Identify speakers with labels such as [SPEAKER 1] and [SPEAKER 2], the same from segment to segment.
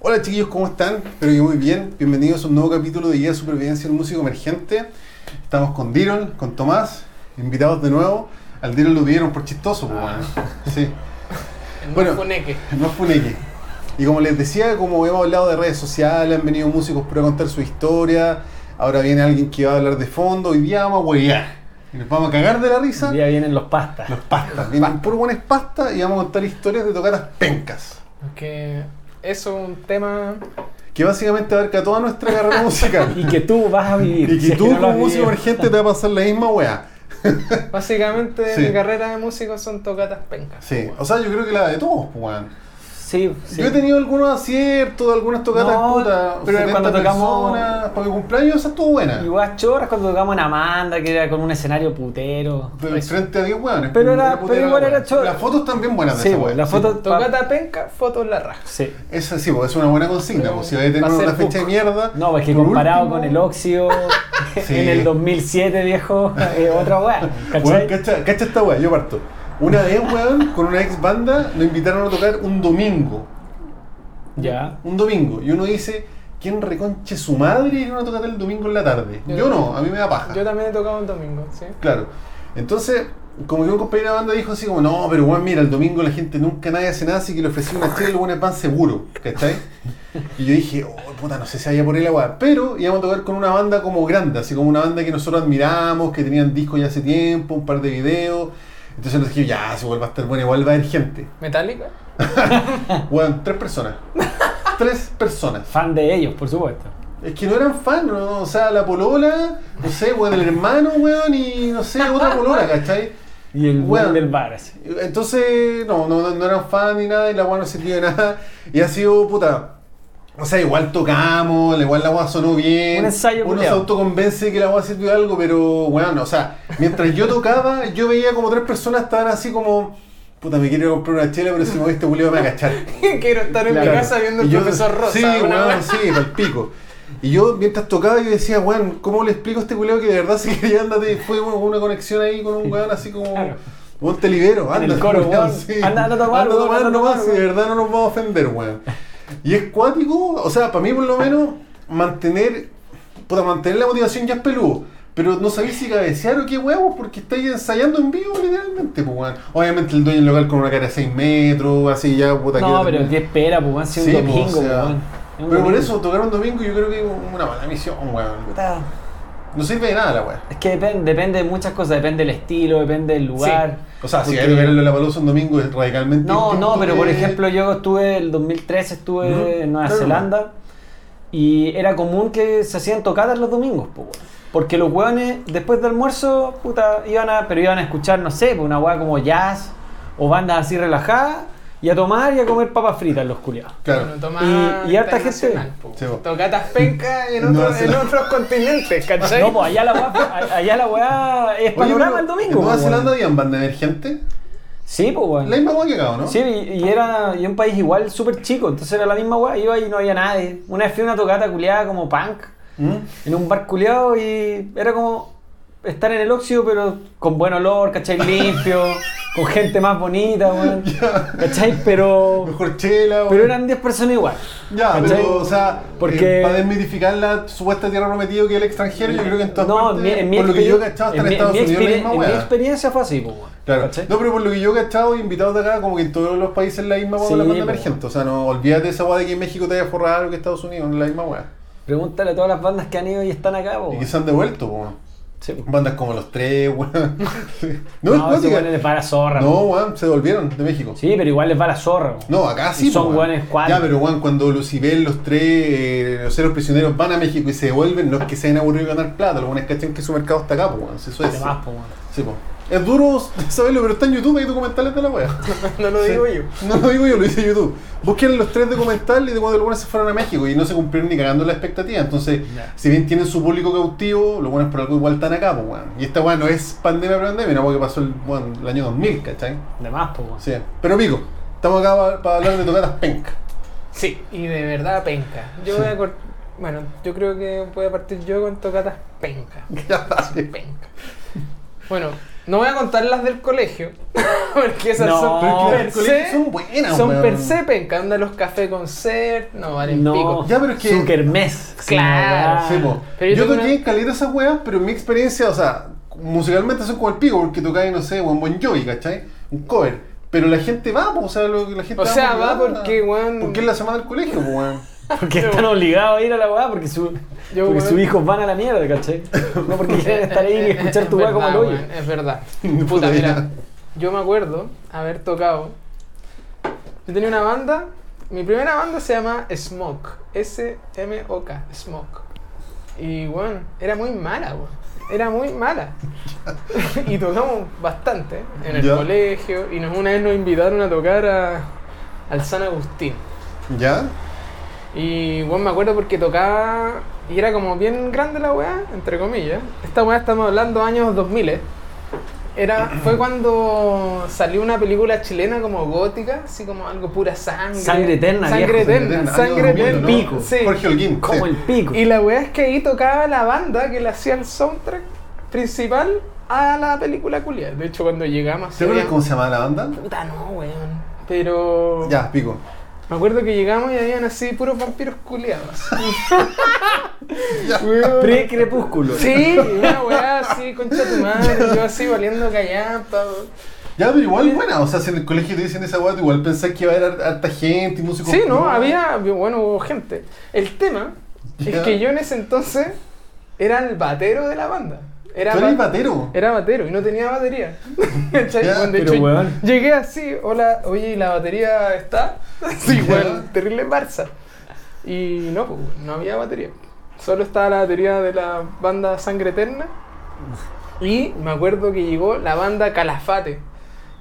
[SPEAKER 1] Hola chiquillos, ¿cómo están? Espero que muy bien. Bienvenidos a un nuevo capítulo de Guía de Supervivencia del Músico Emergente. Estamos con Diron, con Tomás, invitados de nuevo. Al Diron lo dieron por chistoso, pues,
[SPEAKER 2] Ah.
[SPEAKER 1] bueno. Sí,
[SPEAKER 2] No
[SPEAKER 1] Bueno.
[SPEAKER 2] funeque.
[SPEAKER 1] no fue un X. Y como les decía, como hemos hablado de redes sociales, han venido músicos para contar su historia. Ahora viene alguien que va a hablar de fondo. Hoy día vamos a huevear. Y nos vamos a cagar de la risa.
[SPEAKER 3] Ya vienen los pastas.
[SPEAKER 1] Los pastas. Vienen por buenas pastas y vamos a contar historias de tocatas pencas.
[SPEAKER 2] Que eso es un tema.
[SPEAKER 1] Que básicamente abarca toda nuestra carrera musical.
[SPEAKER 3] Y que tú vas a vivir.
[SPEAKER 1] Y
[SPEAKER 3] si
[SPEAKER 1] que
[SPEAKER 3] es
[SPEAKER 1] tú
[SPEAKER 3] no lo
[SPEAKER 1] como
[SPEAKER 3] has
[SPEAKER 1] músico
[SPEAKER 3] vivido.
[SPEAKER 1] emergente te va a pasar la misma weá.
[SPEAKER 2] Básicamente,
[SPEAKER 1] Sí.
[SPEAKER 2] mi carrera de músico son tocatas pencas.
[SPEAKER 1] Sí,
[SPEAKER 2] weón.
[SPEAKER 1] o sea, yo creo que la de todos, pues, weón.
[SPEAKER 3] Sí, sí.
[SPEAKER 1] Yo he tenido algunos aciertos, algunas tocatas
[SPEAKER 3] No,
[SPEAKER 1] putas,
[SPEAKER 3] pero
[SPEAKER 1] 70
[SPEAKER 3] cuando tocamos-
[SPEAKER 1] personas, para mi cumpleaños esa estuvo buena.
[SPEAKER 3] Igual chorras cuando tocamos en Amanda, que era con un escenario putero.
[SPEAKER 1] Pero frente a 10 weones. pues,
[SPEAKER 3] pues, Pero
[SPEAKER 1] como
[SPEAKER 3] era-
[SPEAKER 1] una putera
[SPEAKER 3] pero igual
[SPEAKER 1] la
[SPEAKER 3] era
[SPEAKER 1] weá.
[SPEAKER 3] choro.
[SPEAKER 1] Las fotos también buenas de
[SPEAKER 3] Sí,
[SPEAKER 1] esa
[SPEAKER 3] pues,
[SPEAKER 1] weá,
[SPEAKER 3] la
[SPEAKER 1] sí.
[SPEAKER 3] foto-
[SPEAKER 2] Tocata penca, fotos la raja.
[SPEAKER 3] Sí.
[SPEAKER 1] Esa sí, pues es una buena consigna,
[SPEAKER 2] Pero
[SPEAKER 1] pues si vais a tener
[SPEAKER 2] va a ser
[SPEAKER 1] una fecha de
[SPEAKER 2] poco.
[SPEAKER 1] mierda.
[SPEAKER 3] No, pues, es que
[SPEAKER 1] por
[SPEAKER 3] comparado
[SPEAKER 1] último-
[SPEAKER 3] con el óxido
[SPEAKER 1] Sí.
[SPEAKER 3] en el 2007, viejo, es otra weá.
[SPEAKER 1] Weón,
[SPEAKER 3] ¿Cachai?
[SPEAKER 1] cacha, cacha esta weá, yo parto. Una vez, weón, con una ex banda, lo invitaron a tocar un domingo.
[SPEAKER 3] ya.
[SPEAKER 1] Un domingo. Y uno dice, ¿quién reconche su madre ir a una tocata el domingo en la tarde? Yo,
[SPEAKER 2] Yo
[SPEAKER 1] no, a mí me da paja.
[SPEAKER 2] Yo también he tocado un domingo, ¿sí?
[SPEAKER 1] Claro. Entonces, como que un compañero de banda dijo así como, no, pero weón, mira, el domingo la gente nunca nadie hace nada, así que le ofrecí una chela y bueno, pan seguro, ¿cachai? Y yo dije, oh, puta, no sé si vaya por ahí la weá. Pero íbamos a tocar con una banda como grande, así como una banda que nosotros admiramos, que tenían discos ya hace tiempo, un par de videos. Entonces nos dije, ya, si vuelva a estar bueno, igual va a haber gente.
[SPEAKER 2] ¿Metálica?
[SPEAKER 1] Weón, tres personas. tres personas.
[SPEAKER 3] Fan de ellos, por supuesto.
[SPEAKER 1] Es que no eran fan, ¿no? o sea, la polola, no sé, weón, el hermano, weón, y no sé, otra polola, ¿cachai?
[SPEAKER 3] Y el
[SPEAKER 1] Weón.
[SPEAKER 3] weón del bar, así.
[SPEAKER 1] Entonces, no, no, no eran fan ni nada, y la weá no sirvió de nada, y ha sido, puta, o sea, igual tocamos, igual la weá sonó bien,
[SPEAKER 3] Un ensayo
[SPEAKER 1] uno se
[SPEAKER 3] culiao.
[SPEAKER 1] autoconvence que la weá sirvió de algo, pero, weón, o sea, mientras yo tocaba, yo veía como tres personas estaban así como, puta, me quiero comprar una chela, pero si me voy este culiao me va a cachar.
[SPEAKER 2] Quiero estar en
[SPEAKER 1] Claro.
[SPEAKER 2] mi casa viendo
[SPEAKER 1] Y
[SPEAKER 2] el
[SPEAKER 1] yo-
[SPEAKER 2] profesor Rosa.
[SPEAKER 1] Sí,
[SPEAKER 2] una
[SPEAKER 1] weón,
[SPEAKER 2] weá.
[SPEAKER 1] sí, pal pico. Y yo mientras tocaba yo decía, weón, ¿cómo le explico a este culeo que de verdad se quería andate? Fue bueno, una conexión ahí con un weón así como.
[SPEAKER 3] Claro.
[SPEAKER 1] Vos te libero,
[SPEAKER 3] En el
[SPEAKER 1] anda,
[SPEAKER 3] coro,
[SPEAKER 1] culiao,
[SPEAKER 3] weón. Anda, anda a tomar,
[SPEAKER 1] Anda a
[SPEAKER 3] weón,
[SPEAKER 1] tomar
[SPEAKER 3] anda a
[SPEAKER 1] nomás,
[SPEAKER 3] tomar,
[SPEAKER 1] si de
[SPEAKER 3] weón.
[SPEAKER 1] verdad no nos vamos a ofender, weón. Y es cuático, o sea, para mí por lo menos, mantener. Puta, mantener la motivación ya es peludo. Pero no sabéis si cabecear o qué huevos, porque estáis ensayando en vivo literalmente, pues weón. Obviamente el dueño del local con una cara de 6 metros, así ya, puta
[SPEAKER 3] No,
[SPEAKER 1] quédate,
[SPEAKER 3] pero
[SPEAKER 1] weón.
[SPEAKER 3] ¿qué espera, pues? weón? Si es
[SPEAKER 1] Sí,
[SPEAKER 3] un
[SPEAKER 1] pues,
[SPEAKER 3] domingo,
[SPEAKER 1] o sea,
[SPEAKER 3] weón. Es un
[SPEAKER 1] Pero por
[SPEAKER 3] domingo.
[SPEAKER 1] eso, tocar un domingo yo creo que es una mala misión, weón.
[SPEAKER 3] Puta.
[SPEAKER 1] No sirve de nada la weá.
[SPEAKER 3] Es que depende, depende de muchas cosas, depende del estilo, depende del lugar.
[SPEAKER 1] O sea, si
[SPEAKER 3] Porque-
[SPEAKER 1] hay que ver el Lollapalooza un domingo es radicalmente
[SPEAKER 3] No,
[SPEAKER 1] distinto
[SPEAKER 3] no, pero
[SPEAKER 1] que-
[SPEAKER 3] por ejemplo yo estuve el 2013 estuve
[SPEAKER 1] Ujú,
[SPEAKER 3] en Nueva
[SPEAKER 1] claro.
[SPEAKER 3] Zelanda y era común que se hacían tocadas los domingos, po, weón. porque los hueones después del almuerzo, puta, iban a, pero iban a escuchar, no sé, po, una hueá como jazz o bandas así relajadas y a tomar y a comer papas fritas los culiados.
[SPEAKER 1] Claro.
[SPEAKER 2] Bueno, toma
[SPEAKER 3] Y- y harta
[SPEAKER 2] internacional,
[SPEAKER 3] gente.
[SPEAKER 2] po.
[SPEAKER 1] Sí, po.
[SPEAKER 2] Tocatas penca en,
[SPEAKER 1] No,
[SPEAKER 2] otro-
[SPEAKER 1] hace
[SPEAKER 2] en
[SPEAKER 1] la-
[SPEAKER 2] otros continentes, ¿cachai?
[SPEAKER 3] No, pues allá la hueá, allá la hueá es
[SPEAKER 1] Oye,
[SPEAKER 3] panorama
[SPEAKER 1] pero
[SPEAKER 3] el domingo.
[SPEAKER 1] En
[SPEAKER 3] po,
[SPEAKER 1] Nueva
[SPEAKER 3] weón.
[SPEAKER 1] Zelanda habían banda emergente.
[SPEAKER 3] Sí, pues weón.
[SPEAKER 1] La misma weá que acá, ¿no?
[SPEAKER 3] Sí, y, y era y un país igual súper chico, entonces era la misma weá, iba y no había nadie. Una vez fui a una tocata culiada como punk,
[SPEAKER 1] ¿Mm?
[SPEAKER 3] en un bar culiado y era como estar en el óxido, pero con buen olor, ¿cachai? Limpio, con gente más bonita, weón. ¿Cachai? Pero,
[SPEAKER 1] Mejor chela,
[SPEAKER 3] pero
[SPEAKER 1] weón.
[SPEAKER 3] eran 10 personas igual.
[SPEAKER 1] Ya,
[SPEAKER 3] ¿cachai?
[SPEAKER 1] pero, o sea, eh,
[SPEAKER 3] Porque-
[SPEAKER 1] para desmitificar la supuesta tierra prometida que es el extranjero, yo creo que en todas
[SPEAKER 3] No, en
[SPEAKER 1] partes,
[SPEAKER 3] mi, en mi
[SPEAKER 1] por lo que yo he
[SPEAKER 3] experien-
[SPEAKER 1] cachado,
[SPEAKER 3] en
[SPEAKER 1] hasta en
[SPEAKER 3] mi- en
[SPEAKER 1] Estados
[SPEAKER 3] mi
[SPEAKER 1] Unidos la
[SPEAKER 3] experien-
[SPEAKER 1] misma
[SPEAKER 3] en mi
[SPEAKER 1] weá.
[SPEAKER 3] experiencia fue así, pues, weón.
[SPEAKER 1] Claro.
[SPEAKER 3] ¿cachai?
[SPEAKER 1] No, pero por lo que yo he cachado, invitados de acá, como que en todos los países la misma hueá con la
[SPEAKER 3] Sí,
[SPEAKER 1] banda
[SPEAKER 3] po.
[SPEAKER 1] emergente. O sea, no olvídate esa hueá de que en México te haya forrado algo que Estados Unidos, es la misma hueá.
[SPEAKER 3] Pregúntale a todas las bandas que han ido y están acá, po,
[SPEAKER 1] Y
[SPEAKER 3] weón.
[SPEAKER 1] que se han devuelto, po.
[SPEAKER 3] Sí, po.
[SPEAKER 1] Bandas como los tres, weón. No,
[SPEAKER 3] No,
[SPEAKER 1] es
[SPEAKER 3] ese
[SPEAKER 1] cuática.
[SPEAKER 3] weón les va la zorra.
[SPEAKER 1] No,
[SPEAKER 3] po.
[SPEAKER 1] weón, se devolvieron de México.
[SPEAKER 3] Sí, pero igual les va la zorra. po.
[SPEAKER 1] No, acá sí.
[SPEAKER 3] Y son
[SPEAKER 1] po, weón.
[SPEAKER 3] weones cuáticos.
[SPEAKER 1] Ya, pero weón, cuando Lucibel, los tres, eh, los ceros prisioneros van a México y se devuelven, no es que se hayan aburrido de ganar plata, alguna cachan que su mercado está acá, po, weón. si Eso es.
[SPEAKER 3] Además, po, weón.
[SPEAKER 1] Sí, po. Es duro saberlo, pero está en YouTube, hay documentales de la weá.
[SPEAKER 2] no lo digo
[SPEAKER 1] pues, Sí.
[SPEAKER 2] yo.
[SPEAKER 1] No lo digo yo, lo dice YouTube. Busquen los tres documentales de cuando los buenos se fueron a México y no se cumplieron ni cagando la expectativa. Entonces,
[SPEAKER 3] Ya.
[SPEAKER 1] si bien tienen su público cautivo, los buenos por algo igual están acá, pues, weón. Y esta weón no es pandemia pre pandemia, no que pasó el, weón, el año 2000, ¿cachai?
[SPEAKER 3] Además, po, weón.
[SPEAKER 1] Sí. Pero pico, estamos acá para hablar de tocatas penca.
[SPEAKER 2] Sí, y de verdad penca. Yo voy a cort- Bueno, yo creo que voy a partir yo con tocatas penca.
[SPEAKER 1] Ya,
[SPEAKER 2] Penca. Bueno, No voy a contar las del colegio, porque esas
[SPEAKER 3] No,
[SPEAKER 2] son,
[SPEAKER 1] Pero es que las
[SPEAKER 2] per
[SPEAKER 1] del colegio
[SPEAKER 2] se-
[SPEAKER 1] son buenas,
[SPEAKER 2] son
[SPEAKER 1] weón.
[SPEAKER 2] per se penca, onda los café concert, no valen
[SPEAKER 3] No,
[SPEAKER 2] pico.
[SPEAKER 1] Ya, pero es que-
[SPEAKER 3] su kermés.
[SPEAKER 2] Claro.
[SPEAKER 1] Sí, po.
[SPEAKER 2] Ah, Pero yo
[SPEAKER 1] yo
[SPEAKER 2] tengo
[SPEAKER 1] toqué
[SPEAKER 2] una-
[SPEAKER 1] en caleta esas weas, pero en mi experiencia, o sea, musicalmente son como el pico, porque tocáis, no sé, un Bon Jovi, ¿cachai? Un cover. Pero la gente va, po, o sea, lo que la gente
[SPEAKER 2] O sea, va
[SPEAKER 1] porque
[SPEAKER 2] porque, weón-
[SPEAKER 1] Porque es la semana del colegio, po, weón.
[SPEAKER 3] Porque están obligados a ir a la weá porque, su,
[SPEAKER 2] Yo,
[SPEAKER 3] porque
[SPEAKER 2] weón.
[SPEAKER 3] sus hijos van a la mierda, ¿cachai? No porque quieren estar ahí y escuchar tu weá como el
[SPEAKER 2] verdad,
[SPEAKER 3] hoyo.
[SPEAKER 2] weón, Es verdad.
[SPEAKER 1] Puta
[SPEAKER 2] Puta,
[SPEAKER 1] ya.
[SPEAKER 2] mira, yo me acuerdo haber tocado. Yo tenía una banda, mi primera banda se llama Smoke, S-M-O-K, Smoke. Y bueno, era muy mala, weón, Era muy mala. y tocamos bastante en el
[SPEAKER 1] Ya.
[SPEAKER 2] colegio. Y nos, una vez nos invitaron a tocar a- al San Agustín.
[SPEAKER 1] ¿Ya?
[SPEAKER 2] Y bueno, me acuerdo porque tocaba y era como bien grande la weá, entre comillas. Esta weá estamos hablando años 2000. Era, fue cuando salió una película chilena como gótica, así como algo pura sangre.
[SPEAKER 3] Sangre eterna,
[SPEAKER 2] Sangre
[SPEAKER 3] viejo,
[SPEAKER 2] eterna, sangre
[SPEAKER 1] Año 2000,
[SPEAKER 2] eterna.
[SPEAKER 1] ¿no?
[SPEAKER 3] pico.
[SPEAKER 2] Sí.
[SPEAKER 1] Jorge Holguín.
[SPEAKER 3] Como
[SPEAKER 1] sí.
[SPEAKER 3] el pico.
[SPEAKER 2] Y la weá es que ahí tocaba la banda que le hacía el soundtrack principal a la película culiar. De hecho, cuando llegamos...
[SPEAKER 1] ¿Te acuerdas
[SPEAKER 2] había-
[SPEAKER 1] cómo se llamaba la banda?
[SPEAKER 2] Puta, no, weón. Pero...
[SPEAKER 1] Ya, pico.
[SPEAKER 2] Me acuerdo que llegamos y habían así puros vampiros culiados.
[SPEAKER 1] Ya.
[SPEAKER 3] Pre-crepúsculo.
[SPEAKER 2] Sí, una weá así, concha tu madre, yo así valiendo callampa. weón.
[SPEAKER 1] Ya, pero igual buena. O sea, si en el colegio te dicen esa wea, tú igual pensás que iba a haber har- harta gente y músicos.
[SPEAKER 2] Sí, no,
[SPEAKER 1] pro.
[SPEAKER 2] había, bueno, hubo gente. El tema es
[SPEAKER 1] Ya.
[SPEAKER 2] que yo en ese entonces era el batero de la banda. Era
[SPEAKER 1] Tú eres
[SPEAKER 2] ba-
[SPEAKER 1] batero.
[SPEAKER 2] Era batero y no tenía batería. ¿Cachai?
[SPEAKER 1] Ya,
[SPEAKER 2] Cuando de
[SPEAKER 3] pero
[SPEAKER 2] hecho
[SPEAKER 3] weón.
[SPEAKER 2] Llegué así, hola, oye, ¿y la batería está? Sí,
[SPEAKER 1] Ya.
[SPEAKER 2] weón, terrible Barça. Y no, pues, no había batería. Solo estaba la batería de la banda Sangre Eterna. Y me acuerdo que llegó la banda Calafate,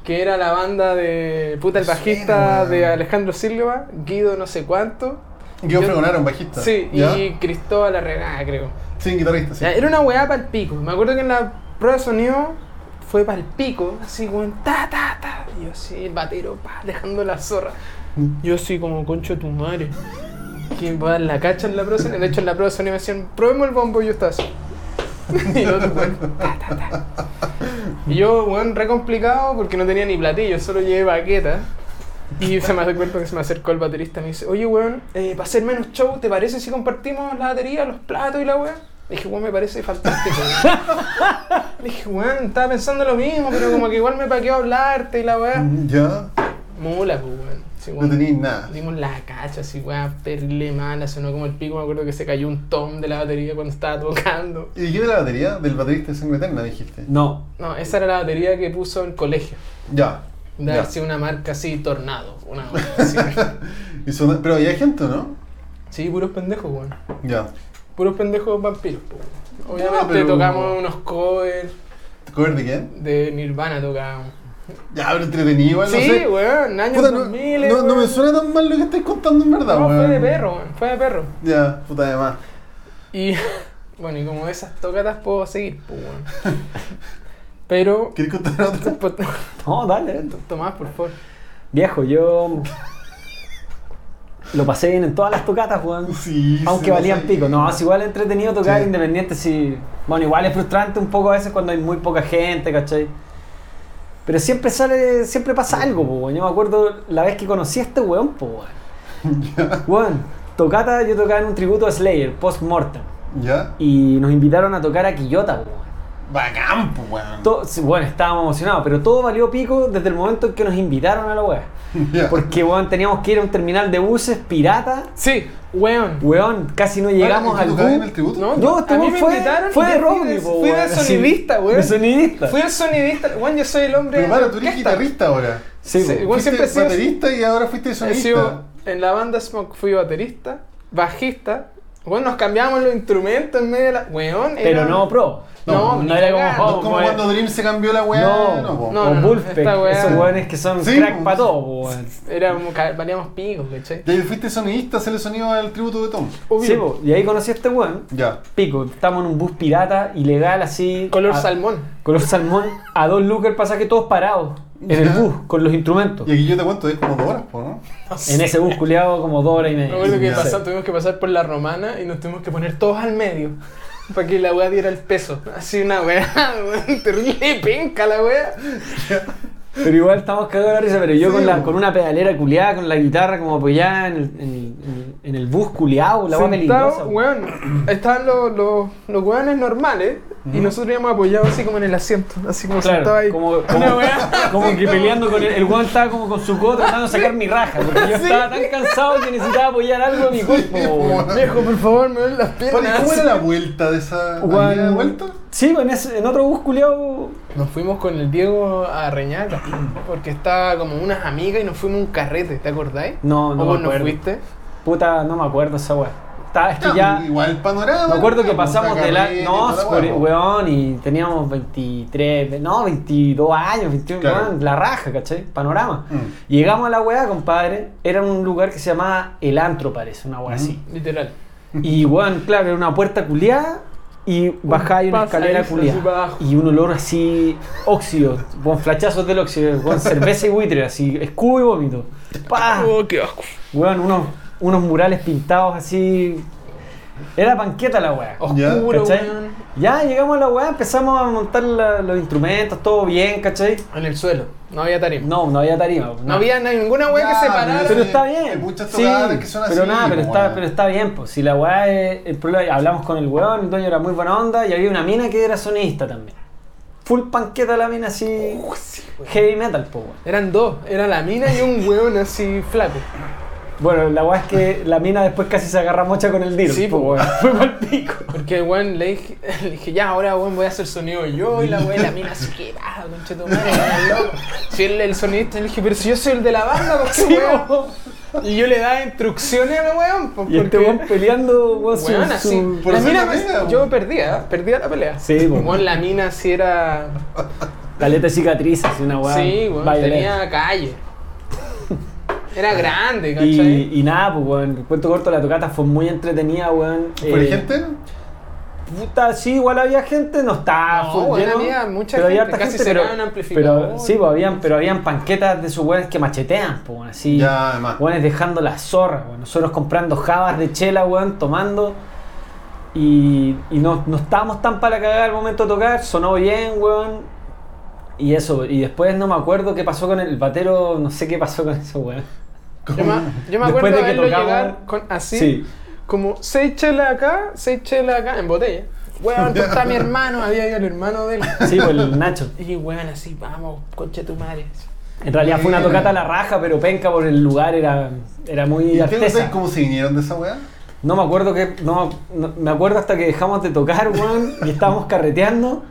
[SPEAKER 2] que era la banda de puta el
[SPEAKER 1] Me
[SPEAKER 2] bajista
[SPEAKER 1] suena,
[SPEAKER 2] de
[SPEAKER 1] weón.
[SPEAKER 2] Alejandro Silva, Guido no sé cuánto.
[SPEAKER 1] Yo
[SPEAKER 2] Yo-
[SPEAKER 1] fregonaron bajista.
[SPEAKER 2] Sí,
[SPEAKER 1] ¿Ya?
[SPEAKER 2] y Eh, Cristóbal Arregaga, creo.
[SPEAKER 1] Sí, guitarrista, sí.
[SPEAKER 2] Ya, Era una weá pa'l pico. Me acuerdo que en la prueba de sonido fue pa'l pico, así con ta ta ta. Y yo así, el batero, pa, dejando la zorra. Yo así como concho tu madre. Que va en la cacha en la prueba de sonido. De hecho, en la prueba de sonido me decían, probemos el bombo y yo estaba así. y el otro weón, ta, ta, ta. Y yo, weón, re complicado porque no tenía ni platillo, solo llevé baqueta. Y se me acuerdo que se me acercó el baterista y me dice, oye, weón, eh, para hacer menos show, ¿te parece si compartimos la batería, los platos y la weá? Le dije, weón, me parece fantástico. weón". Le dije, weón, estaba pensando lo mismo, pero como que igual me paqueó hablarte y la weá.
[SPEAKER 1] Ya.
[SPEAKER 2] Mula, pues, weón. Sí,
[SPEAKER 1] No
[SPEAKER 2] weón.
[SPEAKER 1] tenéis nada.
[SPEAKER 2] Dimos la cacha, así, weá, perle mala, sonó como el pico, me acuerdo que se cayó un tom de la batería cuando estaba tocando.
[SPEAKER 1] ¿Y de quién era la batería? Del baterista de Sangre Eterna, dijiste.
[SPEAKER 3] No,
[SPEAKER 2] No, esa era la batería que puso el colegio.
[SPEAKER 1] Ya.
[SPEAKER 2] De
[SPEAKER 1] ya.
[SPEAKER 2] haber sido una marca así, tornado. Una weá así.
[SPEAKER 1] Y son- pero había gente, ¿no?
[SPEAKER 2] Sí, puros pendejos, weón.
[SPEAKER 1] Ya.
[SPEAKER 2] Puros pendejos vampiros, po, weón. Obviamente
[SPEAKER 1] Ah, pero-
[SPEAKER 2] tocamos unos covers
[SPEAKER 1] ¿Cover de quién?
[SPEAKER 2] de Nirvana, tocábamos.
[SPEAKER 1] Ya, pero entretenido, igual,
[SPEAKER 2] sí,
[SPEAKER 1] no sé.
[SPEAKER 2] weón, años
[SPEAKER 1] Puta, no,
[SPEAKER 2] 2000.
[SPEAKER 1] no- no me
[SPEAKER 2] weón.
[SPEAKER 1] suena tan mal lo que estáis contando en verdad,
[SPEAKER 2] No,
[SPEAKER 1] weón.
[SPEAKER 2] fue de perro, weón, fue de perro.
[SPEAKER 1] Ya, puta de más.
[SPEAKER 2] Y bueno, y como esas tocatas puedo seguir, pues, weón. Pero.
[SPEAKER 1] ¿Quieres contar otra?
[SPEAKER 3] no, dale.
[SPEAKER 2] Tomás, por favor.
[SPEAKER 3] Viejo, yo. Lo pasé bien en todas las tocatas, weón.
[SPEAKER 1] Sí.
[SPEAKER 3] Aunque
[SPEAKER 1] sí,
[SPEAKER 3] valían
[SPEAKER 1] sí.
[SPEAKER 3] pico. No, es igual entretenido tocar
[SPEAKER 1] Sí.
[SPEAKER 3] independiente si. Bueno, igual es frustrante un poco a veces cuando hay muy poca gente, ¿cachai? Pero siempre sale. Siempre pasa algo, po, weón. Yo me acuerdo la vez que conocí a este weón, po, weón.
[SPEAKER 1] Ya.
[SPEAKER 3] Weón, tocata, yo tocaba en un tributo a Slayer, post-mortem.
[SPEAKER 1] Ya.
[SPEAKER 3] Y nos invitaron a tocar a Quillota, po, weón.
[SPEAKER 1] Bacán, pues, weón.
[SPEAKER 3] To- sí, bueno, estábamos emocionados, pero todo valió pico desde el momento en que nos invitaron a la weá.
[SPEAKER 1] Ya.
[SPEAKER 3] Porque, weón, teníamos que ir a un terminal de buses pirata.
[SPEAKER 2] Sí, weón.
[SPEAKER 3] Weón, casi no llegamos
[SPEAKER 1] Ah, ¿y
[SPEAKER 3] al
[SPEAKER 1] tú tocabas en
[SPEAKER 3] bus.
[SPEAKER 1] el tributo?
[SPEAKER 2] No,
[SPEAKER 3] No,
[SPEAKER 2] a
[SPEAKER 3] este
[SPEAKER 2] mí
[SPEAKER 3] weón
[SPEAKER 2] me
[SPEAKER 3] fue,
[SPEAKER 2] invitaron.
[SPEAKER 3] fue
[SPEAKER 2] y
[SPEAKER 3] de
[SPEAKER 2] yo fui
[SPEAKER 3] Rodney, po,
[SPEAKER 2] Fui de
[SPEAKER 3] weón, así.
[SPEAKER 2] sonidista, weón.
[SPEAKER 3] De sonidista.
[SPEAKER 2] Fui de sonidista. Weón, yo soy el hombre.
[SPEAKER 1] Pero
[SPEAKER 2] de
[SPEAKER 1] para, tú eres
[SPEAKER 2] orquesta.
[SPEAKER 1] guitarrista ahora.
[SPEAKER 3] Sí,
[SPEAKER 2] Sí,
[SPEAKER 3] po.
[SPEAKER 2] Igual
[SPEAKER 1] Fuiste
[SPEAKER 2] siempre he sido-
[SPEAKER 1] baterista y ahora fuiste
[SPEAKER 2] He
[SPEAKER 1] sonista.
[SPEAKER 2] sido- en la banda Smoke fui baterista, bajista. Bueno, nos cambiamos los instrumentos en medio de la. Weón,
[SPEAKER 3] pero
[SPEAKER 2] era-
[SPEAKER 3] no pro.
[SPEAKER 2] No,
[SPEAKER 3] No,
[SPEAKER 2] ni
[SPEAKER 3] no era como
[SPEAKER 2] cagando.
[SPEAKER 1] No
[SPEAKER 3] Hobo,
[SPEAKER 1] es como cuando Dream se cambió la weá.
[SPEAKER 3] No,
[SPEAKER 1] po.
[SPEAKER 2] Oh, No,
[SPEAKER 3] o
[SPEAKER 2] no, no,
[SPEAKER 3] Wolfpack,
[SPEAKER 2] esta weá-
[SPEAKER 3] esos weones que son
[SPEAKER 1] Sí,
[SPEAKER 3] crack
[SPEAKER 1] po.
[SPEAKER 3] para todo, po, weón.
[SPEAKER 2] Era como ca- valíamos picos, ¿cachai?
[SPEAKER 1] Y ahí fuiste sonidista, se le sonido al tributo de Tom.
[SPEAKER 2] Obvio.
[SPEAKER 3] Sí, po, y ahí conocí a este weón.
[SPEAKER 1] Ya.
[SPEAKER 3] Pico, estamos en un bus pirata, ilegal, así.
[SPEAKER 2] Color
[SPEAKER 3] a-
[SPEAKER 2] salmón.
[SPEAKER 3] Color salmón, a dos lucas el pasaje, todos parados en el
[SPEAKER 1] Ya.
[SPEAKER 3] bus con los instrumentos.
[SPEAKER 1] Y aquí yo te cuento, es como dos horas, po, ¿no?
[SPEAKER 3] En ese bus culiado como dos horas y
[SPEAKER 2] Me
[SPEAKER 3] media.
[SPEAKER 2] acuerdo que
[SPEAKER 1] Ya.
[SPEAKER 2] pasamos- tuvimos que pasar por la romana y nos tuvimos que poner todos al medio. Para que la weá diera el peso. Así una weá, weón, terrible penca la weá.
[SPEAKER 3] Pero igual estamos cagados de la risa, pero yo
[SPEAKER 1] Sí,
[SPEAKER 3] con, la,
[SPEAKER 1] po.
[SPEAKER 3] con una pedalera culiada, con la guitarra como apoyada en el, en el- en el bus culiado, la weá peligrosa.
[SPEAKER 2] Sentado, weón, estaban los, los, los weones normales y nosotros íbamos apoyados así como en el asiento, así como sentados
[SPEAKER 3] Claro,
[SPEAKER 2] ahí.
[SPEAKER 3] como,
[SPEAKER 2] Una
[SPEAKER 3] como,
[SPEAKER 2] weá.
[SPEAKER 3] como que peleando con el, el weón estaba como con su codo tratando de sacar mi raja, porque yo estaba tan cansado que necesitaba apoyar algo en mi cuerpo. weón.
[SPEAKER 2] Viejo, por favor, me ven las
[SPEAKER 1] Bueno, ¿y
[SPEAKER 2] piernas.
[SPEAKER 1] ¿Cómo era la vuelta de esa
[SPEAKER 3] Weón.
[SPEAKER 1] ¿Había vuelta?
[SPEAKER 3] Sí, en, ese- en otro bus culiado.
[SPEAKER 2] Nos fuimos con el Diego a Reñaca, porque estaba como unas amigas y nos fuimos a un carrete, ¿te acordáis?
[SPEAKER 3] No, no
[SPEAKER 2] ¿O
[SPEAKER 3] me
[SPEAKER 2] vos no
[SPEAKER 3] acuerdo.
[SPEAKER 2] fuiste?
[SPEAKER 3] Puta, no me acuerdo esa weá. Estaba, es que
[SPEAKER 1] No,
[SPEAKER 3] ya.
[SPEAKER 1] Igual el panorama.
[SPEAKER 3] Me acuerdo que
[SPEAKER 1] ¿no?
[SPEAKER 3] pasamos de la.
[SPEAKER 1] Sacarrete,
[SPEAKER 3] No,
[SPEAKER 1] toda la
[SPEAKER 3] por-
[SPEAKER 1] hueá, po.
[SPEAKER 3] weón, y teníamos 23, ve- no, 22 años, 21,
[SPEAKER 1] Claro.
[SPEAKER 3] weón, la raja, ¿cachai? Panorama.
[SPEAKER 1] Mm.
[SPEAKER 3] Llegamos a la weá, compadre, era un lugar que se llamaba El Antro, parece, una weá así.
[SPEAKER 2] Literal.
[SPEAKER 3] Y weón, claro, era una puerta culiada y bajaba y una
[SPEAKER 2] pasadizo
[SPEAKER 3] escalera
[SPEAKER 2] así para
[SPEAKER 3] culiada.
[SPEAKER 2] abajo.
[SPEAKER 3] Y un olor así, óxido, con flachazos del óxido, con cerveza y buitre, así, escudo y vómito. ¡Pah!
[SPEAKER 2] Oh, qué asco.
[SPEAKER 3] Weón, unos, unos murales pintados así. Era panqueta la weá.
[SPEAKER 1] Ya,
[SPEAKER 2] Oscuro,
[SPEAKER 3] ¿Cachai?
[SPEAKER 2] weón.
[SPEAKER 3] Ya llegamos a la weá, empezamos a montar la- los instrumentos, todo bien, ¿cachai?
[SPEAKER 2] En el suelo, no había tarima. No,
[SPEAKER 3] No, no había tarima. No,
[SPEAKER 2] había na- ninguna weá
[SPEAKER 1] Ya,
[SPEAKER 2] que separara.
[SPEAKER 3] Pero
[SPEAKER 1] Sí,
[SPEAKER 3] está
[SPEAKER 1] hay
[SPEAKER 3] bien.
[SPEAKER 1] muchas
[SPEAKER 3] Sí,
[SPEAKER 1] tocadas que son así,
[SPEAKER 3] pero nada, pero
[SPEAKER 1] po,
[SPEAKER 3] está,
[SPEAKER 1] weón.
[SPEAKER 3] pero está bien, pues. Si la weá es. El problema, hablamos con el weón, el dueño era muy buena onda y había una mina que era sonista también. Full panqueta la mina así. heavy metal, pues, weón.
[SPEAKER 2] Eran dos, era la mina y un weón así flaco.
[SPEAKER 3] Bueno, la weá es que la mina después casi se agarra mocha con el diro.
[SPEAKER 2] Sí,
[SPEAKER 3] po,
[SPEAKER 2] po.
[SPEAKER 3] weón. Fue mal pico.
[SPEAKER 2] Porque el weón le dije, le dije, ya ahora weón voy a hacer sonido yo y la weón, la mina así que baja, conche tu madre, weón, loco. Si él el sonidista le dije, pero si yo soy el de la banda, ¿por qué
[SPEAKER 3] Sí,
[SPEAKER 2] weón?
[SPEAKER 3] po.
[SPEAKER 2] Y yo le daba instrucciones al weón, po,
[SPEAKER 3] Y este
[SPEAKER 2] porque-
[SPEAKER 3] weón peleando, weón, su-
[SPEAKER 2] Weón, así.
[SPEAKER 3] su-
[SPEAKER 1] por
[SPEAKER 2] la
[SPEAKER 1] ser
[SPEAKER 2] mina
[SPEAKER 1] la
[SPEAKER 2] me-
[SPEAKER 1] mina,
[SPEAKER 2] yo
[SPEAKER 1] weón.
[SPEAKER 2] perdía, perdía la pelea.
[SPEAKER 3] Sí, po.
[SPEAKER 2] Weón, la mina sí era.
[SPEAKER 3] Caleta de cicatriz, así una weá.
[SPEAKER 2] sí, weón,
[SPEAKER 3] violenta.
[SPEAKER 2] tenía calle. Era grande, ¿cachai?
[SPEAKER 3] Y, y nada, pues weón, el cuento corto, la tocata fue muy entretenida, weón.
[SPEAKER 1] ¿Por
[SPEAKER 3] Eh,
[SPEAKER 1] gente?
[SPEAKER 3] Puta, sí, igual había gente, no estaba
[SPEAKER 2] No,
[SPEAKER 3] full
[SPEAKER 2] weón,
[SPEAKER 3] lleno,
[SPEAKER 2] había mucha
[SPEAKER 3] pero había
[SPEAKER 2] gente,
[SPEAKER 3] harta
[SPEAKER 2] casi
[SPEAKER 3] gente,
[SPEAKER 2] cerraban
[SPEAKER 3] pero,
[SPEAKER 2] amplificador.
[SPEAKER 3] pero sí, pues habían, pero habían panquetas de esos weones que machetean, pues weón, así.
[SPEAKER 1] Ya, además.
[SPEAKER 3] Weones dejando la zorra, weón. Nosotros comprando jabas de chela, weón, tomando. Y, y no, no estábamos tan para cagar al momento de tocar, sonó bien, weón. Y eso, y después no me acuerdo qué pasó con el batero, no sé qué pasó con eso, weón.
[SPEAKER 2] Yo me, yo me
[SPEAKER 3] Después
[SPEAKER 2] acuerdo de
[SPEAKER 3] de que
[SPEAKER 2] verlo
[SPEAKER 3] tocamos-
[SPEAKER 2] llegar con, así,
[SPEAKER 3] Sí.
[SPEAKER 2] como seis chelas acá, seis chelas acá, en botella. Weón, tú está mi hermano, había ido el hermano de él.
[SPEAKER 3] Sí, pues el Nacho.
[SPEAKER 2] Y weón, así, vamos, concha tu madre.
[SPEAKER 3] En realidad fue una
[SPEAKER 1] Buena.
[SPEAKER 3] tocata a la raja, pero penca por el lugar, era, era
[SPEAKER 1] ¿Y
[SPEAKER 3] muy
[SPEAKER 1] ustedes
[SPEAKER 3] artesa.
[SPEAKER 1] cómo se vinieron de esa weá?
[SPEAKER 3] No me acuerdo que. No, no- me acuerdo hasta que dejamos de tocar, weón, y estábamos carreteando.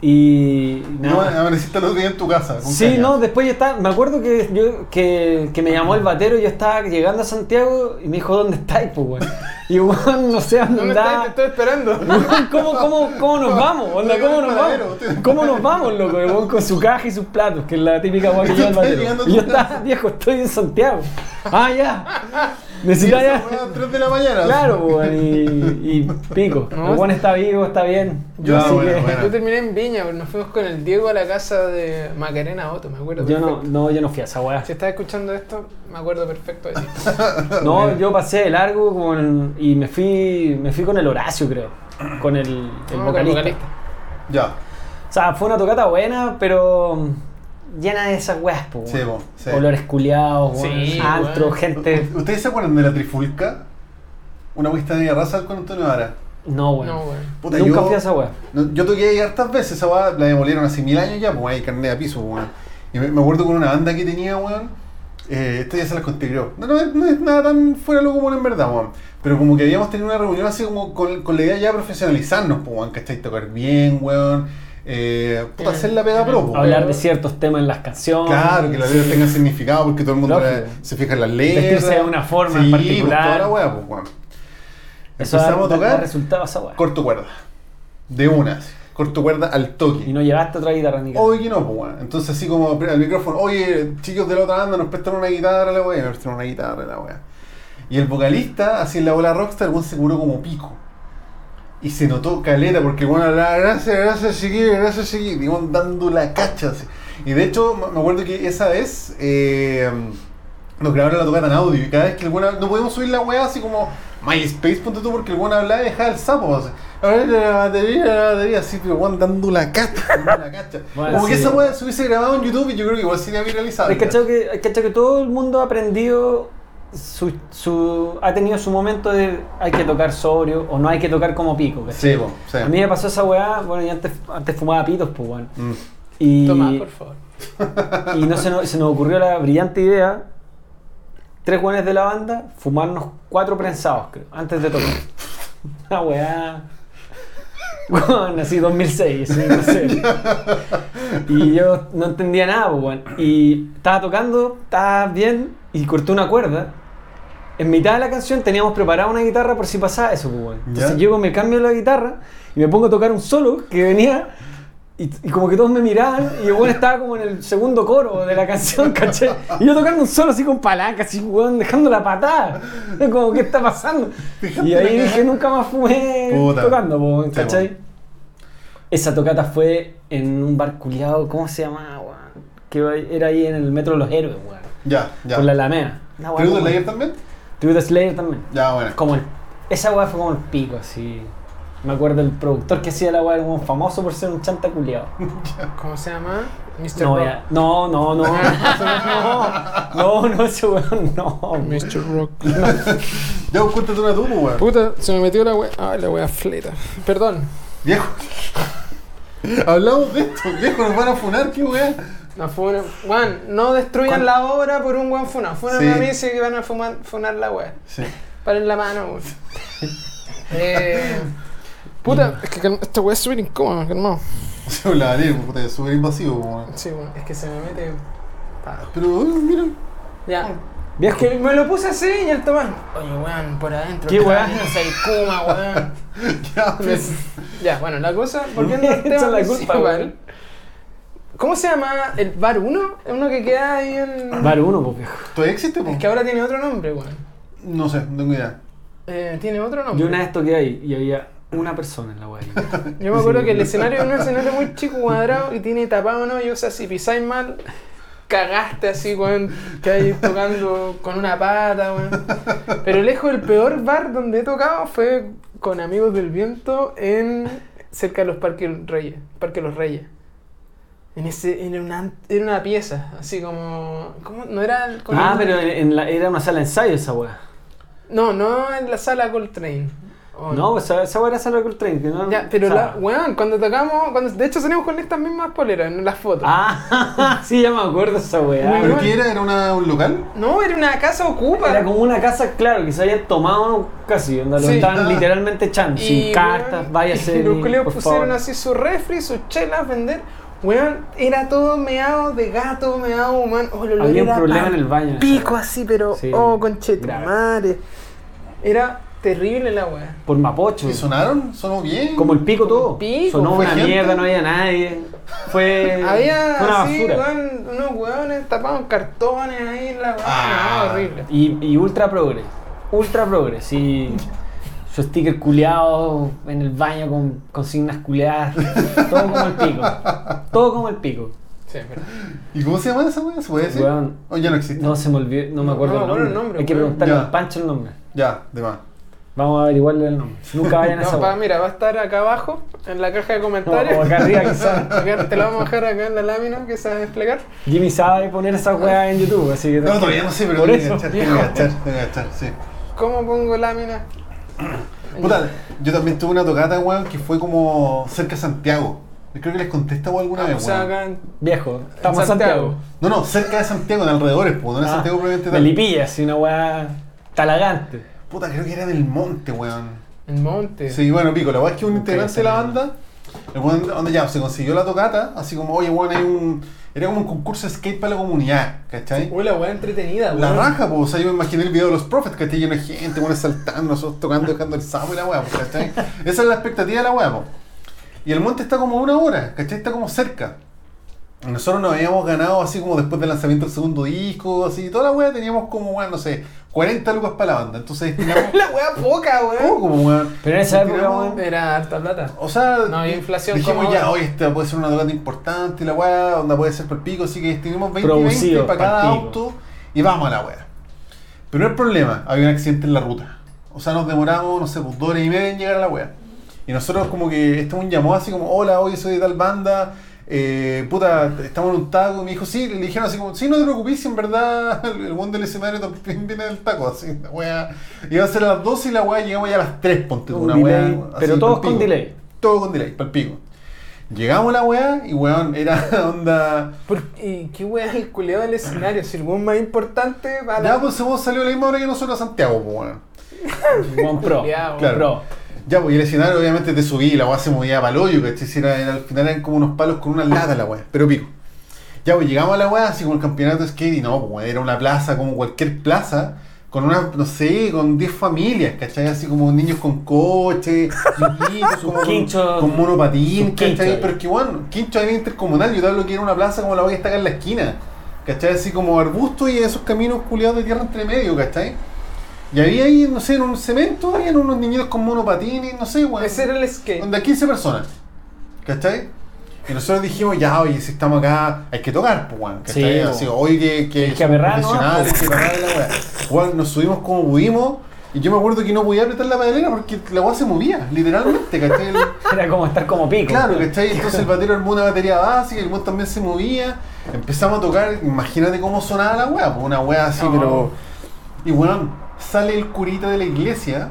[SPEAKER 3] Y.
[SPEAKER 1] No,
[SPEAKER 3] nada.
[SPEAKER 1] amaneciste el otro día en tu casa. con
[SPEAKER 3] Sí,
[SPEAKER 1] caña.
[SPEAKER 3] no, después yo estaba. Me acuerdo que yo que, que me llamó el batero, yo estaba llegando a Santiago y me dijo, ¿dónde estáis, pues, weón? Y weón, no sé dónde
[SPEAKER 2] ¿Dónde estás? Te
[SPEAKER 3] andaba.
[SPEAKER 2] estoy esperando.
[SPEAKER 3] ¿Cómo, cómo, ¿Cómo nos vamos? Onda,
[SPEAKER 1] Estoy
[SPEAKER 3] ¿Cómo
[SPEAKER 1] en el
[SPEAKER 3] nos
[SPEAKER 1] paradero,
[SPEAKER 3] vamos?
[SPEAKER 1] estoy en el
[SPEAKER 3] ¿Cómo nos vamos, loco? El weón con su caja y sus platos, que es la típica weón que lleva el
[SPEAKER 1] Estoy
[SPEAKER 3] batero.
[SPEAKER 1] llegando a
[SPEAKER 3] Y
[SPEAKER 1] tu
[SPEAKER 3] yo
[SPEAKER 1] casa.
[SPEAKER 3] estaba, viejo, estoy en Santiago. Ah, ya.
[SPEAKER 1] Sí,
[SPEAKER 3] Necesitaba
[SPEAKER 1] esa
[SPEAKER 3] ya.
[SPEAKER 1] weá a las 3 de la mañana.
[SPEAKER 3] Claro, pues, weón, y, y pico.
[SPEAKER 2] No,
[SPEAKER 3] el weón está vivo, está bien.
[SPEAKER 1] Yo,
[SPEAKER 3] Así
[SPEAKER 1] Ah, bueno,
[SPEAKER 3] que-
[SPEAKER 1] bueno.
[SPEAKER 2] Yo terminé en Viña, weón, nos fuimos con el Diego a la casa de Macarena Otto, me acuerdo.
[SPEAKER 3] yo no,
[SPEAKER 2] perfecto.
[SPEAKER 3] no, yo no fui a esa weá.
[SPEAKER 2] Si estás escuchando esto, me acuerdo perfecto de ti.
[SPEAKER 3] No, yo pasé de largo con- y me fui, me fui con el Horacio, creo. Ah, Con el, el
[SPEAKER 2] No, con
[SPEAKER 3] vocalista.
[SPEAKER 1] Ya.
[SPEAKER 3] O sea, fue una tocata buena, pero llena de esas weas, po,
[SPEAKER 1] Sí,
[SPEAKER 3] weón.
[SPEAKER 1] po, sí.
[SPEAKER 3] Olores culiados, weón,
[SPEAKER 2] Sí,
[SPEAKER 3] antro,
[SPEAKER 2] weón.
[SPEAKER 3] gente.
[SPEAKER 1] ¿Ustedes se acuerdan de la trifulca? Una wista de raza con Antonio Vara.
[SPEAKER 3] No, weón.
[SPEAKER 2] No, weón.
[SPEAKER 1] Puta,
[SPEAKER 3] Nunca
[SPEAKER 1] yo-
[SPEAKER 3] fui a esa wea.
[SPEAKER 1] No, Yo toqué ahí hartas veces, esa weá la demolieron hace mil años ya, pues ahí carnet a piso, weón. Y me, me acuerdo con una banda que tenía, weón. Eh, esto ya se las conté, creo. No, no, es- no es nada tan fuera de lo común en verdad, weón. Pero como que habíamos tenido una reunión así como con, con la idea ya de profesionalizarnos, pues, weón, ¿cachai? Tocar bien, weón. Eh, puta, hacer la pega pro, pues, weón.
[SPEAKER 3] Hablar de ciertos temas en las canciones.
[SPEAKER 1] Claro, que las letras tengan significado porque todo el mundo
[SPEAKER 3] Lógico.
[SPEAKER 1] la- se fija en las letras.
[SPEAKER 3] Vestirse de una forma en
[SPEAKER 1] Sí,
[SPEAKER 3] particular.
[SPEAKER 1] Pues, toda la weá, pues, weón.
[SPEAKER 3] Eso
[SPEAKER 1] Empezamos a
[SPEAKER 3] da- da- da
[SPEAKER 1] tocar,
[SPEAKER 3] resultado esa wea.
[SPEAKER 1] corto cuerda. De una, así. corto cuerda al toque.
[SPEAKER 3] Y no llevaste otra guitarra ni
[SPEAKER 1] Oye, que no, pues, weón. Entonces, así como pre- al micrófono, oye, chicos de la otra banda, nos prestan una guitarra, la weá, me prestan una guitarra, la weá. Y el vocalista, así en la bola rockstar, el weón se curó como pico. Y se notó caleta, porque bueno, hablaba, gracias, gracias, chiquillo, gracias, chiquillo, y weón, dando la cacha. así. Y de hecho, me me acuerdo que esa vez eh, nos grabaron la tocata en audio, y cada vez que el weón, no podíamos subir la weá así como MySpace, ponte tú, porque el weón hablaba y dejaba el sapo. O sea, a ver, la batería, la batería, así, pero weón dando la cacha, dando la cacha.
[SPEAKER 3] Bueno,
[SPEAKER 1] Como que
[SPEAKER 3] sí.
[SPEAKER 1] esa weá se hubiese grabado en YouTube y yo creo que igual sería viralizado.
[SPEAKER 3] Hay cachado que, hay cachado que todo el mundo ha aprendido, su, su- ha tenido su momento de hay que tocar sobrio o no hay que tocar como pico. ¿cachai?
[SPEAKER 1] Sí, po, sí.
[SPEAKER 3] A mí me pasó esa weá, bueno, yo antes, antes fumaba pitos, pues, weón.
[SPEAKER 1] Mm.
[SPEAKER 3] Y,
[SPEAKER 2] Toma, por favor.
[SPEAKER 3] y no se nos, se nos ocurrió la brillante idea, tres weones de la banda, fumarnos cuatro prensados, creo, antes de tocar. Una weá. Bueno, así 2006, así, no sé. Y yo no entendía nada, pues, weón. Y estaba tocando, estaba bien, y corté una cuerda. En mitad de la canción teníamos preparada una guitarra por si pasaba eso, pues, weón. Entonces
[SPEAKER 1] Ya.
[SPEAKER 3] llego, me cambio la guitarra y me pongo a tocar un solo que venía. Y, y como que todos me miraban y el weón estaba como en el segundo coro de la canción, ¿cachai? Y yo tocando un solo así con palanca, así, weón, dejando la patada. Yo Como, ¿qué está pasando?
[SPEAKER 1] Dejando
[SPEAKER 3] y
[SPEAKER 1] la
[SPEAKER 3] ahí
[SPEAKER 1] cagada.
[SPEAKER 3] dije, nunca más fumé
[SPEAKER 1] Puta.
[SPEAKER 3] tocando, pues, weón,
[SPEAKER 1] Sí,
[SPEAKER 3] ¿cachai?
[SPEAKER 1] weón.
[SPEAKER 3] Esa tocata fue en un bar culiado, ¿cómo se llamaba, weón? Que era ahí en el Metro de los Héroes, weón.
[SPEAKER 1] Ya, ya.
[SPEAKER 3] Por la Alameda. Una weá
[SPEAKER 1] ¿Tributo
[SPEAKER 3] como-
[SPEAKER 1] Slayer también?
[SPEAKER 3] Tributo a Slayer también.
[SPEAKER 1] Ya, bueno.
[SPEAKER 3] Como el- esa weá fue como el pico, así. Me acuerdo el productor que hacía la weá, era un famoso por ser un chanta culiado.
[SPEAKER 2] ¿Cómo se llama? Mr.
[SPEAKER 3] No,
[SPEAKER 2] Rock.
[SPEAKER 3] ya- no, no, no. No, no, ese weón, no. weón.
[SPEAKER 2] Mr. Rock.
[SPEAKER 1] Ya, pues, cuéntate una tú, pues, weón.
[SPEAKER 2] Puta, se me metió la wea. Ay, la wea fleta. Perdón.
[SPEAKER 1] Viejo. Hablamos de esto, viejo, nos van a funar, qué weá.
[SPEAKER 2] No funen. Juan, no destruyan
[SPEAKER 3] ¿Cuán-
[SPEAKER 2] la obra por un buen funa. Funan
[SPEAKER 1] Sí.
[SPEAKER 2] a mí si van a fumar, funar la wea.
[SPEAKER 1] Sí.
[SPEAKER 2] Paren la mano, weón. eh, puta, es que calma- esta wea es súper incómoda, calmado.
[SPEAKER 1] Se pues, la haré, puta, es súper invasivo, pues, weón.
[SPEAKER 2] Sí, weón, es que se me mete. pa.
[SPEAKER 1] Pero, uy, mira.
[SPEAKER 2] Ya. Es
[SPEAKER 3] Viejo.
[SPEAKER 2] que me lo puse así y el Tomás. Oye, weón, por adentro.
[SPEAKER 3] ¿Qué weá?
[SPEAKER 2] Es el Kuma, weón.
[SPEAKER 1] Ya, pues.
[SPEAKER 2] ya, bueno, la cosa. Volviendo al
[SPEAKER 3] Echa
[SPEAKER 2] tema
[SPEAKER 3] la culpa,
[SPEAKER 2] principal.
[SPEAKER 3] weón.
[SPEAKER 2] ¿Cómo se llama? ¿El Bar 1? Es uno que queda ahí en.
[SPEAKER 3] Bar uno, pues viejo.
[SPEAKER 1] ¿Todavía existe, pues?
[SPEAKER 2] Es que ahora tiene otro nombre, weón.
[SPEAKER 1] No sé, no tengo idea.
[SPEAKER 2] Eh, tiene otro nombre.
[SPEAKER 3] Yo una vez toqué ahí y había una persona en la weá.
[SPEAKER 2] Yo me acuerdo que el escenario es un escenario muy chico, cuadrado, y tiene tapado, ¿no? Y o sea, si pisáis mal, cagaste así, weón, que ahí tocando con una pata, weón. Pero lejos, el peor bar donde he tocado fue con Amigos del Viento en cerca de los Parques Reyes, Parque Los Reyes. En ese, en una, era una pieza, así como, ¿cómo? no era el- con
[SPEAKER 3] Ah,
[SPEAKER 2] el-
[SPEAKER 3] pero en la- era una sala de ensayo esa weá.
[SPEAKER 2] no, no en la sala Coltrane. O-
[SPEAKER 3] No, esa, esa weá era sala de Train. Que no,
[SPEAKER 2] Ya, pero
[SPEAKER 3] sala.
[SPEAKER 2] la, weón, cuando tocamos, cuando, de hecho salimos con estas mismas poleras en las fotos.
[SPEAKER 3] Ah, sí, ya me acuerdo esa weá.
[SPEAKER 1] ¿Pero qué era? ¿Era una, un local?
[SPEAKER 2] No, era una casa ocupa.
[SPEAKER 3] Era como una casa, claro, que se habían tomado casi, onda, lo
[SPEAKER 2] Sí. Ah.
[SPEAKER 3] estaban literalmente echando,
[SPEAKER 2] Y,
[SPEAKER 3] sin cartas,
[SPEAKER 2] weón,
[SPEAKER 3] váyase.
[SPEAKER 2] y Los
[SPEAKER 3] y,
[SPEAKER 2] culeos
[SPEAKER 3] por
[SPEAKER 2] pusieron
[SPEAKER 3] favor.
[SPEAKER 2] así su refri, sus chelas, vender. Weón, era todo meado de gato, meado humano. Oh, el olor
[SPEAKER 3] Había un
[SPEAKER 2] era
[SPEAKER 3] problema
[SPEAKER 2] pa'
[SPEAKER 3] en el baño.
[SPEAKER 2] Pico así, pero.
[SPEAKER 3] Sí,
[SPEAKER 2] oh, concheta,
[SPEAKER 3] grave.
[SPEAKER 2] madre. Era terrible la weá.
[SPEAKER 3] Por Mapocho.
[SPEAKER 1] ¿Y sonaron? ¿Sonó bien?
[SPEAKER 3] Como el pico todo.
[SPEAKER 2] pico.
[SPEAKER 3] Sonó
[SPEAKER 1] ¿Fue
[SPEAKER 3] una
[SPEAKER 1] gente?
[SPEAKER 3] mierda, no había nadie. Fue fue una
[SPEAKER 2] Había así,
[SPEAKER 3] basura.
[SPEAKER 2] weón, unos weones tapados cartones ahí en la weá.
[SPEAKER 1] Ah.
[SPEAKER 2] no, horrible.
[SPEAKER 3] Y, y ultra progre. Ultra progre, sí. Su sticker culeado en el baño con consignas culeadas. Todo como el pico. Todo como el pico.
[SPEAKER 2] Sí, pero-
[SPEAKER 1] ¿Y cómo se llama esa weá? ¿Se puede decir?
[SPEAKER 3] Weón.
[SPEAKER 1] ¿O ya no existe?
[SPEAKER 3] No se me olvidó, no me acuerdo
[SPEAKER 2] No,
[SPEAKER 3] el,
[SPEAKER 2] bueno,
[SPEAKER 3] nombre.
[SPEAKER 2] el nombre,
[SPEAKER 3] Hay que
[SPEAKER 2] weón.
[SPEAKER 3] preguntarle
[SPEAKER 1] Ya.
[SPEAKER 3] a Pancho el nombre.
[SPEAKER 1] Ya, de más.
[SPEAKER 3] Vamos a averiguarle el nombre. Nunca vayan a
[SPEAKER 2] No,
[SPEAKER 3] esa
[SPEAKER 2] va,
[SPEAKER 3] weá.
[SPEAKER 2] mira, va a estar acá abajo, en la caja de
[SPEAKER 3] No,
[SPEAKER 2] comentarios.
[SPEAKER 3] o acá arriba quizás.
[SPEAKER 2] Acá te lo vamos a dejar acá en la lámina que se va a desplegar.
[SPEAKER 3] Jimmy sabe poner esa weá en YouTube, así que.
[SPEAKER 1] No, todavía no sé, pero
[SPEAKER 3] Por
[SPEAKER 1] tengo que
[SPEAKER 3] eso,
[SPEAKER 1] agachar, tengo que agachar, tengo que agachar, sí.
[SPEAKER 2] ¿Cómo pongo lámina?
[SPEAKER 1] Puta, yo también tuve una tocata, weón, que fue como cerca de Santiago. Yo creo que les contesta o alguna
[SPEAKER 2] Ah,
[SPEAKER 1] vez,
[SPEAKER 2] o sea,
[SPEAKER 1] weón.
[SPEAKER 2] acá en-
[SPEAKER 3] Viejo, estamos en
[SPEAKER 2] Santiago.
[SPEAKER 3] Santiago.
[SPEAKER 1] No, no, cerca de Santiago, en alrededores, pues, no en
[SPEAKER 3] Ah,
[SPEAKER 1] Santiago probablemente
[SPEAKER 3] de Lipilla, así una weá talagante.
[SPEAKER 1] Puta, creo que era del monte, weón.
[SPEAKER 2] en Monte.
[SPEAKER 1] Sí, bueno, pico, la verdad es que un integrante de la
[SPEAKER 3] esa mierda.
[SPEAKER 1] banda, el weón, donde ya se consiguió la tocata, así como, oye, weón, hay un. Era como un concurso de skate para la comunidad, ¿cachai?
[SPEAKER 2] Uy, la weá entretenida,
[SPEAKER 1] La
[SPEAKER 2] weón.
[SPEAKER 1] raja, pues, o sea, yo me imaginé el video de los Prophets, que está lleno de gente, bueno, saltando, nosotros tocando, dejando el sábado y la weá, pues, ¿cachai? Esa es la expectativa de la weá, pues. Y el monte está como a una hora, ¿cachai? Está como cerca. Y Nosotros nos habíamos ganado así como después del lanzamiento del segundo disco, así, toda la weá teníamos como, weón, no sé, 40 lucas para la banda, entonces destinamos
[SPEAKER 2] La weá poca, weón.
[SPEAKER 1] poco, weón.
[SPEAKER 3] Pero en esa época,
[SPEAKER 1] Destinamos-
[SPEAKER 3] weón,
[SPEAKER 2] Era harta plata.
[SPEAKER 1] o sea,
[SPEAKER 2] No había inflación
[SPEAKER 1] dijimos
[SPEAKER 2] como
[SPEAKER 1] ya,
[SPEAKER 2] ahora.
[SPEAKER 1] oye, esta puede ser una tocata importante, la weá, onda puede ser por pico, así que estuvimos 20 y 20
[SPEAKER 3] Producido
[SPEAKER 1] para
[SPEAKER 3] pa'l
[SPEAKER 1] cada
[SPEAKER 3] pico.
[SPEAKER 1] auto y vamos a la weá. Pero el problema, había un accidente en la ruta. O sea, nos demoramos, no sé, pues dos horas y media en llegar a la wea. Y nosotros como que este un llamó así como, hola, hoy soy de tal banda, eh, puta, estamos en un taco. Y me dijo, sí, le dijeron así como, sí, no te preocupes, si en verdad el el weón del escenario también viene del taco, así, la wea. Iba a ser a las 12 y la wea llegamos ya a las 3, ponte tú,
[SPEAKER 3] Un
[SPEAKER 1] una
[SPEAKER 3] delay,
[SPEAKER 1] wea. así,
[SPEAKER 3] pero todos
[SPEAKER 1] palpico.
[SPEAKER 3] con delay.
[SPEAKER 1] Todo con delay, palpico. Llegamos a la wea y weón, era onda...
[SPEAKER 2] ¿Por ¿Y qué wea es el culeado del escenario? Si el weón más importante va a la.
[SPEAKER 1] Ya, pues vos salió a la misma hora que nosotros a Santiago, pues weón.
[SPEAKER 3] One Pro.
[SPEAKER 2] Culeado.
[SPEAKER 1] Claro.
[SPEAKER 3] Pro.
[SPEAKER 1] Ya, pues, y el escenario obviamente te subí, la weá se movía para el hoyo, ¿cachai? Si Era, era- al final eran como unos palos con una lata la weá, pero pico. Ya, pues llegamos a la weá, así como el campeonato de skate, y no, pues, weón, era una plaza como cualquier plaza, con una, no sé, con 10 familias, ¿cachai? Así como niños con coche, niñitos, como con-
[SPEAKER 3] quincho-
[SPEAKER 1] con monopatín,
[SPEAKER 3] sus quinchos
[SPEAKER 1] ¿cachai?
[SPEAKER 3] ahí.
[SPEAKER 1] Pero es que, bueno, quincho ahí intercomunal, yo te hablo que era una plaza como la weá que está acá en la esquina, ¿cachai? Así como arbustos y esos caminos culiados de tierra entre medio, ¿cachai? Y había ahí, no sé, en un cemento, habían unos niñitos con monopatines, no sé, weón.
[SPEAKER 2] Ese era el skate.
[SPEAKER 1] Onda 15 personas. ¿Cachai? Y nosotros dijimos, ya, oye, si estamos acá, hay que tocar, pues, weón. ¿Cachai?
[SPEAKER 3] Sí,
[SPEAKER 1] Así,
[SPEAKER 3] po.
[SPEAKER 1] oye, que, que,
[SPEAKER 3] Hay que aperrar, ¿no?
[SPEAKER 1] profesionales, que aperrar la weá. Weón, nos subimos como pudimos. Y yo me acuerdo que no podía apretar la pedalera porque la weá se movía, literalmente, ¿cachai? El-
[SPEAKER 3] Era como estar como pico.
[SPEAKER 1] Claro, ¿cachai? Entonces el batero armó una batería básica, el mon también se movía. Empezamos a tocar, imagínate cómo sonaba la wea, pues una wea así,
[SPEAKER 2] No.
[SPEAKER 1] pero. Y weón, sale el curita de la iglesia,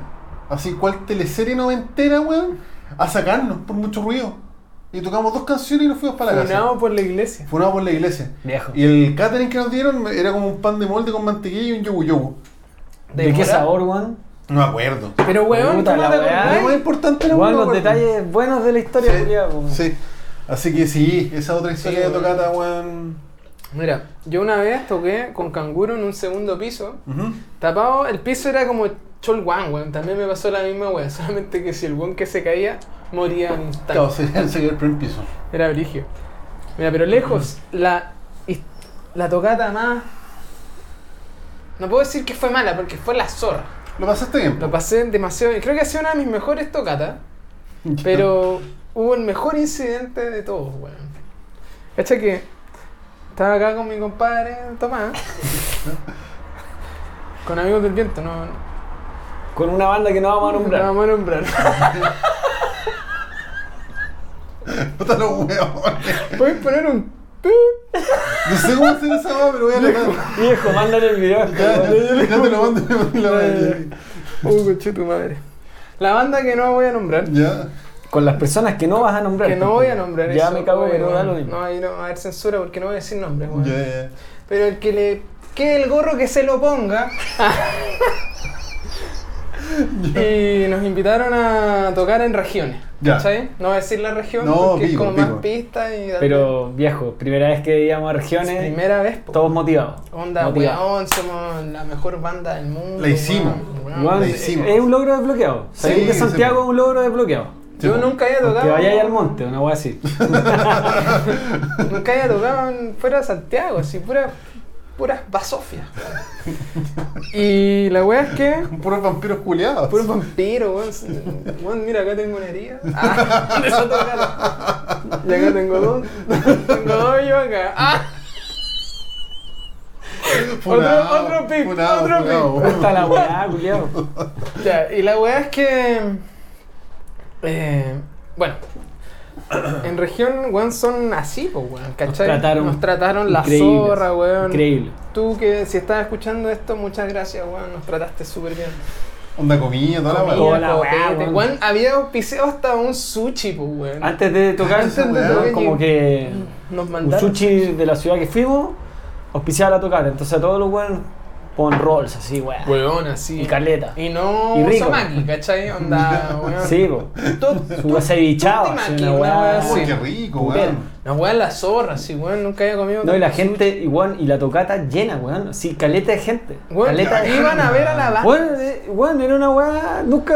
[SPEAKER 1] así cual teleserie noventera, weón, a sacarnos por mucho ruido. Y tocamos dos canciones y nos fuimos para la casa.
[SPEAKER 2] Funado por la iglesia.
[SPEAKER 1] Funado por la iglesia.
[SPEAKER 3] Viejo.
[SPEAKER 1] Y el catering que nos dieron era como un pan de molde con mantequilla y un yogur yogur.
[SPEAKER 3] ¿De qué
[SPEAKER 2] Demorado.
[SPEAKER 3] sabor, Juan?
[SPEAKER 1] No me acuerdo.
[SPEAKER 2] Pero weón,
[SPEAKER 3] Puta
[SPEAKER 2] ¿cómo
[SPEAKER 3] la
[SPEAKER 2] te
[SPEAKER 3] weá.
[SPEAKER 1] Lo más
[SPEAKER 2] acordás?
[SPEAKER 1] importante era
[SPEAKER 3] Juan,
[SPEAKER 1] no me
[SPEAKER 3] los
[SPEAKER 1] acuerdo.
[SPEAKER 3] detalles buenos de la historia, culiao, po.
[SPEAKER 1] Sí, sí. Así que sí, esa otra historia
[SPEAKER 2] Sí,
[SPEAKER 1] de tocata, weón.
[SPEAKER 2] Mira, yo una vez toqué con canguro en un segundo piso.
[SPEAKER 1] Ujú.
[SPEAKER 2] Tapado, el piso era como Chol Wan, weón. También me pasó la misma weón. Solamente que si el weón que se caía moría al instante.
[SPEAKER 1] Claro, se el primer piso.
[SPEAKER 2] Era brigio. Mira, pero lejos, la, his- la tocata más. No puedo decir que fue mala, porque fue la zorra.
[SPEAKER 1] Lo pasaste bien.
[SPEAKER 2] Lo pasé demasiado bien. Creo que ha sido una de mis mejores tocatas. Pero hubo el mejor incidente de todos, weón. Cacha que estaba acá con mi compadre Tomás. con amigos del viento, no. no
[SPEAKER 3] Con una banda que no vamos a
[SPEAKER 2] la
[SPEAKER 3] nombrar.
[SPEAKER 2] vamos a nombrar.
[SPEAKER 1] Puta los huevones.
[SPEAKER 2] Puedes poner un. pi.
[SPEAKER 1] No sé cómo hacer esa weá, pero voy a anotar.
[SPEAKER 3] Viejo, mándale el
[SPEAKER 1] Ya,
[SPEAKER 3] video. weón.
[SPEAKER 1] ya, ya te lo mando y me mando la weá.
[SPEAKER 2] Uh, coche tu madre. La banda que no voy a nombrar.
[SPEAKER 1] Ya.
[SPEAKER 3] Con las personas que no vas a nombrar.
[SPEAKER 2] Que no voy a nombrar
[SPEAKER 3] Ya
[SPEAKER 2] eso,
[SPEAKER 3] me cago,
[SPEAKER 2] obvio,
[SPEAKER 3] pero da lo
[SPEAKER 2] no,
[SPEAKER 3] mismo.
[SPEAKER 2] no, ahí no va a haber censura porque no voy a decir nombres, weón.
[SPEAKER 1] Ya, ya.
[SPEAKER 2] Pero el que le. Que el gorro que se lo ponga. y nos invitaron a tocar en regiones.
[SPEAKER 1] Ya.
[SPEAKER 2] ¿Cachai? No voy a decir la región
[SPEAKER 1] No,
[SPEAKER 2] porque
[SPEAKER 1] pico,
[SPEAKER 2] es como
[SPEAKER 1] pico.
[SPEAKER 2] más pista y.
[SPEAKER 3] Pero, viejo, primera vez que íbamos a
[SPEAKER 2] Es
[SPEAKER 3] regiones,
[SPEAKER 2] primera vez, po.
[SPEAKER 3] todos motivados.
[SPEAKER 2] Onda,
[SPEAKER 3] Motivados.
[SPEAKER 2] weón, somos la mejor banda del mundo.
[SPEAKER 1] La hicimos.
[SPEAKER 2] weón,
[SPEAKER 3] Weón,
[SPEAKER 1] la
[SPEAKER 2] weón.
[SPEAKER 1] hicimos.
[SPEAKER 3] es un logro desbloqueado. Salir
[SPEAKER 1] Sí,
[SPEAKER 3] de
[SPEAKER 1] sí,
[SPEAKER 3] Santiago
[SPEAKER 1] po.
[SPEAKER 3] es un logro desbloqueado.
[SPEAKER 1] Sí,
[SPEAKER 2] Yo
[SPEAKER 1] po.
[SPEAKER 2] nunca había tocado.
[SPEAKER 3] Que vayáis al monte, una wea así.
[SPEAKER 2] Nunca había tocado en- fuera de Santiago, así puras puras basofias. Y la wea es que.
[SPEAKER 1] Con puros vampiros culiados.
[SPEAKER 2] Puro vampiro, weón. Weón, mira, acá tengo una herida. Ah, de esa tocada. Y acá tengo dos. Tengo dos y yo acá. Ah,
[SPEAKER 1] Funado,
[SPEAKER 2] otro pic,
[SPEAKER 1] funado,
[SPEAKER 2] otro
[SPEAKER 1] funado,
[SPEAKER 2] pic.
[SPEAKER 3] Puta la weá, culiao.
[SPEAKER 2] ya, y la weá es que. eh, bueno. En región, weón, son así, pues, weón, ¿cachai?
[SPEAKER 3] Nos trataron
[SPEAKER 2] Nos trataron la
[SPEAKER 3] increíbles,
[SPEAKER 2] zorra, weón.
[SPEAKER 3] Increíble.
[SPEAKER 2] Tú que si estás escuchando esto, muchas gracias, weón. Nos trataste súper bien.
[SPEAKER 1] Onda comida, toda la
[SPEAKER 2] Comida,
[SPEAKER 1] weá.
[SPEAKER 3] Toda la weá,
[SPEAKER 2] copete,
[SPEAKER 3] weón.
[SPEAKER 2] weón, había auspiciado hasta un sushi, pues, weón.
[SPEAKER 3] Antes de tocar,
[SPEAKER 1] Antes de
[SPEAKER 3] weón,
[SPEAKER 2] tocar,
[SPEAKER 3] como
[SPEAKER 2] y-
[SPEAKER 3] que
[SPEAKER 2] Nos
[SPEAKER 3] un
[SPEAKER 2] mandaron.
[SPEAKER 3] sushi de la ciudad que fuimos, auspiciaba la tocata. Entonces a todos los weones pon rolls así, weá.
[SPEAKER 2] Weón, así.
[SPEAKER 3] Y caleta.
[SPEAKER 2] Y no
[SPEAKER 3] Y rico.
[SPEAKER 2] samaki, ¿cachai? Onda, weón.
[SPEAKER 3] Sí, po.
[SPEAKER 2] Todo-
[SPEAKER 3] Su wasabi chao,
[SPEAKER 2] Toti
[SPEAKER 3] así,
[SPEAKER 2] maki,
[SPEAKER 3] una
[SPEAKER 2] una weá
[SPEAKER 3] weá.
[SPEAKER 1] Oh,
[SPEAKER 2] así.
[SPEAKER 1] qué rico,
[SPEAKER 3] Putero.
[SPEAKER 1] weón.
[SPEAKER 2] La weá la zorra, sí, weón. Nunca había comido.
[SPEAKER 3] No, y la
[SPEAKER 2] tanto
[SPEAKER 3] gente, igual, y la tocata llena, weón. Sí, caleta de gente.
[SPEAKER 2] sushi. Weón,
[SPEAKER 3] caleta de
[SPEAKER 2] iban a ver a la banda.
[SPEAKER 3] Weón, eh, weón, era una weá, nunca.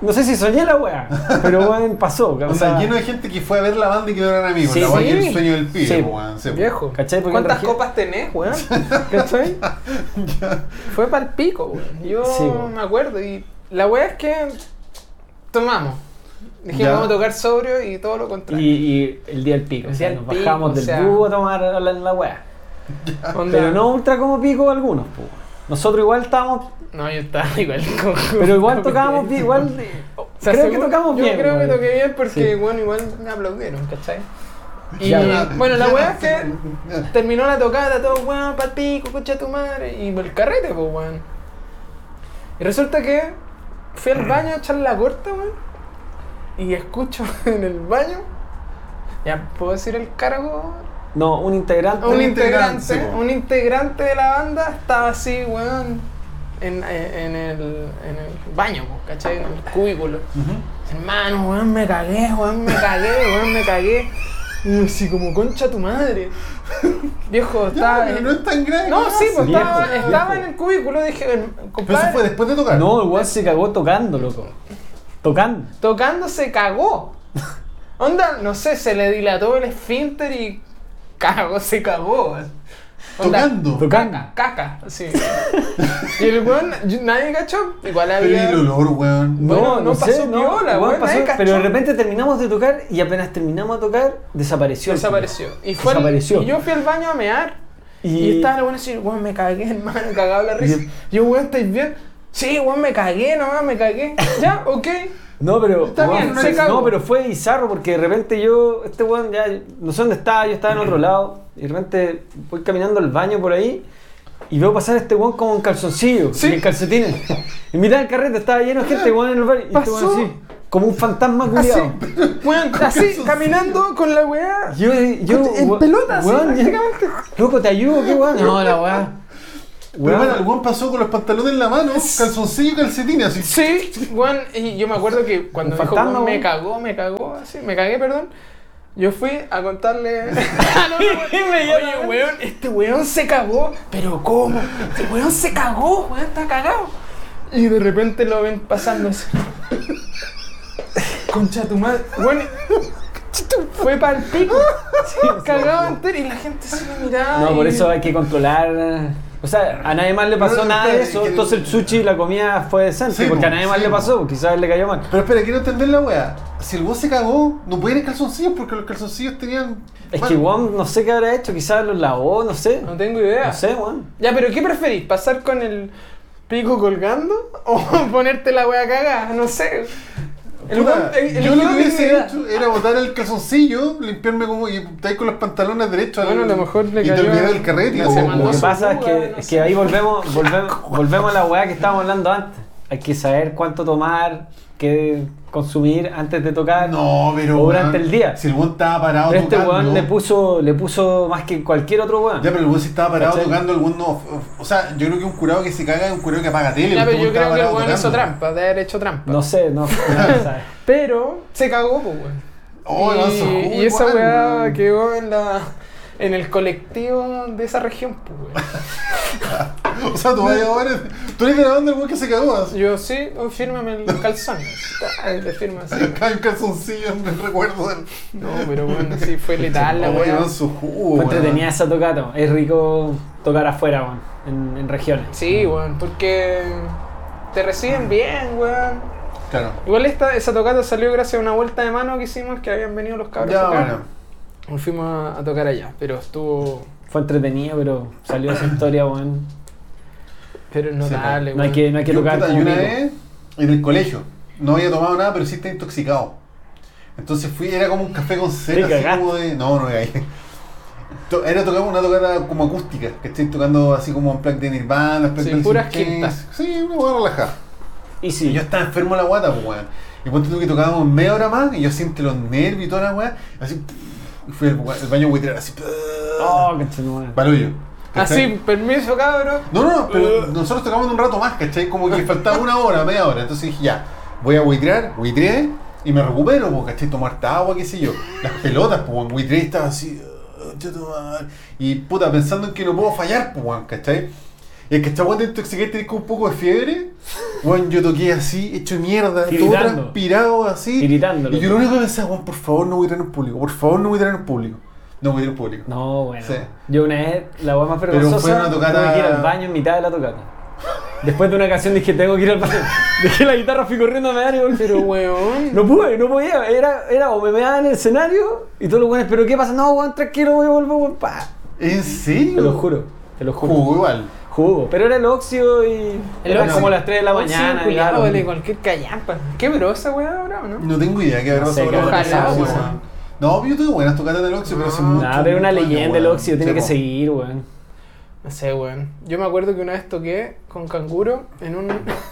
[SPEAKER 3] No sé si soñé la weá, pero weón pasó.
[SPEAKER 1] O sea, lleno de gente que fue a ver la banda y que no eran amigos.
[SPEAKER 3] Sí,
[SPEAKER 1] la weá
[SPEAKER 3] sí.
[SPEAKER 1] que era el sueño del pibe,
[SPEAKER 3] Sí,
[SPEAKER 1] po, weón. Sí, po.
[SPEAKER 2] Viejo.
[SPEAKER 3] ¿Cachai? Porque
[SPEAKER 2] ¿Cuántas
[SPEAKER 3] en región-
[SPEAKER 2] copas tenés, weón? ¿Cachai? Fue pa'l pico, weón. Yo
[SPEAKER 3] Sí, weón.
[SPEAKER 2] me acuerdo. Y la weá es que tomamos. Dijimos,
[SPEAKER 1] Ya.
[SPEAKER 2] vamos a tocar sobrio y todo lo contrario.
[SPEAKER 3] Y, y el día del pico,
[SPEAKER 2] El
[SPEAKER 3] o sea,
[SPEAKER 2] día del
[SPEAKER 3] nos
[SPEAKER 2] pico,
[SPEAKER 3] bajamos
[SPEAKER 2] o
[SPEAKER 3] del
[SPEAKER 2] sea.
[SPEAKER 3] búho a tomar la, la weá.
[SPEAKER 2] Onda,
[SPEAKER 3] Pero no ultra como pico algunos, po. Nosotros igual estábamos,
[SPEAKER 2] No, yo estaba igual con.
[SPEAKER 3] pero igual tocábamos bien, igual
[SPEAKER 2] O sea,
[SPEAKER 3] creo
[SPEAKER 2] según-
[SPEAKER 3] que tocamos
[SPEAKER 2] yo
[SPEAKER 3] bien.
[SPEAKER 2] creo que
[SPEAKER 3] weón.
[SPEAKER 2] toqué bien porque,
[SPEAKER 3] Sí.
[SPEAKER 2] bueno, igual me aplaudieron, ¿cachai? Y
[SPEAKER 3] Ya, ya.
[SPEAKER 2] bueno, la weá es que terminó la tocada, todo weón, pa'l pico, concha de tu madre, y el carrete, pues weón. Y resulta que fui al baño a echar la corta, weón, y escucho en el baño, ya puedo decir el cargo,
[SPEAKER 3] No, un integrante.
[SPEAKER 2] un,
[SPEAKER 1] Un integrante,
[SPEAKER 2] integrante,
[SPEAKER 1] sí, po.
[SPEAKER 2] un integrante de la banda estaba así, weón, en, en, el, en el baño, po, ¿cachai? En el cubículo. Hermano, weón, me cagué, weón, me cagué, weón, me cagué. Y yo así como concha tu madre. Viejo, estaba.
[SPEAKER 1] pero no es tan grave.
[SPEAKER 2] No,
[SPEAKER 1] ¿qué
[SPEAKER 2] sí,
[SPEAKER 1] pasa?
[SPEAKER 2] pues estaba,
[SPEAKER 3] viejo,
[SPEAKER 2] estaba en
[SPEAKER 3] viejo.
[SPEAKER 2] el cubículo, dije, el-
[SPEAKER 1] Pero eso fue
[SPEAKER 2] compadre.
[SPEAKER 1] después de tocar.
[SPEAKER 3] No, igual se cagó tocando, loco. Tocando.
[SPEAKER 2] Tocando se cagó. Onda, no sé, se le dilató el esfínter y cagó, se cagó. weón. Onda,
[SPEAKER 1] Tocando.
[SPEAKER 3] Tocando.
[SPEAKER 2] Caca, sí. y el weón, yo- nadie cachó, igual
[SPEAKER 1] Pero y
[SPEAKER 2] había.
[SPEAKER 1] el olor, weón.
[SPEAKER 2] No, Bueno, pasó piola,
[SPEAKER 3] igual
[SPEAKER 2] weón,
[SPEAKER 3] pasó,
[SPEAKER 2] nadie cachó.
[SPEAKER 3] pero de repente terminamos de tocar y apenas terminamos de tocar, desapareció. el
[SPEAKER 2] Desapareció.
[SPEAKER 3] culiao.
[SPEAKER 2] Y, fue el-
[SPEAKER 3] desapareció.
[SPEAKER 2] y yo fui al baño a mear. Y, estaba la buena así, weón, me cagué, hermano, cagado la risa. Yo, weón, ¿estáis bien? Sí, weón, me cagué, nomás me cagué. Ya, ok.
[SPEAKER 3] No, pero.
[SPEAKER 2] Está bien,
[SPEAKER 3] fue-
[SPEAKER 2] se cagó.
[SPEAKER 3] no, pero fue bizarro porque de repente yo, este weón ya, no sé dónde estaba, yo estaba en otro lado. Y de repente voy caminando al baño por ahí y veo pasar a este weón como en calzoncillo,
[SPEAKER 2] Sí.
[SPEAKER 3] y en calcetines. En mitad del carrete estaba lleno de gente, weón, en el baño. Y este weón
[SPEAKER 2] Pasó.
[SPEAKER 3] así, como un fantasma
[SPEAKER 2] Así,
[SPEAKER 3] culiado.
[SPEAKER 2] weón, así, caminando con la weá.
[SPEAKER 3] Yo, yo,
[SPEAKER 2] en
[SPEAKER 3] we-
[SPEAKER 2] pelotas,
[SPEAKER 3] weón, ya-
[SPEAKER 2] prácticamente.
[SPEAKER 3] Loco, te ayudo, qué weón. No, la weá.
[SPEAKER 1] Pero bueno, el
[SPEAKER 3] Weón,
[SPEAKER 1] weón pasó con los pantalones en la mano, calzoncillo y calcetín, así.
[SPEAKER 2] Sí, weón, y yo me acuerdo que cuando
[SPEAKER 3] Un
[SPEAKER 2] dijo,
[SPEAKER 3] fantasma,
[SPEAKER 2] weón, me
[SPEAKER 3] weón.
[SPEAKER 2] cagó, me cagó, así, me cagué, perdón. Yo fui a contarle. Ah, no, no, weón. Oye, weón, este weón se cagó. Pero ¿cómo? Este weón se cagó, weón, está cagado. Y de repente lo ven pasando así. Concha tu madre. Weón, fue para el pico. cagado entero y la gente se me miraba.
[SPEAKER 3] No, por
[SPEAKER 2] y-
[SPEAKER 3] eso hay que controlar. eh. O sea, a nadie más le pasó
[SPEAKER 1] Pero,
[SPEAKER 3] nada de
[SPEAKER 1] espera,
[SPEAKER 3] eso,
[SPEAKER 1] que-
[SPEAKER 3] entonces el sushi y la comida fue decente,
[SPEAKER 1] Sí,
[SPEAKER 3] porque
[SPEAKER 1] po,
[SPEAKER 3] a nadie más
[SPEAKER 1] sí,
[SPEAKER 3] le
[SPEAKER 1] po.
[SPEAKER 3] pasó, quizás le cayó mal.
[SPEAKER 1] Pero espera, quiero entender la weá. Si el weón se cagó, no puede ir en calzoncillos porque los calzoncillos tenían.
[SPEAKER 3] Es
[SPEAKER 1] Bueno,
[SPEAKER 3] que Wong no sé qué habrá hecho, quizás los lavó, no sé.
[SPEAKER 2] No tengo idea.
[SPEAKER 3] No sé, Wong.
[SPEAKER 2] Ya, pero ¿qué preferís? ¿Pasar con el pico colgando o ponerte la wea cagada? No sé. El
[SPEAKER 1] puta,
[SPEAKER 2] weón- el- el
[SPEAKER 1] yo lo que
[SPEAKER 2] weón
[SPEAKER 1] hubiese
[SPEAKER 2] dignidad.
[SPEAKER 1] hecho era botar el calzoncillo, limpiarme como y estar con los pantalones derechos.
[SPEAKER 2] Bueno, a
[SPEAKER 1] al-
[SPEAKER 2] lo mejor le
[SPEAKER 1] Y te
[SPEAKER 2] cayó-
[SPEAKER 1] olvidé del carrete.
[SPEAKER 2] se
[SPEAKER 1] como-
[SPEAKER 2] mandó
[SPEAKER 3] Lo
[SPEAKER 1] como-
[SPEAKER 3] que
[SPEAKER 2] su
[SPEAKER 3] pasa es
[SPEAKER 2] fuga,
[SPEAKER 3] que,
[SPEAKER 2] no
[SPEAKER 3] es
[SPEAKER 2] sé.
[SPEAKER 3] que ahí volvemos, volvemos, volvemos a la weá que estábamos hablando antes. Hay que saber cuánto tomar, qué consumir antes de tocar.
[SPEAKER 1] No, pero.
[SPEAKER 3] O durante
[SPEAKER 1] weón,
[SPEAKER 3] el día.
[SPEAKER 1] Si el weón estaba parado
[SPEAKER 3] Pero este
[SPEAKER 1] tocando.
[SPEAKER 3] weón le puso, le puso más que cualquier otro weón.
[SPEAKER 1] Ya, pero el weón si estaba parado
[SPEAKER 3] ¿Cachai?
[SPEAKER 1] tocando, el weón no. O sea, yo creo que un curado que se caga es un curado que apaga tele.
[SPEAKER 2] Ya,
[SPEAKER 1] porque
[SPEAKER 2] pero
[SPEAKER 1] el
[SPEAKER 2] yo
[SPEAKER 1] weón estaba
[SPEAKER 2] creo que el
[SPEAKER 1] parado
[SPEAKER 2] weón hizo
[SPEAKER 1] tocando.
[SPEAKER 2] trampa, de haber hecho trampa.
[SPEAKER 3] No sé, no, no se sabe.
[SPEAKER 2] Pero se cagó, pues, weón.
[SPEAKER 1] Oh, el weón se
[SPEAKER 2] y,
[SPEAKER 1] jugó
[SPEAKER 2] y esa
[SPEAKER 1] igual,
[SPEAKER 2] weá
[SPEAKER 1] weón.
[SPEAKER 2] quedó en la. En el colectivo de esa región, pues, weón.
[SPEAKER 1] O sea, tú vas ahora. Tú eres de la banda del weón que se cagó. así.
[SPEAKER 2] Yo sí, oh, fírmame el calzón. Ta, y Te firma así.
[SPEAKER 1] Cae un calzoncillo en el recuerdo del.
[SPEAKER 2] No, pero bueno, sí, fue letal la
[SPEAKER 1] Oh,
[SPEAKER 2] weá.
[SPEAKER 1] weón, su jugo,
[SPEAKER 3] Fue
[SPEAKER 1] weón.
[SPEAKER 3] entretenida esa tocata. Es rico tocar afuera, weón, en, en regiones.
[SPEAKER 2] Sí, weón, porque te reciben bien, weón.
[SPEAKER 1] Claro.
[SPEAKER 2] Igual esta, esa tocata salió gracias a una vuelta de mano que hicimos que habían venido los cabros.
[SPEAKER 1] Ya,
[SPEAKER 2] a tocar.
[SPEAKER 1] bueno.
[SPEAKER 2] Nos fuimos a, a tocar allá, pero estuvo.
[SPEAKER 3] Fue entretenida, pero salió esa historia, weón.
[SPEAKER 2] Pero no
[SPEAKER 1] Sí,
[SPEAKER 2] dale,
[SPEAKER 3] No hay
[SPEAKER 2] weón.
[SPEAKER 3] que, no hay que
[SPEAKER 1] Yo,
[SPEAKER 3] tocar
[SPEAKER 1] puta,
[SPEAKER 3] como
[SPEAKER 1] yo una
[SPEAKER 3] pico.
[SPEAKER 1] vez en el colegio no había tomado nada, pero sí estaba intoxicado. Entonces fui, era como un café con
[SPEAKER 3] Te
[SPEAKER 1] cera, así
[SPEAKER 3] cagaste.
[SPEAKER 1] como de. No, no caí. To- Era tocar una tocada como acústica, que estoy tocando así como en plan de Nirvana, en plan
[SPEAKER 2] Sí,
[SPEAKER 1] de
[SPEAKER 2] puras
[SPEAKER 1] Alice in Chains.
[SPEAKER 2] quintas.
[SPEAKER 1] Sí, una hueá relajada.
[SPEAKER 3] Y
[SPEAKER 1] Y
[SPEAKER 3] sí,
[SPEAKER 1] yo estaba enfermo de la guata, pues weón. Y ponte tú que tocábamos media hora más y yo siento los nervios y toda la weá. Así. Y fui al, al baño a huitrear, así.
[SPEAKER 3] Oh, conchetumare.
[SPEAKER 1] Palullo. ¿cachai?
[SPEAKER 2] Así, permiso, cabros.
[SPEAKER 1] No, no, no, pero
[SPEAKER 3] Uh.
[SPEAKER 1] nosotros tocamos un rato más, ¿cachai? Como que faltaba una hora, media hora. Entonces dije, ya, voy a buitrear, buitreé y me recupero, po, ¿cachai? Tomar esta agua, qué sé yo. Las pelotas, pues, weón, buitreé y estaba así, "Ah, yo tomar". Y puta, pensando en que no puedo fallar, pues, weón, ¿cachai? Y el que está bueno intoxicante tiene un poco de fiebre. Weón, yo toqué así, hecho mierda, todo
[SPEAKER 3] Tiritando.
[SPEAKER 1] transpirado así.
[SPEAKER 3] Tiritando,
[SPEAKER 1] Y yo
[SPEAKER 3] loco.
[SPEAKER 1] lo único que pensaba, weón, por favor no buitrear en público, por favor no buitrear en público. No buitreé en público.
[SPEAKER 3] No, bueno.
[SPEAKER 1] Sí.
[SPEAKER 3] Yo una vez, la weá más
[SPEAKER 1] fue
[SPEAKER 3] vergonzosa,
[SPEAKER 1] una tocata-
[SPEAKER 3] tuve que ir al baño en mitad de la tocata. Después de una canción dije, tengo que ir al baño. Dejé la guitarra, fui corriendo a mear y volví.
[SPEAKER 2] Pero weón.
[SPEAKER 3] No pude, no podía. Era, era o me meaban en el escenario y todos los weones, pero ¿qué pasa? No, weón, tranquilo, voy a volver, weón. pa".
[SPEAKER 1] ¿En serio?
[SPEAKER 3] Te lo juro, te lo juro.
[SPEAKER 1] Jugó igual.
[SPEAKER 3] Jugo. Pero era el óxido y.
[SPEAKER 2] El
[SPEAKER 3] era
[SPEAKER 2] Oxy-
[SPEAKER 3] como las 3 de la
[SPEAKER 2] Oxy,
[SPEAKER 3] mañana. y
[SPEAKER 2] culiao,
[SPEAKER 3] era lo
[SPEAKER 2] vale,
[SPEAKER 3] mismo.
[SPEAKER 2] cualquier callampa. Qué brosa, weá, ahora, ¿o ¿no?
[SPEAKER 1] No tengo idea qué habrá
[SPEAKER 3] No sé,
[SPEAKER 1] pasado con
[SPEAKER 3] qué
[SPEAKER 1] la
[SPEAKER 2] habrá
[SPEAKER 1] Oxy,
[SPEAKER 2] pasado, Ah,
[SPEAKER 1] weón. No, yo tuve buenas tocatas del Oxy, pero hace
[SPEAKER 2] No,
[SPEAKER 1] mucho
[SPEAKER 3] Nah, pero es una
[SPEAKER 1] mucho año,
[SPEAKER 3] leyenda el
[SPEAKER 1] weón.
[SPEAKER 3] óxido, tiene
[SPEAKER 1] Sí,
[SPEAKER 3] que
[SPEAKER 1] po.
[SPEAKER 3] seguir, weón.
[SPEAKER 2] No sé, weón. Yo me acuerdo que una vez toqué con canguro en un,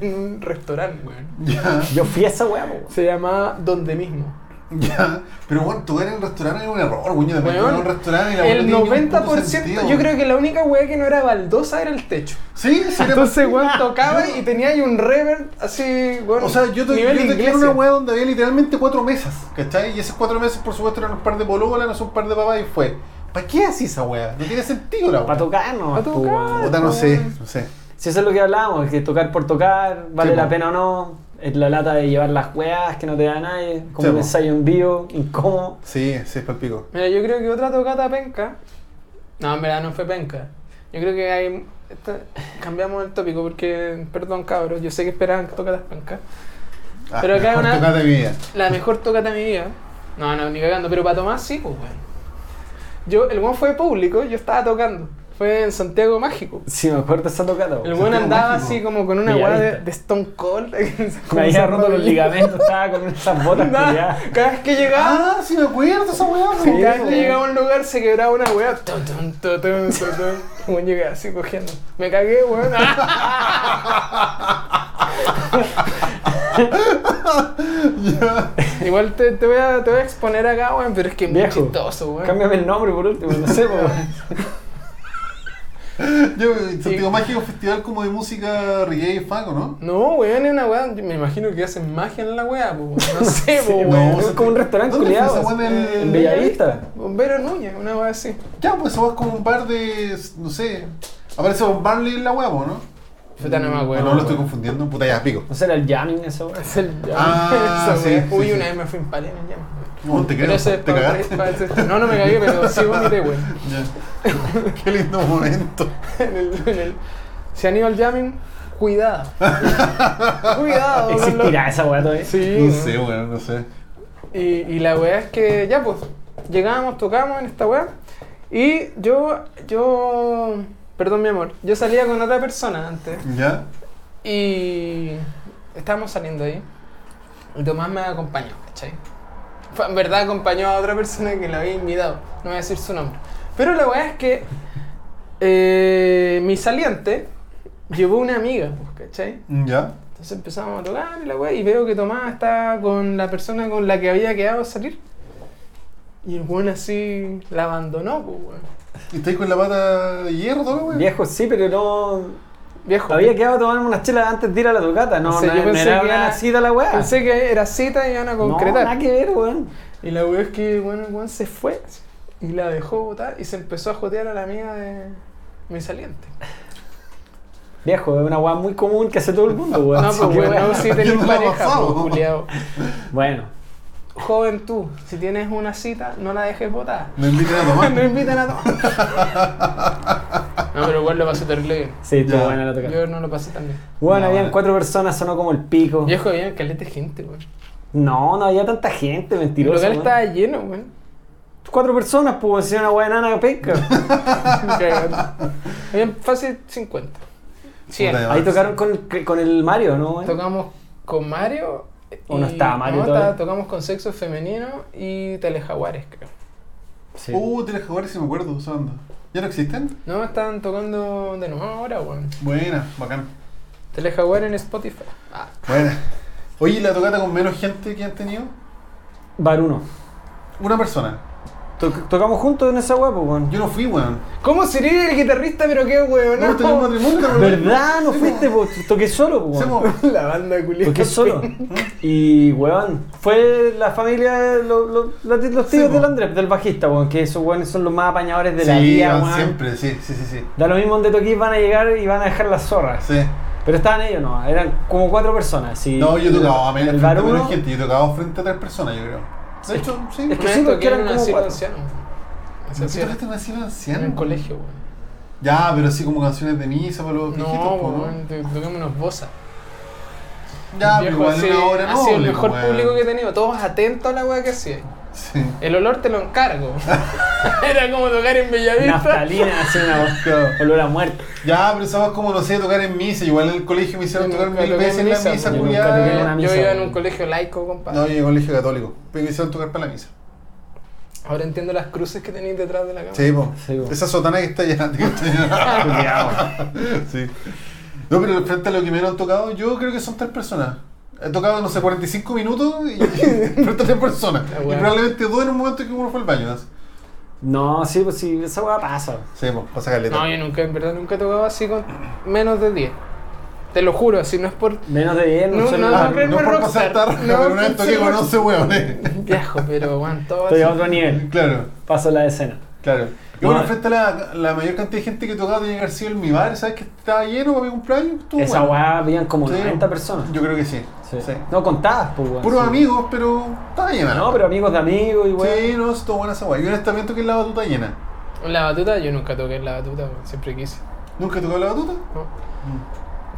[SPEAKER 2] en un restaurante, weón.
[SPEAKER 1] Ya,
[SPEAKER 3] Yo fui a esa weá, po, weón.
[SPEAKER 2] Se llamaba Donde mismo.
[SPEAKER 1] ya. Pero bueno, tocar en un restaurante es un error, weón. Yo también
[SPEAKER 2] Weón,
[SPEAKER 1] toqué en un restaurante y la weá
[SPEAKER 2] El
[SPEAKER 1] no tiene ningún puto
[SPEAKER 2] 90%,
[SPEAKER 1] sentido,
[SPEAKER 2] yo
[SPEAKER 1] weón.
[SPEAKER 2] creo que la única weá que no era baldosa era el techo.
[SPEAKER 1] Sí, sí, era-
[SPEAKER 2] Entonces, weón, tocaba
[SPEAKER 1] Yo-
[SPEAKER 2] y tenía ahí un reverb así, weón.
[SPEAKER 1] O sea, yo, te,
[SPEAKER 2] nivel
[SPEAKER 1] yo toqué en
[SPEAKER 2] iglesia.
[SPEAKER 1] una weá donde había literalmente cuatro mesas, ¿cachai? Y esas cuatro mesas, por supuesto, eran un par de pololas, no son un par de papás y fue. ¿Para qué así esa weá? No tiene sentido la
[SPEAKER 3] Para
[SPEAKER 1] weá.
[SPEAKER 3] tocar, no.
[SPEAKER 2] Pa' tocar.
[SPEAKER 1] Puta, no sé, no sé.
[SPEAKER 3] Si eso es lo que hablábamos, que tocar por tocar, vale
[SPEAKER 1] Sí, po.
[SPEAKER 3] la pena o no. Es la lata de llevar las weas que no te da nadie, como
[SPEAKER 1] Sí,
[SPEAKER 3] un
[SPEAKER 1] po.
[SPEAKER 3] ensayo en vivo, incómodo.
[SPEAKER 1] Sí, sí, es palpico.
[SPEAKER 2] Mira, yo creo que otra tocata penca. No, en verdad no fue penca. Yo creo que hay. esta- cambiamos el tópico porque, perdón cabros, yo sé que esperaban tocatas pencas.
[SPEAKER 1] Ah,
[SPEAKER 2] Pero acá hay
[SPEAKER 1] mejor
[SPEAKER 2] una-
[SPEAKER 1] tocata de mi vida.
[SPEAKER 2] La mejor tocata de mi vida. No, no, ni cagando, pero para Tomás sí, pues weón. Yo, el weón fue público, yo estaba tocando. Fue en Santiago Mágico.
[SPEAKER 3] Si me acuerdo esa tocata, po.
[SPEAKER 2] El weón
[SPEAKER 1] Santiago
[SPEAKER 2] andaba
[SPEAKER 1] Mágico.
[SPEAKER 2] así como con una weá de,
[SPEAKER 3] Bellavista.
[SPEAKER 2] de Stone Cold.
[SPEAKER 3] me había
[SPEAKER 2] esa
[SPEAKER 3] roto los
[SPEAKER 2] rodilla.
[SPEAKER 3] ligamentos, estaba con esas botas
[SPEAKER 2] Andaba-
[SPEAKER 3] culiadas.
[SPEAKER 2] Cada vez que llegaba,
[SPEAKER 1] Ah, sí, me acuerdo esa weá.
[SPEAKER 2] Sí,
[SPEAKER 1] po.
[SPEAKER 2] cada vez que llegaba a un lugar se quebraba una weá. Tun, tun, tun, tun, tun, tun. Weón, llegué así cogiendo. Me cagué, weón.
[SPEAKER 1] Ya.
[SPEAKER 2] Igual te, te voy a, te voy a exponer acá, weón, pero es que es muy
[SPEAKER 3] Viejo,
[SPEAKER 2] chistoso, weón.
[SPEAKER 3] Cámbiame el nombre por último, no sé, po. weón.
[SPEAKER 1] Yo, Santiago Mágico, festival como de música reggae y funk, ¿o ¿no?
[SPEAKER 2] No, weón, es una weá. Me imagino que hacen magia en la weá, po, weón. No sé, po,
[SPEAKER 3] Sí,
[SPEAKER 2] weón.
[SPEAKER 3] no, es como un restaurante
[SPEAKER 1] ¿Dónde fue
[SPEAKER 3] culiado,
[SPEAKER 1] esa weá
[SPEAKER 2] eh,
[SPEAKER 1] del-
[SPEAKER 3] en Bellavista.
[SPEAKER 2] Bombero Núñez, una weá así.
[SPEAKER 1] Ya, pues eso es como un bar de. no sé. Aparece un Barley en la weá, po, ¿no?
[SPEAKER 2] Puta, no me
[SPEAKER 1] Ah,
[SPEAKER 2] acuerdo.
[SPEAKER 1] no, lo estoy
[SPEAKER 2] weón.
[SPEAKER 1] confundiendo. Puta, ya, pico.
[SPEAKER 3] No sé, era el jamming esa wea.
[SPEAKER 2] Es el
[SPEAKER 1] Ah,
[SPEAKER 2] esa
[SPEAKER 1] sí,
[SPEAKER 2] weá.
[SPEAKER 1] sí,
[SPEAKER 2] Uy,
[SPEAKER 1] sí.
[SPEAKER 2] una vez me fui en Palermo, ya.
[SPEAKER 1] No, te
[SPEAKER 2] Pero
[SPEAKER 1] creo.
[SPEAKER 2] eso
[SPEAKER 1] Te
[SPEAKER 2] es para,
[SPEAKER 1] cagaste.
[SPEAKER 2] para- para- No, no me cagué, pero sí vomité, weón.
[SPEAKER 1] Ya. Qué lindo momento.
[SPEAKER 2] en el, en el, si Aníbal Jamming, cuidado. cuidado. con
[SPEAKER 3] ¿Existirá esa wea todavía?
[SPEAKER 2] los- Sí.
[SPEAKER 1] No
[SPEAKER 2] weón.
[SPEAKER 1] sé, weón, no sé.
[SPEAKER 2] Y, y la weá es que ya pues, llegábamos, tocábamos en esta weá. Y yo, yo, perdón mi amor, yo salía con otra persona antes.
[SPEAKER 1] ¿Ya?
[SPEAKER 2] Y estábamos saliendo ahí. Y Tomás me acompañó, ¿cachai? Fue- en verdad acompañó a otra persona que lo había invitado. No voy a decir su nombre. Pero la weá es que eh, mi saliente llevó una amiga, pues, ¿cachai?
[SPEAKER 1] ¿Ya?
[SPEAKER 2] Entonces empezamos a tocar y la weá, y veo que Tomás está con la persona con la que había quedado a salir. Y el weón así la abandonó, pues weón.
[SPEAKER 1] ¿Y estáis con la pata de hierro, todo, weón?
[SPEAKER 3] Viejo, sí, pero no.
[SPEAKER 2] Viejo.
[SPEAKER 3] Había quedado a tomarme unas chelas antes de ir a la tocata, no,
[SPEAKER 2] No sé,
[SPEAKER 3] no,
[SPEAKER 2] yo
[SPEAKER 3] no
[SPEAKER 2] pensé
[SPEAKER 3] era
[SPEAKER 2] que
[SPEAKER 3] una
[SPEAKER 2] era-
[SPEAKER 3] cita la wea.
[SPEAKER 2] Pensé que era cita y iban a concretar.
[SPEAKER 3] No, nada que ver, weón.
[SPEAKER 2] Y la weá es que, bueno, el weón se fue y la dejó botar y se empezó a jotear a la amiga de mi saliente.
[SPEAKER 3] Viejo, es una weá muy común que hace todo el mundo, weón.
[SPEAKER 2] no,
[SPEAKER 3] Así
[SPEAKER 2] pues
[SPEAKER 3] que,
[SPEAKER 2] weón, no, si tenés
[SPEAKER 1] ¿Quién la
[SPEAKER 2] pareja,
[SPEAKER 1] pasaba?
[SPEAKER 2] pues, culiao.
[SPEAKER 3] Bueno,
[SPEAKER 2] Joven tú, si tienes una cita, no la dejes botar.
[SPEAKER 1] No inviten a
[SPEAKER 2] no
[SPEAKER 1] tomar.
[SPEAKER 2] invitan a tomar. no, pero igual lo pasé terrible bien.
[SPEAKER 3] sí, estuvo
[SPEAKER 1] Ya.
[SPEAKER 3] buena la tocada.
[SPEAKER 2] Yo no lo pasé tan bien.
[SPEAKER 3] Bueno,
[SPEAKER 1] No,
[SPEAKER 3] habían
[SPEAKER 1] bueno.
[SPEAKER 3] cuatro personas, sonó como el pico.
[SPEAKER 2] Viejo, había caleta de gente, weón.
[SPEAKER 3] No, no había tanta gente,
[SPEAKER 2] El
[SPEAKER 3] mentiroso.
[SPEAKER 2] local
[SPEAKER 3] weón.
[SPEAKER 2] estaba lleno, weón.
[SPEAKER 3] Cuatro personas, pues, si una weá nana pesca.
[SPEAKER 2] Cagando. Habían fácil 50. 100.
[SPEAKER 1] Puta,
[SPEAKER 3] Ahí tocaron con, con el Mario, ¿no? weón?
[SPEAKER 2] Tocamos con Mario.
[SPEAKER 3] ¿O no
[SPEAKER 2] y-
[SPEAKER 3] estaba Mario
[SPEAKER 2] no,
[SPEAKER 3] todavía?
[SPEAKER 2] estaba- tocamos con Sexo Femenino y Telejaguares, creo.
[SPEAKER 3] Sí.
[SPEAKER 1] Uh, tienes que jugar si me acuerdo, usando. ¿Ya no existen?
[SPEAKER 2] No, estaban tocando de nuevo ahora, weón.
[SPEAKER 1] Buena, bacán.
[SPEAKER 2] Telejaguares en Spotify. Ah,
[SPEAKER 1] Buena. Oye, ¿y la tocata con menos gente que han tenido?
[SPEAKER 3] Bar uno.
[SPEAKER 1] Una persona.
[SPEAKER 3] Toc- tocamos juntos en esa weá, pues, weón.
[SPEAKER 1] Yo no fui, weón.
[SPEAKER 2] ¿Cómo sería el guitarrista, pero qué weón?
[SPEAKER 1] No, tenía un matrimonio, pero-
[SPEAKER 3] ¿Verdad? No
[SPEAKER 1] Sí,
[SPEAKER 3] fuiste, pues, toqué solo, pues, weón.
[SPEAKER 1] Hacemos-
[SPEAKER 2] La banda culiada.
[SPEAKER 3] Toqué solo. Y, weón, fue la familia, lo- lo- los tíos
[SPEAKER 1] Sí,
[SPEAKER 3] del
[SPEAKER 1] po.
[SPEAKER 3] Andrés, del bajista, weón, que esos weones son los más apañadores de la
[SPEAKER 1] Sí,
[SPEAKER 3] vida,
[SPEAKER 1] van
[SPEAKER 3] weón.
[SPEAKER 1] siempre, sí, sí, sí, sí.
[SPEAKER 3] Da lo mismo donde toquís, van a llegar y van a dejar las zorras.
[SPEAKER 1] Sí.
[SPEAKER 3] Pero estaban ellos, no, eran como cuatro personas. sí.
[SPEAKER 1] No, yo tocaba a menos,
[SPEAKER 3] el
[SPEAKER 1] frente a
[SPEAKER 3] bar
[SPEAKER 1] menos
[SPEAKER 3] uno-
[SPEAKER 1] gente, yo tocaba frente a tres personas, yo creo. De hecho, sí.
[SPEAKER 3] Es que
[SPEAKER 2] Una vez
[SPEAKER 3] sí, porque
[SPEAKER 2] toqué en
[SPEAKER 3] eran
[SPEAKER 2] un
[SPEAKER 3] como
[SPEAKER 2] asilo
[SPEAKER 3] cuatro.
[SPEAKER 2] anciano. Se
[SPEAKER 1] ¿Por qué
[SPEAKER 2] hacía
[SPEAKER 1] tocaste un asilo anciano?
[SPEAKER 2] en el colegio, weón.
[SPEAKER 1] Ya, pero así como canciones de misa para los viejitos,
[SPEAKER 2] No,
[SPEAKER 1] po, ¿no?
[SPEAKER 2] weón, to- tocamos unos bozas.
[SPEAKER 1] Ya, pero
[SPEAKER 2] Viejo,
[SPEAKER 1] igual
[SPEAKER 2] así-
[SPEAKER 1] una hora
[SPEAKER 2] Ha sido el
[SPEAKER 1] noble,
[SPEAKER 2] mejor
[SPEAKER 1] weón.
[SPEAKER 2] público que he tenido. Todos atentos a la weá que hacía.
[SPEAKER 1] Sí.
[SPEAKER 2] El olor te lo encargo. Era como tocar en Bellavista.
[SPEAKER 3] Naftalina, así una voz.
[SPEAKER 1] Claro.
[SPEAKER 3] Olor a muerte.
[SPEAKER 1] Ya, pero esa voz como, no sé, tocar en misa. Igual en el colegio me hicieron
[SPEAKER 2] Yo
[SPEAKER 1] tocar
[SPEAKER 2] nunca
[SPEAKER 1] mil
[SPEAKER 2] toqué
[SPEAKER 1] veces
[SPEAKER 2] en
[SPEAKER 1] en la
[SPEAKER 2] misa,
[SPEAKER 1] misa,
[SPEAKER 2] yo
[SPEAKER 3] nunca
[SPEAKER 1] culiada.
[SPEAKER 3] toqué en una
[SPEAKER 2] Yo
[SPEAKER 3] misa,
[SPEAKER 2] iba en
[SPEAKER 3] weón.
[SPEAKER 2] un colegio laico, compadre.
[SPEAKER 1] No, yo en el colegio católico. Me hicieron tocar para la misa.
[SPEAKER 2] Ahora entiendo las cruces que tenéis detrás de la cámara.
[SPEAKER 1] Sí, po.
[SPEAKER 3] Sí, po.
[SPEAKER 1] Esa sotana que está llena. que está llena. sí. No, pero frente a lo que me han tocado, yo creo que son tres personas. He tocado, no sé, 45 minutos y, frente a tres personas.
[SPEAKER 2] Ah,
[SPEAKER 1] Y
[SPEAKER 2] bueno.
[SPEAKER 1] probablemente dos en un momento que uno fue al baño. ¿no?
[SPEAKER 3] No, sí, pues sí, esa weá pasa.
[SPEAKER 1] Sí, pues, pasa caleta.
[SPEAKER 2] No, yo nunca, en verdad, nunca tocaba así con menos de 10. Te lo juro, así no es por
[SPEAKER 3] Menos de 10, no,
[SPEAKER 2] No,
[SPEAKER 3] sé
[SPEAKER 2] no,
[SPEAKER 1] Ah,
[SPEAKER 3] nada.
[SPEAKER 2] no, creerme
[SPEAKER 1] no por pasar
[SPEAKER 2] rockstar.
[SPEAKER 1] tarde,
[SPEAKER 2] No,
[SPEAKER 1] pero una vez toqué con 11 hueones.
[SPEAKER 2] viejo, pero bueno, todo
[SPEAKER 3] Estoy a
[SPEAKER 2] así.
[SPEAKER 3] otro nivel.
[SPEAKER 1] eh. Claro,
[SPEAKER 3] Paso la escena.
[SPEAKER 1] claro. Y
[SPEAKER 3] No,
[SPEAKER 1] bueno,
[SPEAKER 3] eh.
[SPEAKER 1] frente a la, la mayor cantidad de gente que tocaba tenía que haber sido en mi bar, ¿sabes? Que estaba lleno para mi cumpleaños. estuvo
[SPEAKER 3] Esa
[SPEAKER 1] bueno.
[SPEAKER 3] weá habían como
[SPEAKER 1] Sí,
[SPEAKER 3] 90 personas.
[SPEAKER 1] Yo creo que sí.
[SPEAKER 3] Sí.
[SPEAKER 1] sí.
[SPEAKER 3] No contadas, pues weón.
[SPEAKER 1] Puros
[SPEAKER 3] sí.
[SPEAKER 1] amigos, pero estaba llena.
[SPEAKER 3] No, pero amigos de amigos y weón.
[SPEAKER 1] Sí, no, estuvo buena esa hueá. Y un estamento que es la batuta llena.
[SPEAKER 2] En la batuta, yo nunca toqué en la batuta, weón, siempre quise.
[SPEAKER 1] ¿Nunca tocó la batuta?
[SPEAKER 2] ¿no?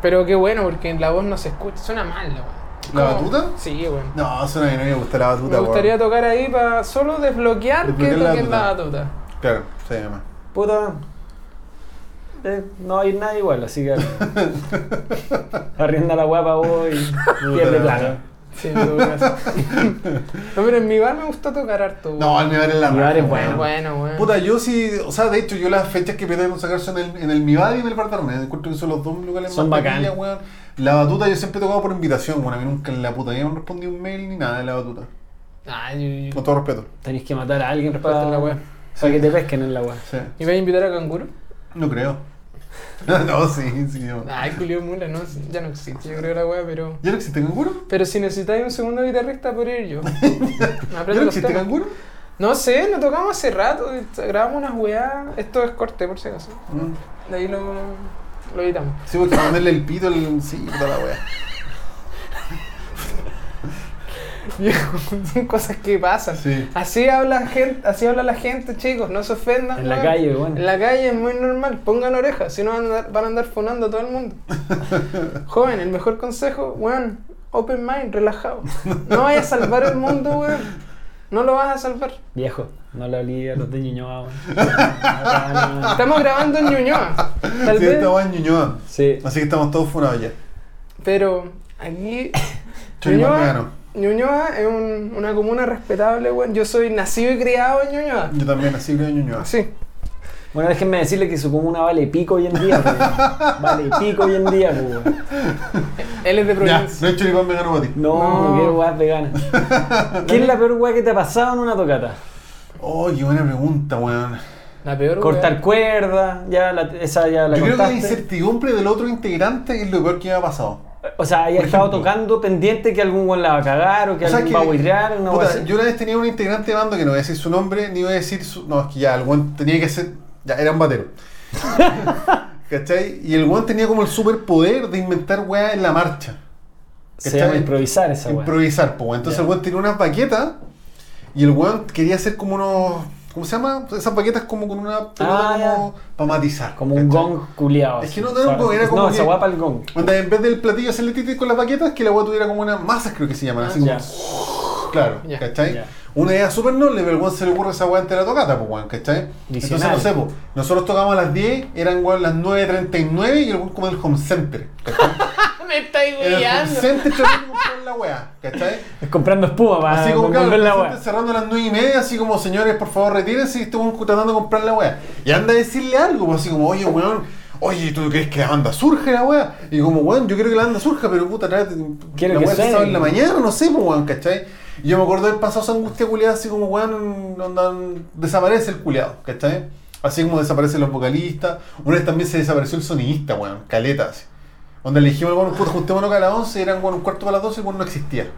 [SPEAKER 2] Pero qué bueno, porque en la voz no se escucha, suena mal, la weón.
[SPEAKER 1] Mm. ¿La
[SPEAKER 2] Como-
[SPEAKER 1] batuta?
[SPEAKER 2] Sí, weón.
[SPEAKER 1] No, suena que no me gusta la batuta.
[SPEAKER 2] Me
[SPEAKER 1] weón.
[SPEAKER 2] gustaría tocar ahí para solo desbloquear,
[SPEAKER 1] Desbloquear
[SPEAKER 2] que
[SPEAKER 1] la
[SPEAKER 2] toquen la
[SPEAKER 1] batuta.
[SPEAKER 2] batuta.
[SPEAKER 1] Claro, sí, además.
[SPEAKER 3] Puta. eh, no hay nada igual, así que. Arrienda la guapa vos y pierde plata.
[SPEAKER 2] Sí, en todo caso. no, pero en mi bar me gustó tocar harto. weón.
[SPEAKER 1] No, el Mibar es la
[SPEAKER 3] Mi
[SPEAKER 1] raja,
[SPEAKER 3] bar Uh, es bueno.
[SPEAKER 1] weón.
[SPEAKER 2] Ah, Bueno, bueno.
[SPEAKER 1] Puta, yo sí, o sea, de hecho, yo las fechas que pretendo sacar son en el, en el Mibar y en el Bar de Armenia. Encuentro que son los dos lugares
[SPEAKER 3] Son
[SPEAKER 1] más
[SPEAKER 3] bacán.
[SPEAKER 1] taquilla, weón. La batuta yo siempre he tocado por invitación, weón. A mí nunca en la puta vida me han respondido un mail ni nada de la batuta.
[SPEAKER 2] Ah, yo- yo-
[SPEAKER 1] Con todo respeto.
[SPEAKER 3] Tenéis que matar a alguien
[SPEAKER 2] Respeto en la
[SPEAKER 3] para
[SPEAKER 2] wea.
[SPEAKER 3] que te pesquen en la wea.
[SPEAKER 1] Sí.
[SPEAKER 2] ¿Y me vas a invitar a canguro?
[SPEAKER 1] No creo. no, sí, sí. Yo.
[SPEAKER 2] Ay, Julio Mula, no, ya no existe, yo creo la wea, pero.
[SPEAKER 1] ¿Ya no existe canguro?
[SPEAKER 2] Pero si necesitáis un segundo guitarrista, por ir yo. Me aprendo
[SPEAKER 1] ¿Ya no
[SPEAKER 2] los
[SPEAKER 1] existe
[SPEAKER 2] temas.
[SPEAKER 1] canguro?
[SPEAKER 2] No sé, lo tocamos hace rato, grabamos unas weas. Esto es corte, por si acaso.
[SPEAKER 1] Mm.
[SPEAKER 2] De ahí lo, lo editamos.
[SPEAKER 1] Sí, porque ponerle el pito al. Sí, puta la wea.
[SPEAKER 2] Viejo, Son cosas que pasan.
[SPEAKER 1] Sí.
[SPEAKER 2] Así habla gente, así habla la gente, chicos, no se ofendan.
[SPEAKER 3] En la
[SPEAKER 2] weón.
[SPEAKER 3] calle, weón.
[SPEAKER 2] En Ah. la calle es muy normal, pongan orejas, si no van a andar, van a andar funando a todo el mundo. Joven, el mejor consejo, weón, open mind, relajado. No vayas a salvar el mundo, weón. No lo vas a salvar.
[SPEAKER 3] Viejo, no le olvides a los de Ñuñoa. weón.
[SPEAKER 2] Estamos grabando en Ñuñoa, tal
[SPEAKER 1] sí,
[SPEAKER 2] vez,
[SPEAKER 1] estaba en Ñuñoa.
[SPEAKER 3] Sí.
[SPEAKER 1] Así que estamos todos funados ya.
[SPEAKER 2] pero aquí...
[SPEAKER 1] Choripán vegano.
[SPEAKER 2] Ñuñoa es un- una comuna respetable, weón. Yo soy nacido y criado en Ñuñoa.
[SPEAKER 1] Yo también, así creo en Ñuñoa.
[SPEAKER 2] Sí.
[SPEAKER 3] Bueno, déjenme decirle que su comuna vale pico hoy en día, weón. Vale pico hoy en día, pues, weón.
[SPEAKER 2] Él es de
[SPEAKER 1] Ya,
[SPEAKER 2] provincia.
[SPEAKER 1] no es choripán vegano para ti.
[SPEAKER 3] No,
[SPEAKER 2] No.
[SPEAKER 3] no quiero weas veganas. ¿Qué es la peor wea que te ha pasado en una tocata?
[SPEAKER 1] Oh, qué buena pregunta, weón.
[SPEAKER 2] La peor
[SPEAKER 3] Cortar cuerda, ya la- esa ya la
[SPEAKER 1] Yo creo que la
[SPEAKER 3] cortaste.
[SPEAKER 1] incertidumbre del otro integrante es lo peor que me ha pasado.
[SPEAKER 3] O sea, ahí ha
[SPEAKER 1] Por
[SPEAKER 3] estado
[SPEAKER 1] ejemplo.
[SPEAKER 3] tocando pendiente que algún weón la va a cagar o que
[SPEAKER 1] O sea,
[SPEAKER 3] alguien va a huirrear. Una wea
[SPEAKER 1] puta,
[SPEAKER 3] así.
[SPEAKER 1] yo una vez tenía un integrante de bando que no voy a decir su nombre, ni voy a decir su. No, es que ya, el weón tenía que ser. Ya, era un batero. ¿Cachai? Y el weón tenía como el superpoder de inventar weá en la marcha.
[SPEAKER 3] Se llama
[SPEAKER 1] ¿cachai?
[SPEAKER 3] improvisar esa wea.
[SPEAKER 1] improvisar, pues. Entonces
[SPEAKER 3] Ya.
[SPEAKER 1] el weón tenía unas baquetas y el weón quería hacer como unos. ¿Cómo se llama? Esas baquetas como con una pelota
[SPEAKER 3] Ah,
[SPEAKER 1] como para matizar.
[SPEAKER 3] Como un
[SPEAKER 1] ¿cachai?
[SPEAKER 3] gong culiado.
[SPEAKER 1] Es que no, no era un gong, era como
[SPEAKER 3] No,
[SPEAKER 1] que-
[SPEAKER 3] esa wea para el gong.
[SPEAKER 1] Onda, en vez del platillo hacerle titit con las baquetas, que la weá tuviera como una masa, creo que se llaman, así como.
[SPEAKER 3] Ya.
[SPEAKER 1] Claro,
[SPEAKER 2] Ya.
[SPEAKER 1] ¿cachai?
[SPEAKER 3] Ya.
[SPEAKER 1] Una idea súper noble, pero al weón se le ocurre esa weá ante la tocata, pues weón, ¿cachai?
[SPEAKER 3] Visionario.
[SPEAKER 1] Entonces, no sé, pues, nosotros tocamos a las 10, eran weón las 9.39 y el weón como en el home center, ¿cachai?
[SPEAKER 2] Ah, Me estáis
[SPEAKER 1] En el home
[SPEAKER 2] guiando.
[SPEAKER 1] center tratando de comprar la weá, ¿cachai?
[SPEAKER 3] Es comprando espuma para
[SPEAKER 1] Así como,
[SPEAKER 3] para
[SPEAKER 1] claro,
[SPEAKER 3] comprar la
[SPEAKER 1] la
[SPEAKER 3] wea.
[SPEAKER 1] cerrando a las 9 y media, así como, señores, por favor, retírense y estamos tratando de comprar la weá. Y anda a decirle algo, pues, así como, oye, weón, oye, ¿tú crees que la banda surge la weá? Y como, weón, yo quiero que la banda surja, pero puta, tráete,
[SPEAKER 3] Quiero
[SPEAKER 1] la
[SPEAKER 3] que
[SPEAKER 1] weá se
[SPEAKER 3] suene.
[SPEAKER 1] sabe en la mañana, no sé, pues, weón, ¿cachai? Y yo me acuerdo del pasado esa angustia culiada, así como, weón, onda, desaparece el culiado, ¿cachai? Así como desaparecen los vocalistas. Una vez también se desapareció el sonidista, weón, caleta, así. Donde le dijimos, bueno, puta, juntémonos a las 11, eran, bueno, un cuarto para las 12 y, bueno, no existía.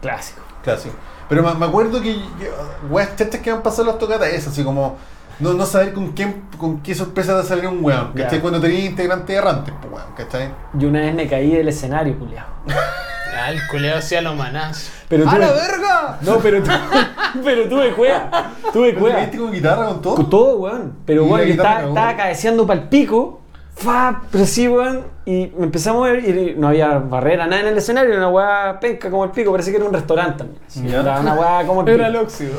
[SPEAKER 3] Clásico.
[SPEAKER 1] Clásico. Pero me, me acuerdo que que- weas chachas que han pasado en las tocatas es así como no, no saber con quién, con qué sorpresa te salió un weón, ¿cachai?
[SPEAKER 3] Ya.
[SPEAKER 1] Cuando tenías integrante errante, pues weón, ¿cachai?
[SPEAKER 3] Yo una vez me caí del escenario, culiado.
[SPEAKER 2] Ah, el culeo hacía lo manás.
[SPEAKER 3] Pero
[SPEAKER 2] ¡A
[SPEAKER 3] tú-
[SPEAKER 2] la verga!
[SPEAKER 3] No, pero pero tuve cueva. Tuve
[SPEAKER 1] ¿Pero te
[SPEAKER 3] cueva.
[SPEAKER 1] viste con guitarra, con todo?
[SPEAKER 3] Con todo, weón.
[SPEAKER 1] Y
[SPEAKER 3] Pero
[SPEAKER 1] la
[SPEAKER 3] weón, yo
[SPEAKER 1] guitarra
[SPEAKER 3] estaba,
[SPEAKER 1] cagó.
[SPEAKER 3] estaba cabeceando para el pico. Fa, pero sí, weón. Y me empecé a mover y no había barrera, nada en el escenario. Una weá penca como el pico. Parecía que era un restaurante también. Así,
[SPEAKER 1] Ya.
[SPEAKER 3] era una weá como el pico.
[SPEAKER 2] Era el óxido.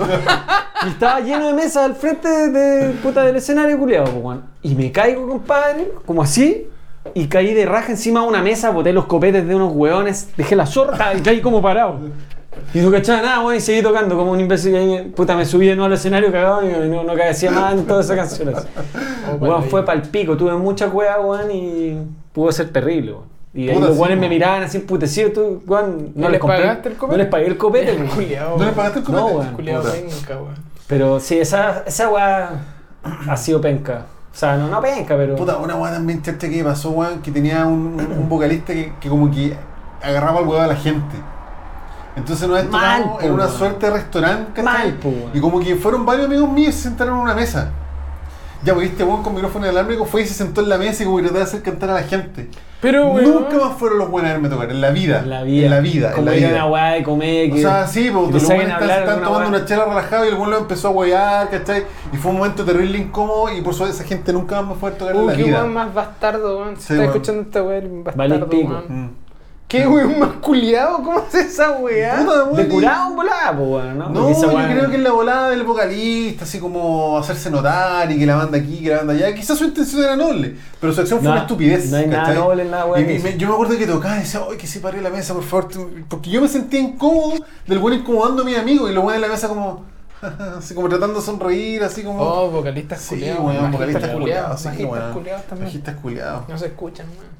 [SPEAKER 3] Y estaba lleno de mesas al frente de, de- puta, del escenario, culiado, pues, weón. Y me caigo, compadre, como así. Y caí de raja encima de una mesa, boté los copetes de unos hueones, dejé la zorra y caí como parado. Y no cachaba nada, weón, y seguí tocando como un imbécil. Y ahí, puta, me subí de nuevo al escenario cagado y no, no hacía más en todas esas canciones.
[SPEAKER 2] Oh,
[SPEAKER 3] Weón, fue pa'l pico, tuve mucha cueva, weón, y pudo ser terrible, weón. Y ahí
[SPEAKER 1] Puta,
[SPEAKER 3] los
[SPEAKER 1] sí,
[SPEAKER 3] weones me
[SPEAKER 1] weón.
[SPEAKER 3] miraban así emputecidos, tú, weón, no,
[SPEAKER 2] ¿No
[SPEAKER 3] les
[SPEAKER 2] les
[SPEAKER 3] compré-
[SPEAKER 2] pagaste el copete?
[SPEAKER 3] No les pagué el copete, weón.
[SPEAKER 2] Culeado.
[SPEAKER 1] ¿No le pagaste el
[SPEAKER 3] No,
[SPEAKER 1] copete?
[SPEAKER 3] weón.
[SPEAKER 2] Culeado
[SPEAKER 1] Puta.
[SPEAKER 2] penca, weón.
[SPEAKER 3] Pero sí, esa, esa weá ha sido penca. O sea, no, no penca, pero.
[SPEAKER 1] Puta, una weá también chacha que pasó, weón, que tenía un, un vocalista que, que como que agarraba el huevo a la gente. Entonces nos
[SPEAKER 3] Mal,
[SPEAKER 1] tocamos
[SPEAKER 3] po,
[SPEAKER 1] en una
[SPEAKER 3] weón.
[SPEAKER 1] suerte de restaurante, ¿cachai?
[SPEAKER 3] Mal, po, weón.
[SPEAKER 1] Y como que fueron varios amigos míos y se sentaron en una mesa. Ya, porque este weón con micrófono inalámbrico fue y se sentó en la mesa y como que trataba de hacer cantar a la gente.
[SPEAKER 2] Pero, weón.
[SPEAKER 1] Nunca más fueron los buenos a verme tocar, en la vida.
[SPEAKER 3] en la vida.
[SPEAKER 1] En la vida, en
[SPEAKER 3] Como
[SPEAKER 1] la
[SPEAKER 3] ir a
[SPEAKER 1] vida.
[SPEAKER 3] una weá de comer.
[SPEAKER 1] O
[SPEAKER 3] que-
[SPEAKER 1] sea, sí,
[SPEAKER 3] que
[SPEAKER 1] porque
[SPEAKER 3] te
[SPEAKER 1] los
[SPEAKER 3] saquen
[SPEAKER 1] buenos
[SPEAKER 3] a
[SPEAKER 1] están,
[SPEAKER 3] hablar
[SPEAKER 1] están
[SPEAKER 3] alguna
[SPEAKER 1] tomando
[SPEAKER 3] weá.
[SPEAKER 1] una chela relajada y el weón lo empezó a huear, ¿cachai? Y fue un momento terrible incómodo y por suerte esa gente nunca más me fue a tocar en
[SPEAKER 2] Uh,
[SPEAKER 1] la
[SPEAKER 2] qué
[SPEAKER 1] vida.
[SPEAKER 2] weón más bastardo,
[SPEAKER 1] Sí,
[SPEAKER 2] weón. Si estás
[SPEAKER 1] weón.
[SPEAKER 2] escuchando esta weá, el
[SPEAKER 3] Vale
[SPEAKER 2] bastardo,
[SPEAKER 3] pico.
[SPEAKER 2] weón.
[SPEAKER 1] Mm.
[SPEAKER 2] ¿Qué weón más culiado? ¿Cómo es esa weá?
[SPEAKER 1] Puta, weón,
[SPEAKER 3] De
[SPEAKER 1] y-
[SPEAKER 3] curado en volada, pues, weón, ¿no?
[SPEAKER 1] No,
[SPEAKER 3] Porque esa
[SPEAKER 1] yo
[SPEAKER 3] weá-
[SPEAKER 1] creo que es la volada del vocalista, así como hacerse notar y que la banda aquí, que la banda allá. Quizás su intención era noble, pero su acción fue
[SPEAKER 3] No,
[SPEAKER 1] una estupidez.
[SPEAKER 3] no hay nada
[SPEAKER 1] ¿cachai?
[SPEAKER 3] noble en nada, weón,
[SPEAKER 1] Y me-
[SPEAKER 3] que
[SPEAKER 1] me- Yo me acuerdo que tocaba y decía, ¡ay, que se pare la mesa, por favor! tú-". Porque yo me sentía incómodo del buen incomodando a mi amigo y lo bueno de la mesa como. así como tratando de sonreír, así como.
[SPEAKER 2] Oh, vocalistas
[SPEAKER 1] Sí,
[SPEAKER 2] culiados.
[SPEAKER 1] weón,
[SPEAKER 2] bajistas
[SPEAKER 1] vocalistas culiados, sí,
[SPEAKER 2] Bajistas
[SPEAKER 1] weón.
[SPEAKER 2] culiados también.
[SPEAKER 1] Bajistas culiados.
[SPEAKER 2] No se escuchan, weón.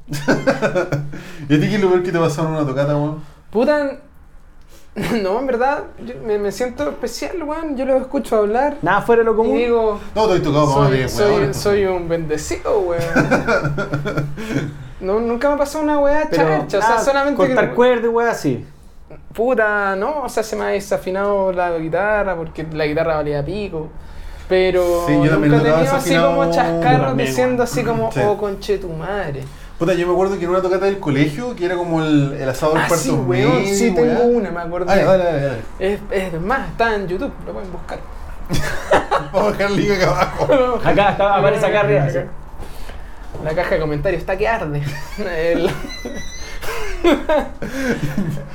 [SPEAKER 1] ¿Y a ti qué es lo peor que te pasó en una tocata, weón?
[SPEAKER 2] Puta. No, en verdad, yo me, me siento especial, weón. Yo los escucho hablar.
[SPEAKER 3] Nada fuera de lo
[SPEAKER 2] Y
[SPEAKER 3] común.
[SPEAKER 2] digo,
[SPEAKER 1] No, te he tocado con más
[SPEAKER 2] soy,
[SPEAKER 1] bien,
[SPEAKER 2] soy, soy
[SPEAKER 1] pues,
[SPEAKER 2] un bendecido, weón. No, nunca me pasó una weá
[SPEAKER 3] pero
[SPEAKER 2] charcha, o sea,
[SPEAKER 3] nada,
[SPEAKER 2] solamente
[SPEAKER 3] Cortar
[SPEAKER 2] que,
[SPEAKER 3] cuerdas, weá, así.
[SPEAKER 2] puta, no, o sea, se me ha desafinado la guitarra porque la guitarra valía pico. Pero
[SPEAKER 1] Sí, yo también
[SPEAKER 2] nunca he
[SPEAKER 1] lo daba
[SPEAKER 2] tenido así
[SPEAKER 1] desafinado.
[SPEAKER 2] como
[SPEAKER 3] Yo
[SPEAKER 2] chascarros
[SPEAKER 3] también,
[SPEAKER 2] diciendo así como,
[SPEAKER 1] Sí.
[SPEAKER 2] oh, conche tu madre.
[SPEAKER 1] Puta, yo me acuerdo que en una tocata del colegio, que era como el, el asado del
[SPEAKER 2] Ah, sí,
[SPEAKER 1] cuarto
[SPEAKER 2] weón,
[SPEAKER 1] medio,
[SPEAKER 2] sí, tengo
[SPEAKER 1] weá. Ah,
[SPEAKER 2] una, me acuerdo.
[SPEAKER 1] Dale, dale, dale, dale.
[SPEAKER 2] Es, es más, está en YouTube, lo pueden buscar.
[SPEAKER 1] Vamos a dejar el link acá abajo.
[SPEAKER 3] Acá, acá, aparece acá arriba. así.
[SPEAKER 2] La caja de comentarios está que arde. El...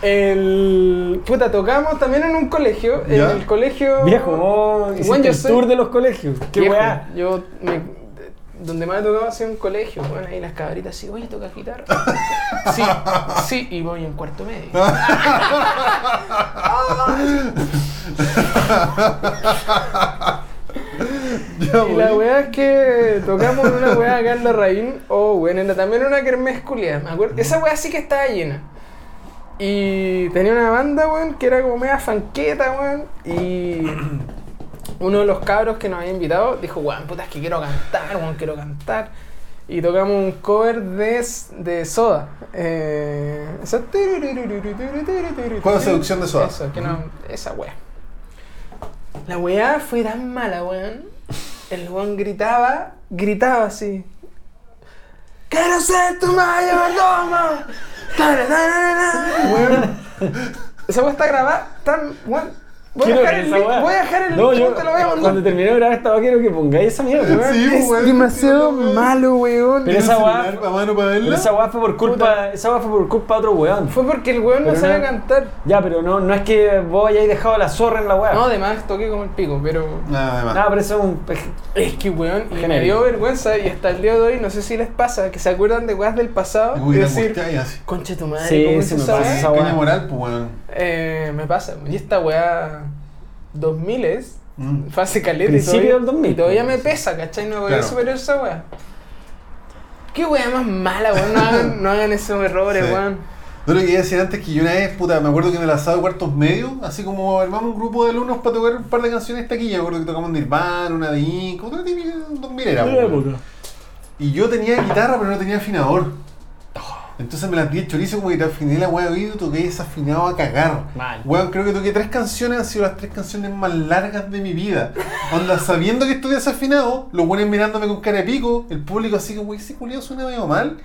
[SPEAKER 2] El- Puta, tocamos también en un colegio.
[SPEAKER 1] ¿Ya?
[SPEAKER 2] En el colegio.
[SPEAKER 3] Viejo, vos hiciste
[SPEAKER 2] Weón, yo
[SPEAKER 3] el
[SPEAKER 2] soy-
[SPEAKER 3] tour de los colegios. Qué
[SPEAKER 2] Viejo,
[SPEAKER 3] weá.
[SPEAKER 2] Yo me- Donde más he tocado ha sido en colegio, weón, ahí las cabritas así, oye, tocas guitarra. sí, sí, y voy en cuarto medio. Ah,
[SPEAKER 1] Ya,
[SPEAKER 2] Y la
[SPEAKER 1] weón.
[SPEAKER 2] weá es que tocamos una weá acá en la Raín. Oh, weón, era también una kermés culiada, me acuerdo. Esa weá sí que estaba llena. Y tenía una banda, weón, que era como media fanqueta, weón. Y uno de los cabros que nos había invitado dijo, weón, puta, es que quiero cantar, weón, quiero cantar. Y tocamos un cover de, de Soda. Eh, esa-
[SPEAKER 1] Juego de seducción de Soda.
[SPEAKER 2] Eso, que no, esa weá. La weá fue tan mala, weón. El weón gritaba, gritaba así. ¡Quiero ser tu mayordomo! ¡Tarararara! Weón. Esa weá está grabada tan. Weón. Voy a
[SPEAKER 3] Quiero
[SPEAKER 2] dejar
[SPEAKER 3] ver
[SPEAKER 2] el
[SPEAKER 3] esa
[SPEAKER 2] link,
[SPEAKER 3] weá.
[SPEAKER 2] voy a dejar el
[SPEAKER 3] No,
[SPEAKER 2] link,
[SPEAKER 3] yo,
[SPEAKER 2] te lo voy a mandar.
[SPEAKER 3] cuando terminé de grabar esta weá, quiero que pongáis esa mierda. weón.
[SPEAKER 1] Sí,
[SPEAKER 2] Es
[SPEAKER 1] weón,
[SPEAKER 2] demasiado
[SPEAKER 1] sí, weón.
[SPEAKER 2] malo, weón.
[SPEAKER 3] Pero esa
[SPEAKER 1] ¿Tienes
[SPEAKER 3] weá-
[SPEAKER 1] celular pa' mano para
[SPEAKER 3] Pero
[SPEAKER 1] verla?
[SPEAKER 3] esa weá fue por culpa, esa weá fue por culpa de otro weón.
[SPEAKER 2] Fue porque el weón no
[SPEAKER 3] Pero
[SPEAKER 2] sabía
[SPEAKER 3] no-
[SPEAKER 2] cantar.
[SPEAKER 3] Ya, pero no, no es que vos hayáis dejado la zorra en la weá.
[SPEAKER 2] No, además toqué como el pico, pero.
[SPEAKER 1] Nada más.
[SPEAKER 3] No, pero eso es un. pej-
[SPEAKER 2] Es que, weón, y me
[SPEAKER 3] Genérico.
[SPEAKER 2] dio vergüenza y hasta el día de hoy, no sé si les pasa, que se acuerdan de weas del
[SPEAKER 1] Y
[SPEAKER 2] pasado
[SPEAKER 1] como
[SPEAKER 2] y
[SPEAKER 1] que te
[SPEAKER 2] decir,
[SPEAKER 1] angustias y así.
[SPEAKER 2] conche tu madre,
[SPEAKER 3] Sí,
[SPEAKER 2] ¿cómo
[SPEAKER 3] sí
[SPEAKER 2] hice
[SPEAKER 3] me
[SPEAKER 2] esa
[SPEAKER 3] pasa
[SPEAKER 2] wea?".
[SPEAKER 3] esa
[SPEAKER 1] Caña
[SPEAKER 3] weá.
[SPEAKER 1] moral, pues, weón.
[SPEAKER 2] Eh, me pasa, weón. y esta wea 2000 es,
[SPEAKER 1] Mm.
[SPEAKER 2] fue hace caleta y
[SPEAKER 3] Principio
[SPEAKER 2] todavía,
[SPEAKER 3] del 2000,
[SPEAKER 2] y todavía me
[SPEAKER 3] pues.
[SPEAKER 2] pesa, ¿cachai? No voy a
[SPEAKER 1] Claro.
[SPEAKER 2] superar esa wea. Qué wea más mala, weón, no hagan, no hagan esos errores,
[SPEAKER 1] Sí.
[SPEAKER 2] weón.
[SPEAKER 1] No lo que quería decir antes que yo una vez, puta, me acuerdo que en el asado de cuartos medios, así como armamos un grupo de alumnos para tocar un par de canciones taquilla, me acuerdo que tocamos Nirvana, una de Inc, otra típica, dos mil era, pues, weón. Y yo tenía guitarra, pero no tenía afinador. Entonces me las di el chorizo como que te afiné la weá de oído y toqué desafinado a cagar.
[SPEAKER 3] Mal.
[SPEAKER 1] Weón, creo que toqué tres canciones, han sido las tres canciones más largas de mi vida. Onda, sabiendo que estoy desafinado, los buenos mirándome con cara de pico, el público así como, ese culiado suena medio mal.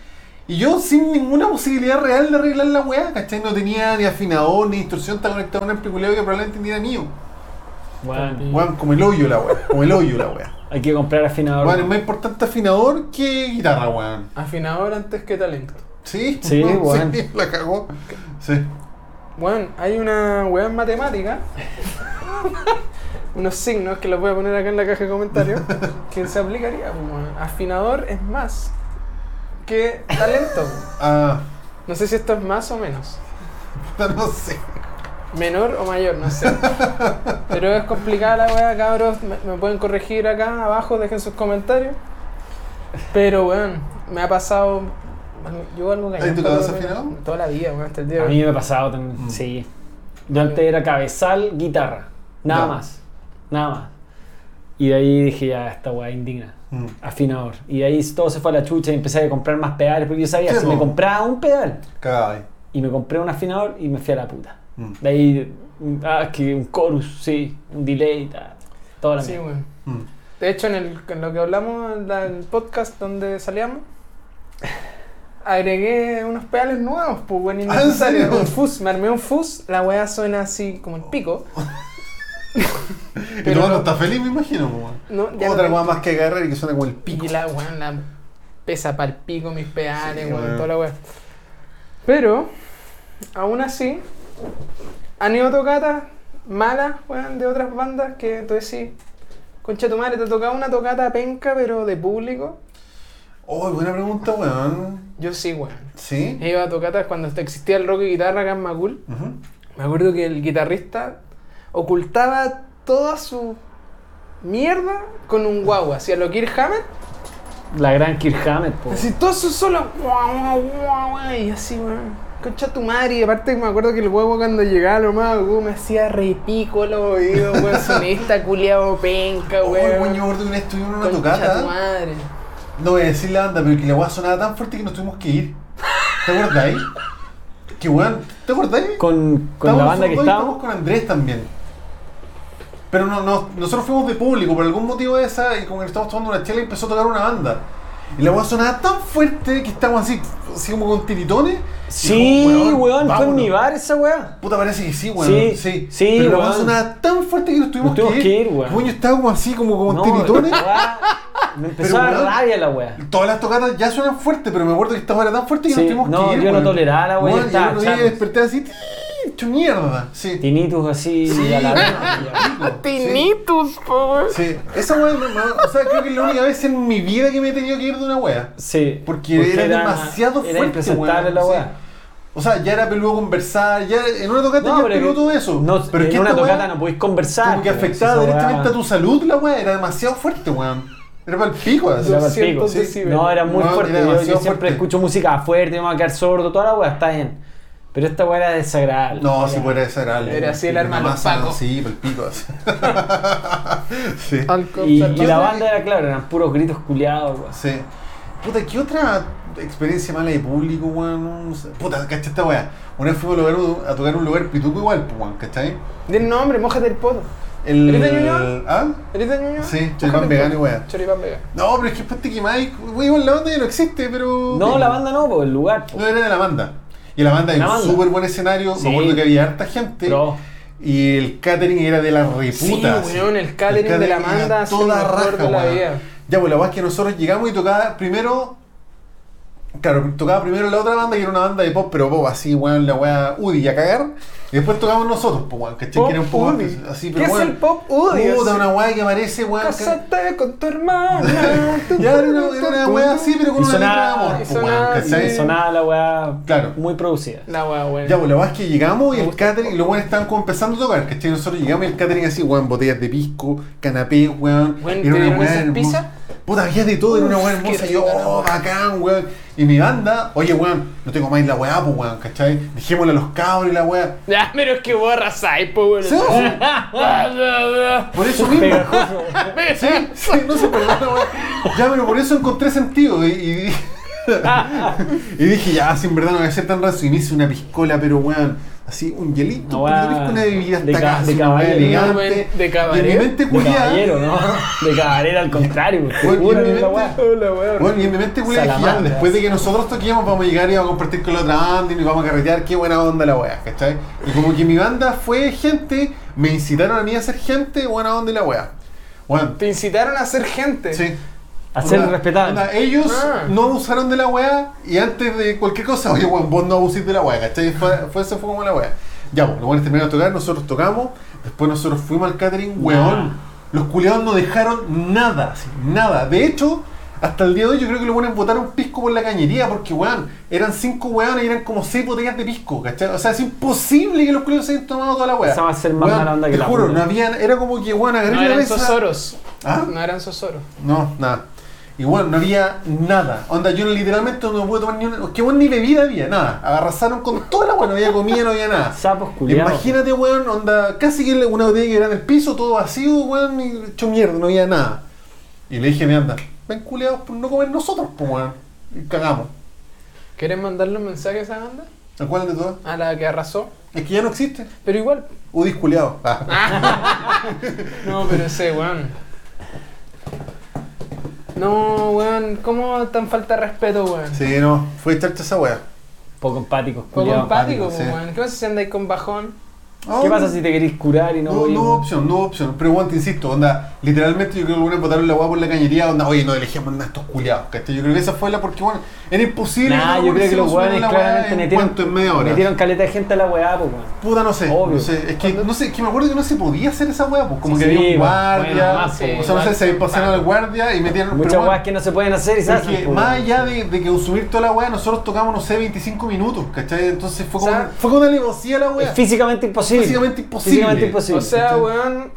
[SPEAKER 1] Y yo sin ninguna posibilidad real de arreglar la weá, ¿cachai? No tenía ni afinador, ni distorsión, estaba conectado a un amplio culiao que probablemente ni era mío.
[SPEAKER 3] Weón,
[SPEAKER 1] Weón, como el hoyo la weá, como el hoyo la weá.
[SPEAKER 3] hay que comprar afinador.
[SPEAKER 1] Weón, es más importante afinador que guitarra, weón.
[SPEAKER 2] Afinador antes que talento.
[SPEAKER 1] Sí,
[SPEAKER 3] Sí,
[SPEAKER 1] no,
[SPEAKER 3] weón.
[SPEAKER 1] sí, la cagó. Sí.
[SPEAKER 2] Bueno, hay una weá en matemática unos signos que los voy a poner acá en la caja de comentarios que se aplicaría. pues, weón. Afinador es más que talento.
[SPEAKER 1] Ah,
[SPEAKER 2] No sé si esto es más o menos.
[SPEAKER 1] puta, no sé.
[SPEAKER 2] Menor o mayor, no sé. Pero es complicada la weá, cabros. Me, me pueden corregir acá abajo, dejen sus comentarios. Pero weón, me ha pasado. Yo algo que.
[SPEAKER 1] ¿En tu cabeza afinado?
[SPEAKER 2] Toda la vida, weón, hasta el día de
[SPEAKER 3] A
[SPEAKER 2] hoy.
[SPEAKER 3] mí me ha pasado también. Sí. Yo antes era cabezal, guitarra. Nada
[SPEAKER 1] Ya.
[SPEAKER 3] más. Nada más. Y de ahí dije, ya, esta weá indigna.
[SPEAKER 1] Mm.
[SPEAKER 3] Afinador. Y de ahí todo se fue a la chucha y empecé a comprar más pedales porque yo sabía,
[SPEAKER 1] Sí,
[SPEAKER 3] si
[SPEAKER 1] po.
[SPEAKER 3] me compraba un pedal
[SPEAKER 1] Cae.
[SPEAKER 3] y me compré un afinador y me fui a la puta.
[SPEAKER 1] Mm.
[SPEAKER 3] De ahí, ah, es que un chorus, sí, un delay, ta, toda la
[SPEAKER 2] Sí,
[SPEAKER 3] mierda.
[SPEAKER 2] weón.
[SPEAKER 1] Mm.
[SPEAKER 2] De hecho, en, el, en lo que hablamos en la- en el podcast donde salíamos, agregué unos pedales nuevos, pues, weón,
[SPEAKER 1] ¿Ah, ¿en
[SPEAKER 2] innecesarios.
[SPEAKER 1] serio?
[SPEAKER 2] Un fuzz, me armé un fuzz, la weá suena así como el pico.
[SPEAKER 1] Y tu
[SPEAKER 2] Pero-
[SPEAKER 1] mano está feliz, me imagino. po, weón.
[SPEAKER 2] No, ya
[SPEAKER 1] Otra
[SPEAKER 2] no-
[SPEAKER 1] weá más que agarrar y que suena como el pico.
[SPEAKER 2] Y la weón, la pesa para el pico mis pedales,
[SPEAKER 1] Sí,
[SPEAKER 2] weón,
[SPEAKER 1] weón.
[SPEAKER 2] toda la weón. Pero, aún así, han ido tocatas malas, weón, de otras bandas que tú decís, concha tu madre, te tocaba una tocata penca, pero de público.
[SPEAKER 1] Oh, buena pregunta, weón.
[SPEAKER 2] Yo sí, weón.
[SPEAKER 1] ¿Sí?
[SPEAKER 2] Iba a tocatas cuando hasta existía el rock y guitarra acá en Macul.
[SPEAKER 1] Ujú.
[SPEAKER 2] Me acuerdo que el guitarrista ocultaba toda su mierda con un guagua. Hacía lo Kirk Hammett
[SPEAKER 3] La gran Kirk Hammett, po.
[SPEAKER 2] Así todo su solo. guau, guau, guau, guau, Y así, weón. Concha tu madre. Y aparte me acuerdo que el huevo cuando llegaba nomás, weón, me hacía repico los oídos, weón. Sonista culiado penca,
[SPEAKER 1] Oh, weón, yo me
[SPEAKER 2] weón.
[SPEAKER 1] acuerdo que una vez estuvimos en una
[SPEAKER 2] Concha tu
[SPEAKER 1] tocata.
[SPEAKER 2] madre.
[SPEAKER 1] No voy a decir la banda, pero que la weá sonaba tan fuerte que nos tuvimos que ir. ¿Te acordáis? Que weón, ¿te acordáis?
[SPEAKER 3] Con, con la
[SPEAKER 1] Estábamos
[SPEAKER 3] banda
[SPEAKER 1] nosotros dos
[SPEAKER 3] que
[SPEAKER 1] y estábamos
[SPEAKER 3] estábamos.
[SPEAKER 1] con Andrés también. Pero no, no- nosotros fuimos de público, por algún motivo de esa, y como que estábamos tomando una chela y empezó a tocar una banda. Y la weá sonaba tan fuerte que estábamos así, así como con tiritones. y
[SPEAKER 3] Sí,
[SPEAKER 1] como,
[SPEAKER 3] weón, fue en
[SPEAKER 1] vámonos.
[SPEAKER 3] mi bar esa weá.
[SPEAKER 1] Puta, parece que sí, weón.
[SPEAKER 3] Sí,
[SPEAKER 1] Sí,
[SPEAKER 3] sí,
[SPEAKER 1] Pero la
[SPEAKER 3] weón.
[SPEAKER 1] weá sonaba tan fuerte que nos tuvimos,
[SPEAKER 3] Nos tuvimos que ir, weón.
[SPEAKER 1] Weón, yo estaba como así, como con
[SPEAKER 3] No,
[SPEAKER 1] tiritones.
[SPEAKER 3] weá, Me empezó
[SPEAKER 1] Pero,
[SPEAKER 3] a
[SPEAKER 1] weón,
[SPEAKER 3] dar rabia la weá.
[SPEAKER 1] Todas las tocadas ya suenan fuerte, pero me acuerdo que esta hora era tan fuerte que
[SPEAKER 3] Sí,
[SPEAKER 1] nos tuvimos
[SPEAKER 3] no,
[SPEAKER 1] que ir.
[SPEAKER 3] yo no
[SPEAKER 1] weón.
[SPEAKER 3] toleraba la weá,
[SPEAKER 1] Weón,
[SPEAKER 3] estaba
[SPEAKER 1] Yo no
[SPEAKER 3] chamo.
[SPEAKER 1] desperté así, "Ti, hecho mierda. Sí.
[SPEAKER 3] Tinitus así
[SPEAKER 1] Sí,
[SPEAKER 3] a la
[SPEAKER 1] weón. Sí.
[SPEAKER 2] Tinitus, po, weón.
[SPEAKER 1] Sí, esa weá, no, no, o sea, creo que es la única vez en mi vida que me he tenido que ir de una weá.
[SPEAKER 3] Sí.
[SPEAKER 1] Porque era demasiado fuerte,
[SPEAKER 3] Era impresentable
[SPEAKER 1] weón,
[SPEAKER 3] la
[SPEAKER 1] sí.
[SPEAKER 3] weá.
[SPEAKER 1] O sea, ya era peludo conversar, ya en una tocata ya es
[SPEAKER 3] que-
[SPEAKER 1] peludo todo eso.
[SPEAKER 3] No,
[SPEAKER 1] pero es
[SPEAKER 3] en
[SPEAKER 1] que
[SPEAKER 3] una
[SPEAKER 1] esta weá
[SPEAKER 3] tocata no podéis conversar.
[SPEAKER 1] como que
[SPEAKER 3] weón,
[SPEAKER 1] afectaba
[SPEAKER 3] esa weá-
[SPEAKER 1] directamente a tu salud la weá, era demasiado fuerte, weón. Era para el pico, así.
[SPEAKER 3] Era pa'l pico.
[SPEAKER 2] 200
[SPEAKER 1] Sí.
[SPEAKER 2] decibeles.
[SPEAKER 3] No, era muy
[SPEAKER 1] No,
[SPEAKER 3] fuerte.
[SPEAKER 1] era
[SPEAKER 3] yo- yo
[SPEAKER 1] demasiado
[SPEAKER 3] siempre
[SPEAKER 1] fuerte.
[SPEAKER 3] escucho música fuerte, me voy a quedar sordo, toda la weá está bien. Pero esta weá era desagradable.
[SPEAKER 1] No,
[SPEAKER 3] Era-
[SPEAKER 1] sí, fuera esa era
[SPEAKER 2] Era así el arma de los pacos.
[SPEAKER 1] Sí, para el pico, así. sí.
[SPEAKER 2] Alcohol,
[SPEAKER 3] Y,
[SPEAKER 2] salvaje.
[SPEAKER 3] y la banda era, claro, eran puros gritos culiados, weón.
[SPEAKER 1] Sí. Puta, ¿qué otra experiencia mala de público, weón? No sé. Puta, ¿cachai esta weá? Una vez fuimos a, un lugar- a tocar un lugar pituco igual, pues, weón, ¿cachai?
[SPEAKER 2] Del nombre, mójate el poto.
[SPEAKER 1] El...
[SPEAKER 2] ¿Eres de Ñuñoa?
[SPEAKER 1] ¿Ah?
[SPEAKER 2] ¿Eres de Ñuñoa?
[SPEAKER 1] Sí,
[SPEAKER 2] Mójate
[SPEAKER 1] choripán
[SPEAKER 2] el
[SPEAKER 1] vegano y
[SPEAKER 2] poto.
[SPEAKER 1] weá.
[SPEAKER 2] Choripán vegano.
[SPEAKER 1] No, pero es que después te quemáis, weón, la banda ya no existe, pero...
[SPEAKER 3] No, la banda no, pues el lugar. po.
[SPEAKER 1] No, era de la banda. Y la banda
[SPEAKER 3] La
[SPEAKER 1] era un
[SPEAKER 3] banda.
[SPEAKER 1] súper buen escenario,
[SPEAKER 3] Sí.
[SPEAKER 1] me acuerdo que había harta gente.
[SPEAKER 3] Pero-
[SPEAKER 1] Y el catering era de la reputa.
[SPEAKER 2] sí,
[SPEAKER 1] así.
[SPEAKER 2] weón, el catering, de la
[SPEAKER 1] era
[SPEAKER 2] banda es el
[SPEAKER 1] toda
[SPEAKER 2] mejor
[SPEAKER 1] raja,
[SPEAKER 2] de la
[SPEAKER 1] weón.
[SPEAKER 2] vida.
[SPEAKER 1] Ya, pues la weá es que nosotros llegamos y tocaba primero. Claro, tocaba primero la otra banda que era una banda de pop, pero pop así, weón, la weá UDI a cagar. Y después tocamos nosotros, pues weón, ¿cachai?
[SPEAKER 2] Pop
[SPEAKER 1] Que era un poco más
[SPEAKER 2] UDI.
[SPEAKER 1] que- así,
[SPEAKER 2] ¿Qué
[SPEAKER 1] pero
[SPEAKER 2] es
[SPEAKER 1] weón,
[SPEAKER 2] el pop UDI?
[SPEAKER 1] Puta,
[SPEAKER 2] Así.
[SPEAKER 1] una weá que aparece, weón. que-
[SPEAKER 2] Cásate con tu hermana.
[SPEAKER 1] Ya era una, era una weá así, pero con
[SPEAKER 3] Y
[SPEAKER 1] una letra de
[SPEAKER 3] sonaba-
[SPEAKER 1] amor,
[SPEAKER 2] y
[SPEAKER 1] pues, weón,
[SPEAKER 2] sonaba-
[SPEAKER 1] ¿cachai?
[SPEAKER 3] Y sonaba la weá
[SPEAKER 1] Claro.
[SPEAKER 3] muy producida.
[SPEAKER 2] La weá, weón.
[SPEAKER 1] Ya, pues la weá es que llegamos y
[SPEAKER 2] Me
[SPEAKER 1] el
[SPEAKER 2] gusta.
[SPEAKER 1] catering, y los weones estaban como empezando a tocar, ¿cachai? Nosotros llegamos y el catering así, weón, botellas de pisco, canapés, weón.
[SPEAKER 2] Weón,
[SPEAKER 1] era
[SPEAKER 2] ¿te
[SPEAKER 1] una
[SPEAKER 2] dieron
[SPEAKER 1] weá
[SPEAKER 2] esas
[SPEAKER 1] hermosa.
[SPEAKER 2] pizzas?
[SPEAKER 1] Puta, había de todo, era una
[SPEAKER 2] Uf,
[SPEAKER 1] weá
[SPEAKER 2] qué
[SPEAKER 1] hermosa. Y yo,
[SPEAKER 2] rica la
[SPEAKER 1] oh,
[SPEAKER 2] weá.
[SPEAKER 1] bacán, weón. Y mi banda, oye, weón, no tengo más la weá, pues, weón, ¿cachai? Dijémosle a los cabros y la weá.
[SPEAKER 2] Ya, Ah, pero es que vos arrasáis, po, weón.
[SPEAKER 1] Sí, sí. Por eso mismo.
[SPEAKER 3] Pegajoso.
[SPEAKER 1] Sí, sí, no se perdona, weón. Ya, pero por eso encontré sentido. Y, y- y dije, ya, si en verdad no voy a ser tan raso. Y me hice una piscola, pero weón. Así, un hielito,
[SPEAKER 3] No,
[SPEAKER 1] un poquito de
[SPEAKER 3] weón.
[SPEAKER 1] pisco, una bebida hasta
[SPEAKER 3] De ca-
[SPEAKER 1] acá,
[SPEAKER 3] de
[SPEAKER 1] así, una weá
[SPEAKER 3] caballero,
[SPEAKER 2] ¿no?
[SPEAKER 1] elegante.
[SPEAKER 2] De
[SPEAKER 1] Y en mi
[SPEAKER 2] caballero.
[SPEAKER 1] mente
[SPEAKER 3] De
[SPEAKER 1] culiada.
[SPEAKER 3] caballero, ¿no? De caballero, al contrario. po.
[SPEAKER 1] Bueno, y
[SPEAKER 3] Pura la
[SPEAKER 1] obviamente-
[SPEAKER 3] weá.
[SPEAKER 2] Hola, weón.
[SPEAKER 1] Bueno, y en mi mente culiada dije, ya,
[SPEAKER 3] Salamandra.
[SPEAKER 1] después de que nosotros toquemos, vamos a llegar y vamos a compartir con la otra banda y nos vamos a carretear. Qué buena onda la weá, ¿cachai? Y como que mi banda fue gente, me incitaron a mí a ser gente, buena onda y la weá. Bueno,
[SPEAKER 2] Te incitaron a ser gente.
[SPEAKER 1] sí.
[SPEAKER 3] A ser
[SPEAKER 1] Onda-
[SPEAKER 3] respetable.
[SPEAKER 1] onda, ellos
[SPEAKER 2] Ah.
[SPEAKER 1] no abusaron de la weá y antes de cualquier cosa, oye, weón, vos no abusís de la weá, ¿cachai? Fue, fue- eso fue como la weá. Ya, pues, los buenos terminaron de tocar, nosotros tocamos, después nosotros fuimos al catering, weón. Los culiados no dejaron nada, así, nada. De hecho, hasta el día de hoy yo creo que los buenos botaron pisco por la cañería, porque weón, eran cinco weones y eran como seis botellas de pisco, ¿cachai? O sea, es imposible que los culiados se hayan tomado toda la weá.
[SPEAKER 3] Esa va a ser más
[SPEAKER 1] Weón,
[SPEAKER 3] mala onda que
[SPEAKER 1] te
[SPEAKER 3] la
[SPEAKER 1] juro,
[SPEAKER 3] puta.
[SPEAKER 1] no habían, era como que weón, agarré
[SPEAKER 2] No
[SPEAKER 1] la
[SPEAKER 2] eran
[SPEAKER 1] mesa.
[SPEAKER 2] sosoros.
[SPEAKER 1] ¿Ah?
[SPEAKER 2] No eran sosoros.
[SPEAKER 1] No, nada. Igual, no había nada. Onda, yo literalmente no pude tomar ni una. Que bueno, ni bebida había, nada. Arrasaron con toda la weá, no había comida, no había nada.
[SPEAKER 3] Sapos culiados.
[SPEAKER 1] Imagínate, weón, onda, casi que una botella que era en el piso, todo vacío, weón, y hecho mierda, no había nada. Y le dije, me anda, ven culiados por no comer nosotros, pues weón. Y cagamos.
[SPEAKER 2] ¿Quieres mandarle un mensaje a esa banda?
[SPEAKER 1] ¿A cuál de todas?
[SPEAKER 2] A la que arrasó.
[SPEAKER 1] Es que ya no existe.
[SPEAKER 2] Pero igual.
[SPEAKER 1] Udis culiados. Ah.
[SPEAKER 2] No, pero ese weón. No, weón, ¿cómo tan falta de respeto, weón?
[SPEAKER 1] Sí, no, fue charcha esa weá.
[SPEAKER 3] Poco empáticos,
[SPEAKER 2] Poco
[SPEAKER 3] culiados.
[SPEAKER 2] empático,
[SPEAKER 1] empático,
[SPEAKER 2] po,
[SPEAKER 1] sí.
[SPEAKER 2] pues, weón. ¿Qué pasa si andáis con bajón?
[SPEAKER 3] ¿Qué pasa si te querís curar y no, pues.
[SPEAKER 1] No,
[SPEAKER 3] voy?
[SPEAKER 1] no hubo opción, no hubo opción. Pero bueno, te insisto, onda, literalmente yo creo que algunos botaron la guapa por la cañería, onda, oye, no elegimos nada a estos culiados, ¿cachai? Yo creo que esa fue la porque, bueno, era imposible.
[SPEAKER 3] Nah,
[SPEAKER 1] los
[SPEAKER 3] yo creo
[SPEAKER 1] hueones
[SPEAKER 3] que
[SPEAKER 1] se
[SPEAKER 3] los
[SPEAKER 1] consumieran
[SPEAKER 3] hueones
[SPEAKER 1] la hueá
[SPEAKER 3] claramente
[SPEAKER 1] en
[SPEAKER 3] metieron,
[SPEAKER 1] cuánto, en media hora.
[SPEAKER 3] metieron caleta de gente a la weá, pues, weón.
[SPEAKER 1] Puta, no sé,
[SPEAKER 3] Obvio.
[SPEAKER 1] no sé. Es que, no sé, es que me acuerdo que no se podía hacer esa hueá, pues como
[SPEAKER 3] Sí,
[SPEAKER 1] que
[SPEAKER 3] sí,
[SPEAKER 1] había un
[SPEAKER 3] bueno,
[SPEAKER 1] guardia,
[SPEAKER 3] bueno, más,
[SPEAKER 2] sí,
[SPEAKER 1] o sea, no sé,
[SPEAKER 2] igual,
[SPEAKER 1] se pasaron
[SPEAKER 2] bueno.
[SPEAKER 1] al guardia y metieron...
[SPEAKER 3] Muchas
[SPEAKER 1] pero
[SPEAKER 3] weas
[SPEAKER 1] bueno,
[SPEAKER 3] que no se pueden hacer y se
[SPEAKER 1] es
[SPEAKER 3] hacen,
[SPEAKER 1] que
[SPEAKER 3] po,
[SPEAKER 1] más
[SPEAKER 3] weón.
[SPEAKER 1] allá de, de que consumir toda la hueá, nosotros tocamos, no sé, 25 minutos, ¿cachai? Entonces fue como,
[SPEAKER 2] O sea,
[SPEAKER 1] fue como una alevosía la
[SPEAKER 3] Es
[SPEAKER 1] hueá.
[SPEAKER 3] físicamente imposible.
[SPEAKER 1] Físicamente imposible.
[SPEAKER 3] Físicamente imposible.
[SPEAKER 2] o sea,
[SPEAKER 1] sí.
[SPEAKER 2] weón,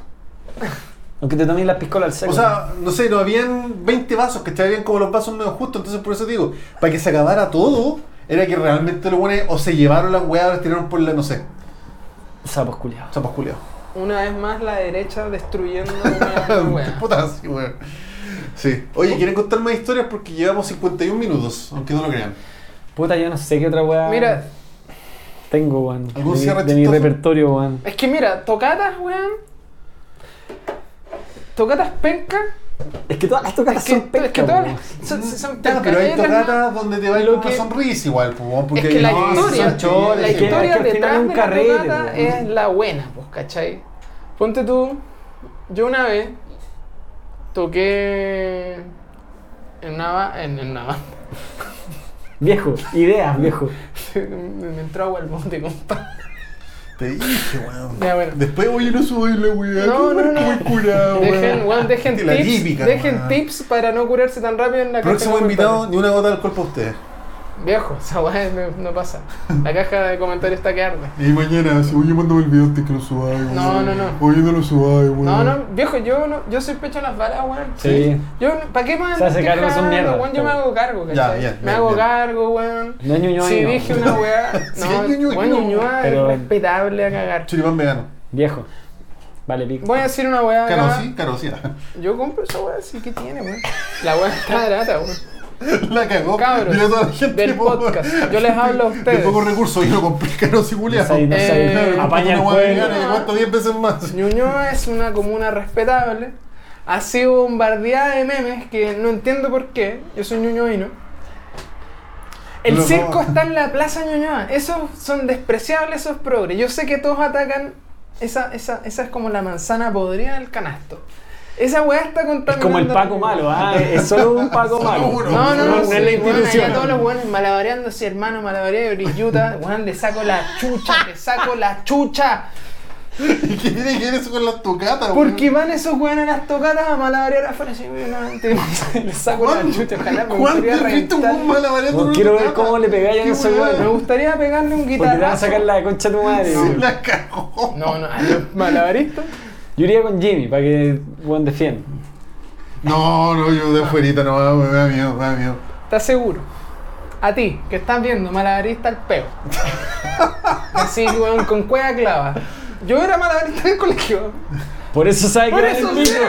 [SPEAKER 3] Aunque te tomes las piscolas al seco.
[SPEAKER 1] O sea, no sé, no habían 20 vasos, que estaban bien como los vasos medio justos, entonces por eso te digo, para que se acabara todo, era que realmente los buenos o se llevaron las weas o las tiraron por la, no sé,
[SPEAKER 3] sapos culiados.
[SPEAKER 1] chapas culiados.
[SPEAKER 2] una vez más la derecha destruyendo una weón.
[SPEAKER 1] Putas, sí, weón. Sí. Oye, ¿quieren contar más historias? Porque llevamos 51 minutos, aunque no lo crean.
[SPEAKER 3] Puta, yo no sé qué otra wea
[SPEAKER 2] Mira,
[SPEAKER 3] tengo, weón. De,
[SPEAKER 1] ¿Algún
[SPEAKER 3] mi-
[SPEAKER 1] cierre
[SPEAKER 3] de mi
[SPEAKER 1] chistoso?
[SPEAKER 3] repertorio, weón.
[SPEAKER 2] es que mira, tocatas, weón. Tocatas penca.
[SPEAKER 3] Es que todas las tocadas
[SPEAKER 2] Es que,
[SPEAKER 3] son pencas,
[SPEAKER 2] es que todas
[SPEAKER 3] weón.
[SPEAKER 2] las- son, son- son
[SPEAKER 1] Ya,
[SPEAKER 2] pencas.
[SPEAKER 1] pero hay
[SPEAKER 2] otras no.
[SPEAKER 1] tocatas donde te va
[SPEAKER 2] Lo
[SPEAKER 1] con una
[SPEAKER 2] que-
[SPEAKER 1] sonrisa igual, pues, weón, porque
[SPEAKER 2] Es que la
[SPEAKER 1] no, son
[SPEAKER 2] historia,
[SPEAKER 1] chores,
[SPEAKER 2] la
[SPEAKER 1] sí,
[SPEAKER 2] historia
[SPEAKER 3] es que al final es
[SPEAKER 2] detrás
[SPEAKER 3] un
[SPEAKER 2] de
[SPEAKER 3] carrete,
[SPEAKER 2] la tocata
[SPEAKER 3] po.
[SPEAKER 2] es la buena, pues, ¿cachai? Ponte tú, yo una vez toqué en una, ba- en, en una banda.
[SPEAKER 3] Viejo, ideas, viejo.
[SPEAKER 2] Me entró agua al bote, compadre.
[SPEAKER 1] Te dije, weón.
[SPEAKER 2] Ya, bueno.
[SPEAKER 1] Después, oye, no soy la weá.
[SPEAKER 2] No, no, no.
[SPEAKER 1] Muy curado, weón.
[SPEAKER 2] Dejen, weón, dejen
[SPEAKER 1] La
[SPEAKER 2] tips,
[SPEAKER 1] típica,
[SPEAKER 2] dejen
[SPEAKER 1] weón.
[SPEAKER 2] tips para no curarse tan rápido en la caja
[SPEAKER 1] Próximo
[SPEAKER 2] de
[SPEAKER 1] invitado,
[SPEAKER 2] comentarios.
[SPEAKER 1] ni una gota de alcohol para ustedes.
[SPEAKER 2] Viejo, esa weá no, no pasa. La caja de comentarios está que arde.
[SPEAKER 1] Y mañana, si voy mandame el video antes que lo subáis, weón.
[SPEAKER 2] No, no, no.
[SPEAKER 1] Oye, no lo subáis, weón.
[SPEAKER 2] No, no, viejo, yo no, yo soy pecho en las balas, weón.
[SPEAKER 3] Sí.
[SPEAKER 2] Yo, ¿para qué más?
[SPEAKER 3] Se hace
[SPEAKER 2] andar
[SPEAKER 3] cargo, son
[SPEAKER 2] quejando,
[SPEAKER 3] mierdas,
[SPEAKER 2] weón? Yo me
[SPEAKER 3] po.
[SPEAKER 2] hago cargo,
[SPEAKER 1] Ya,
[SPEAKER 2] ¿cachai?
[SPEAKER 1] ya,
[SPEAKER 2] me
[SPEAKER 1] ya,
[SPEAKER 2] hago
[SPEAKER 1] ya.
[SPEAKER 2] cargo, weón.
[SPEAKER 3] No es Ñuñoa,
[SPEAKER 2] Si
[SPEAKER 3] no.
[SPEAKER 2] dije una weá.
[SPEAKER 1] Sí,
[SPEAKER 2] No,
[SPEAKER 1] es Ñuñoa.
[SPEAKER 2] weón, Ñuñoa
[SPEAKER 3] Pero-
[SPEAKER 2] es respetable a cagar.
[SPEAKER 1] Choripán vegano.
[SPEAKER 3] Viejo. Vale, pico.
[SPEAKER 2] Voy a decir una weá. acá.
[SPEAKER 1] Caro sí, caro sí.
[SPEAKER 2] Yo compro esa weá, sí que tiene, weón. La weá está barata, weón.
[SPEAKER 1] La cagó.
[SPEAKER 2] Cabros,
[SPEAKER 1] Dile a toda la gente
[SPEAKER 2] del
[SPEAKER 1] que pongo-
[SPEAKER 2] podcast. Yo les hablo a ustedes.
[SPEAKER 1] De poco recursos, yo lo compré caro sí, culiao.
[SPEAKER 3] No sé, no sé.
[SPEAKER 2] Eh,
[SPEAKER 3] Apaña el
[SPEAKER 1] Una hueá vegana
[SPEAKER 3] cuello.
[SPEAKER 1] que cuesta 10 veces más.
[SPEAKER 2] Ñuñoa es una comuna respetable. Ha sido bombardeada de memes que no entiendo por qué. Yo soy ñuñoino. El
[SPEAKER 1] No, no.
[SPEAKER 2] circo está en la plaza Ñuñoa. Esos son despreciables, esos progres. Yo sé que todos atacan. Esa, esa, esa es como la manzana podrida del canasto. Esa weá está
[SPEAKER 3] Es
[SPEAKER 2] contaminando.
[SPEAKER 3] como el Paco malo, ¿ah? Es solo un Paco malo.
[SPEAKER 1] Seguro.
[SPEAKER 2] No, no, no,
[SPEAKER 3] No, no
[SPEAKER 2] sí,
[SPEAKER 3] es la
[SPEAKER 2] weón,
[SPEAKER 3] institución.
[SPEAKER 2] allá todos los weones malabareándose, hermano, malabareo, brilluta, weón, le saco la chucha, le saco la chucha.
[SPEAKER 1] ¿Y qué tiene que ver eso con las tocatas, weón?
[SPEAKER 2] Porque van esos weones a las tocadas a malabarear afuera. Así, weón, no, te- le saco la
[SPEAKER 1] ¿Cuándo-
[SPEAKER 2] chucha, ojalá me
[SPEAKER 1] ¿Cuándo
[SPEAKER 2] gustaría
[SPEAKER 1] has visto
[SPEAKER 2] reventar.
[SPEAKER 1] un malabareando
[SPEAKER 3] Bueno,
[SPEAKER 1] una
[SPEAKER 3] quiero ver
[SPEAKER 1] tocata?
[SPEAKER 3] cómo le pegáis a
[SPEAKER 1] Qué
[SPEAKER 3] ese
[SPEAKER 1] weá.
[SPEAKER 2] Me
[SPEAKER 3] weón.
[SPEAKER 2] gustaría pegarle un
[SPEAKER 3] Porque te van a
[SPEAKER 2] guitarrazo.
[SPEAKER 3] sacar la concha de tu madre.
[SPEAKER 1] Sí,
[SPEAKER 3] weón.
[SPEAKER 1] La cagó.
[SPEAKER 2] No, no, a los malabaristas.
[SPEAKER 3] Yo iría con Jimmy para que Juan defienda.
[SPEAKER 1] No, no, yo de afuerita nomás, weón, me da miedo, me da miedo.
[SPEAKER 2] ¿Estás seguro? A ti, que estás viendo, malabarista al peo. Así, weón, con cueva clava. Yo era malabarista del colegio.
[SPEAKER 3] Por eso sabe que
[SPEAKER 2] Por
[SPEAKER 3] era el
[SPEAKER 2] eso,
[SPEAKER 3] pico.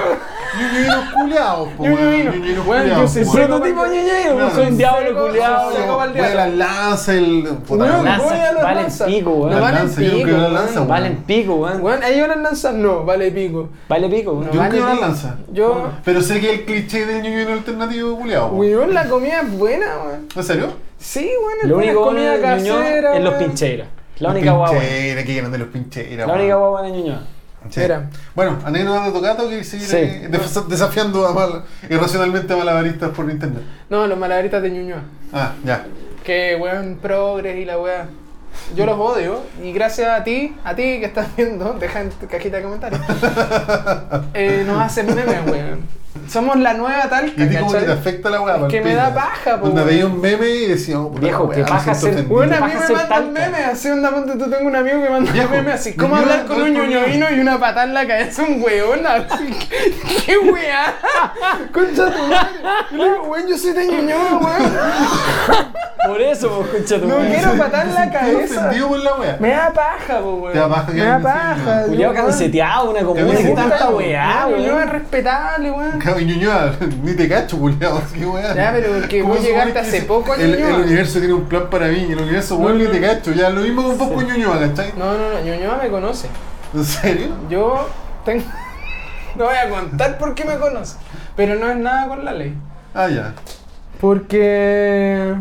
[SPEAKER 1] Ñuñueros culiados, po,
[SPEAKER 2] Ñuñueño.
[SPEAKER 1] weón. Ñuñueros
[SPEAKER 2] Weón, yo
[SPEAKER 1] culiados,
[SPEAKER 2] soy
[SPEAKER 1] po,
[SPEAKER 2] pro-
[SPEAKER 1] weón.
[SPEAKER 3] Prototipo ñeñero,
[SPEAKER 1] Claro.
[SPEAKER 3] soy un diablo
[SPEAKER 2] Seco,
[SPEAKER 3] culiado.
[SPEAKER 2] seco,
[SPEAKER 3] weón.
[SPEAKER 2] val-
[SPEAKER 1] Weón, la lanza, el. puta,
[SPEAKER 2] Weón,
[SPEAKER 1] la
[SPEAKER 3] lanza,
[SPEAKER 2] voy a las
[SPEAKER 3] valen
[SPEAKER 2] lanzas.
[SPEAKER 3] pico, weón.
[SPEAKER 2] No
[SPEAKER 1] La
[SPEAKER 2] valen
[SPEAKER 1] lanza, yo nunca
[SPEAKER 2] pico,
[SPEAKER 1] vi la
[SPEAKER 2] weón.
[SPEAKER 1] lanza, weón.
[SPEAKER 3] Valen pico, weón.
[SPEAKER 2] Weón, ¿hay unas lanzas? No, vale pico.
[SPEAKER 3] Vale pico, weón.
[SPEAKER 1] Yo
[SPEAKER 2] Vale
[SPEAKER 1] nunca vi una
[SPEAKER 2] pico.
[SPEAKER 1] lanza.
[SPEAKER 2] Yo,
[SPEAKER 1] Pero sé que el cliché del ñoño alternativo culiado.
[SPEAKER 2] weón, la comida es buena, weón.
[SPEAKER 1] ¿En serio?
[SPEAKER 2] Sí, weón, es
[SPEAKER 3] Lo
[SPEAKER 2] buena
[SPEAKER 3] único bueno
[SPEAKER 2] comida
[SPEAKER 3] de Ñuñoa
[SPEAKER 2] casera.
[SPEAKER 3] es los
[SPEAKER 2] weón.
[SPEAKER 3] pincheiras. La única
[SPEAKER 1] Los
[SPEAKER 3] guagua.
[SPEAKER 1] pincheras, qué grande los pincheras.
[SPEAKER 3] La única guagua de Ñuñoa.
[SPEAKER 1] Sí.
[SPEAKER 2] Era.
[SPEAKER 1] Bueno, anécdota de Tocato que sigue
[SPEAKER 3] Sí.
[SPEAKER 1] eh, desaf- desafiando a mal, irracionalmente a malabaristas por internet.
[SPEAKER 2] No, los malabaristas de Ñuñoa.
[SPEAKER 1] Ah, ya.
[SPEAKER 2] Que weón, progres y la weá. Yo los odio. Y gracias a ti, a ti que estás viendo, deja en tu cajita de comentarios. eh, nos hacen memes, weón. Somos la nueva
[SPEAKER 1] Y
[SPEAKER 2] talca,
[SPEAKER 1] a ti como que te
[SPEAKER 2] ¿cachai?
[SPEAKER 1] afecta la weá,
[SPEAKER 2] Es que me da paja, po,
[SPEAKER 1] Donde
[SPEAKER 2] weón.
[SPEAKER 1] veía un meme y decía, oh, puta
[SPEAKER 3] Viejo,
[SPEAKER 1] la weá,
[SPEAKER 3] que
[SPEAKER 1] me
[SPEAKER 3] paja
[SPEAKER 1] siento
[SPEAKER 3] ser-
[SPEAKER 1] ofendido.
[SPEAKER 2] Bueno, a mí
[SPEAKER 3] Baja
[SPEAKER 2] me
[SPEAKER 3] ser
[SPEAKER 2] mandan
[SPEAKER 3] talca.
[SPEAKER 2] memes, así onda, ponte, tú tengo un amigo que manda
[SPEAKER 1] Viejo,
[SPEAKER 2] memes así, ¿cómo
[SPEAKER 1] yo
[SPEAKER 2] hablar
[SPEAKER 1] no
[SPEAKER 2] con un
[SPEAKER 1] tengo
[SPEAKER 2] ñoñoino y una patada en la cabeza un weón? Así, ¡Qué weá! Concha tu madre. Yo le digo, weón, yo soy de ñoñoino, weón.
[SPEAKER 3] Por eso, po, concha tu
[SPEAKER 2] No
[SPEAKER 3] madre.
[SPEAKER 2] quiero patada en la
[SPEAKER 1] Estoy
[SPEAKER 2] cabeza.
[SPEAKER 1] ofendido por la weá.
[SPEAKER 2] Me da paja, po, weón.
[SPEAKER 1] Te da paja que
[SPEAKER 2] Me da
[SPEAKER 1] alguien me
[SPEAKER 2] paja.
[SPEAKER 1] siga.
[SPEAKER 2] digo,
[SPEAKER 3] Culeado
[SPEAKER 2] weón.
[SPEAKER 3] camiseteado, ah, una comuna, ¿qué
[SPEAKER 1] Camiseteado,
[SPEAKER 3] tanta weá,
[SPEAKER 2] No, Ñuñoa es
[SPEAKER 3] weón?
[SPEAKER 2] respetable, weón.
[SPEAKER 1] Cabe Ñuñoa, ni te cacho, culiao, qué weá.
[SPEAKER 2] Ya, pero porque
[SPEAKER 1] ¿Cómo
[SPEAKER 2] vos
[SPEAKER 1] supone
[SPEAKER 2] llegaste
[SPEAKER 1] que
[SPEAKER 2] hace
[SPEAKER 1] si-
[SPEAKER 2] poco a
[SPEAKER 1] el, el
[SPEAKER 2] Ñuñoa?
[SPEAKER 1] universo tiene un plan para mí, el universo, weón, ni te cacho. Ya, lo mismo con vos con Ñuñoa, ¿cachai?
[SPEAKER 2] No, no, no, Ñuñoa me conoce.
[SPEAKER 1] ¿En serio?
[SPEAKER 2] Yo tengo. No voy a contar por qué me conoce. Pero no es nada con la ley.
[SPEAKER 1] Ah, ya.
[SPEAKER 2] Porque